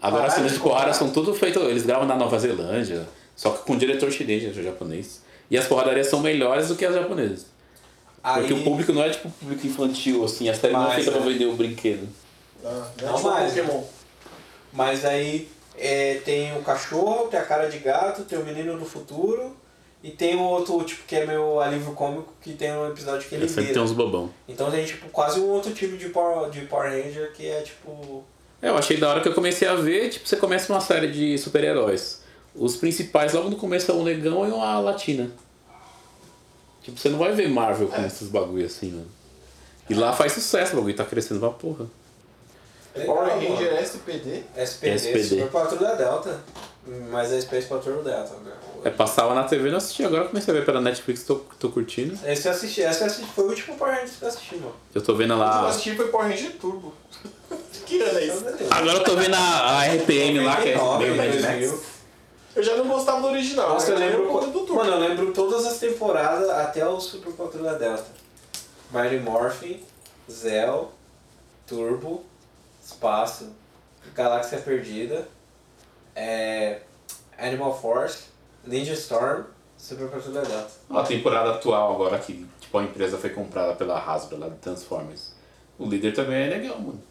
Agora as Caralho, cenas de porrada são tudo feitas. Eles gravam na Nova Zelândia, só que com diretor chinês, diretor japonês. E as porradarias são melhores do que as japonesas. Aí, Porque o público não é tipo público infantil, assim. A série não é Mas, feita pra né? vender um brinquedo. Ah, Não é tipo mais. Pokémon. Mas aí é, tem o cachorro, tem a cara de gato, tem o menino do futuro e tem o outro, tipo, que é meu alívio cômico, que tem um episódio que ele Eles sempre tem vira. uns bobão. Então tem, tipo, quase um outro tipo de Power, de Power Ranger que é, tipo... É, eu achei da hora que eu comecei a ver, tipo, você começa uma série de super-heróis. Os principais logo no começo é um negão e uma latina. Tipo, você não vai ver Marvel com esses bagulho assim, mano. E lá faz sucesso, o bagulho tá crescendo pra porra. Power Ranger SPD? SPD, SPD. Super Patrulha Delta. Mas é Space Patrulha Delta, né? É, passava na TV e não assistia. Agora eu comecei a ver pela Netflix, tô, tô curtindo. Esse eu assisti, esse eu assisti, foi o último Power Rangers que eu assisti, mano. Eu tô vendo O que eu lá. assisti foi Power Ranger Turbo. que ano é isso? Agora eu tô vendo a, a RPM lá, que é meio Mad Max. Eu já não gostava do original. né? Nossa, eu lembro. Então, quando um do Turbo. Mano, eu lembro todas as temporadas até o Super Patrulha Delta. Mighty Morphin, Zell, Turbo, Espaço, Galáxia Perdida, é, Animal Force, Ninja Storm, Super Patrulha Delta. A temporada atual agora que tipo, a empresa foi comprada pela Hasbro, lá do Transformers. O líder também é negão, mano.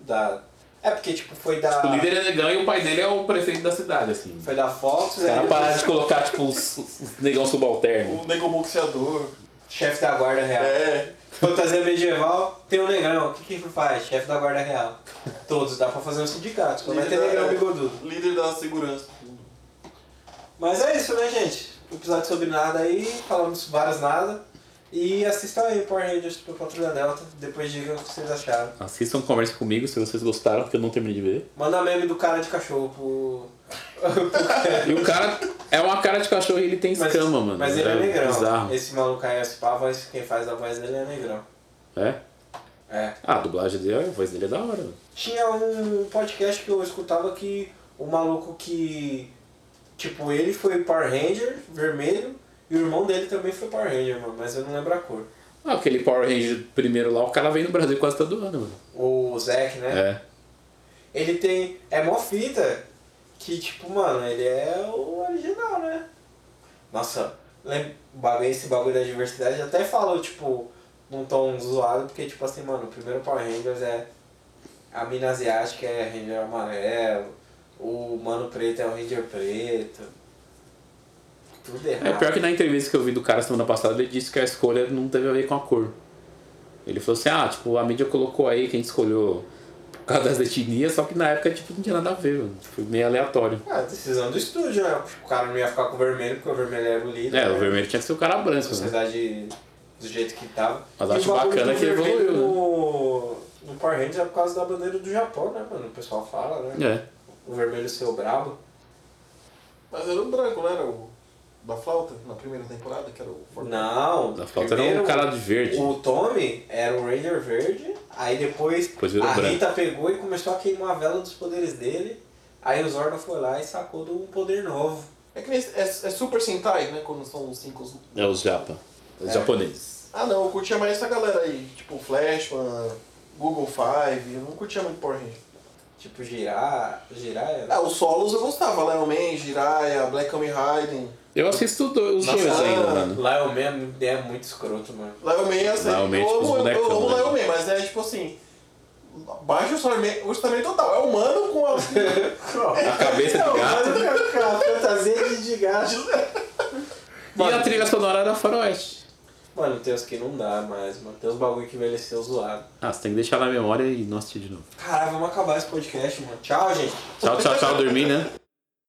Da... É porque tipo, foi da. O líder é negão e o pai dele é o prefeito da cidade, assim. Foi da Fox, Os caras aí- pararam de colocar, tipo, os, os negão subalterno. O Nego Boxeador. chefe da guarda real. É. Fantasia medieval, tem um negão. O que que faz? Chefe da guarda real. Todos, dá pra fazer um sindicato. Só vai ter Líder da- negão bigodudo. Líder da segurança. Mas é isso, né, gente? Um episódio sobre nada aí, falamos vários nada. E assistam aí o Power Rangers Super Patrulha Delta, depois digam o que vocês acharam. Assistam, conversem comigo se vocês gostaram, porque eu não terminei de ver. Manda meme do cara de cachorro pro. E o cara é uma cara de cachorro e ele tem escama, mano. Mas ele é, negrão. Bizarro. Esse maluco aí, é esse pá, voz- quem faz a voz dele é negrão. É? É. Ah, a dublagem dele, a voz dele é da hora. mano. Tinha um podcast que eu escutava que o maluco que. Tipo, ele foi Power Ranger vermelho e o irmão dele também foi Power Ranger, mano, mas eu não lembro a cor. Ah, aquele Power Ranger primeiro lá, o cara vem no Brasil quase todo ano, mano. O Zack, né? É. Ele tem. É mó fita que, tipo, mano, ele é o original, né? Nossa, lem- o bagulho- esse bagulho da diversidade até falou, tipo, num tom zoado, porque, tipo assim, mano, o primeiro Power Rangers é. A mina asiática é Ranger amarelo, o mano preto é o Ranger preto. Tudo errado. É pior que na entrevista que eu vi do cara semana passada, ele disse que a escolha não teve a ver com a cor. Ele falou assim, ah, tipo, a mídia colocou aí quem escolheu por causa das etnias, só que na época, tipo, não tinha nada a ver, mano. Foi meio aleatório. Ah, decisão do estúdio, né? O cara não ia ficar com o vermelho, porque o vermelho era o líder. É, o né? vermelho tinha que ser o cara a branco, né? sociedade do jeito que tava. Mas E acho o bagulho bacana do que vermelho evoluiu, né? No, no Power Rangers é por causa da bandeira do Japão, né, mano? O pessoal fala, né? É. O vermelho ser o brabo. Mas era o branco, não era o da flauta na primeira temporada, que era o Fortnite. Não. Da flauta era um primeiro cara de verde. O Tommy era o Ranger verde, aí depois, Depois virou a branco. Rita pegou e começou a queimar a vela dos poderes dele. Aí o Zorda foi lá e sacou de um poder novo. É que nem, é, é Super Sentai, né? Quando são os cinco. os- É os japa. Os É. japoneses. Ah não, eu curtia mais essa galera aí, tipo Flashman, Google Five, eu não curtia muito Power Ranger. Tipo, girar. Girar era. Ah, os solos eu gostava, Lion Man, Jiraiya, Black Kamen Raiden. Eu assisto do- os Nossa, dois é. ainda, ah, mano. Lá o mesmo é muito escroto, mano. Lion Man é assim, Lion Man, eu tipo, os amo, eu bonecão, amo né? Lion Man, mas é tipo assim, baixa o orçamento, o orçamento total, é humano com a... A cabeça de gato. a fantasia de, de gato. E a trilha sonora era faroeste. Mano, tem os que não dá mais, mano. Tem os bagulho que envelheceu zoado. Ah, você tem que deixar na memória e não assistir de novo. Caralho, vamos acabar esse podcast, mano. Tchau, gente. Tchau, tchau, tchau, dormir, né?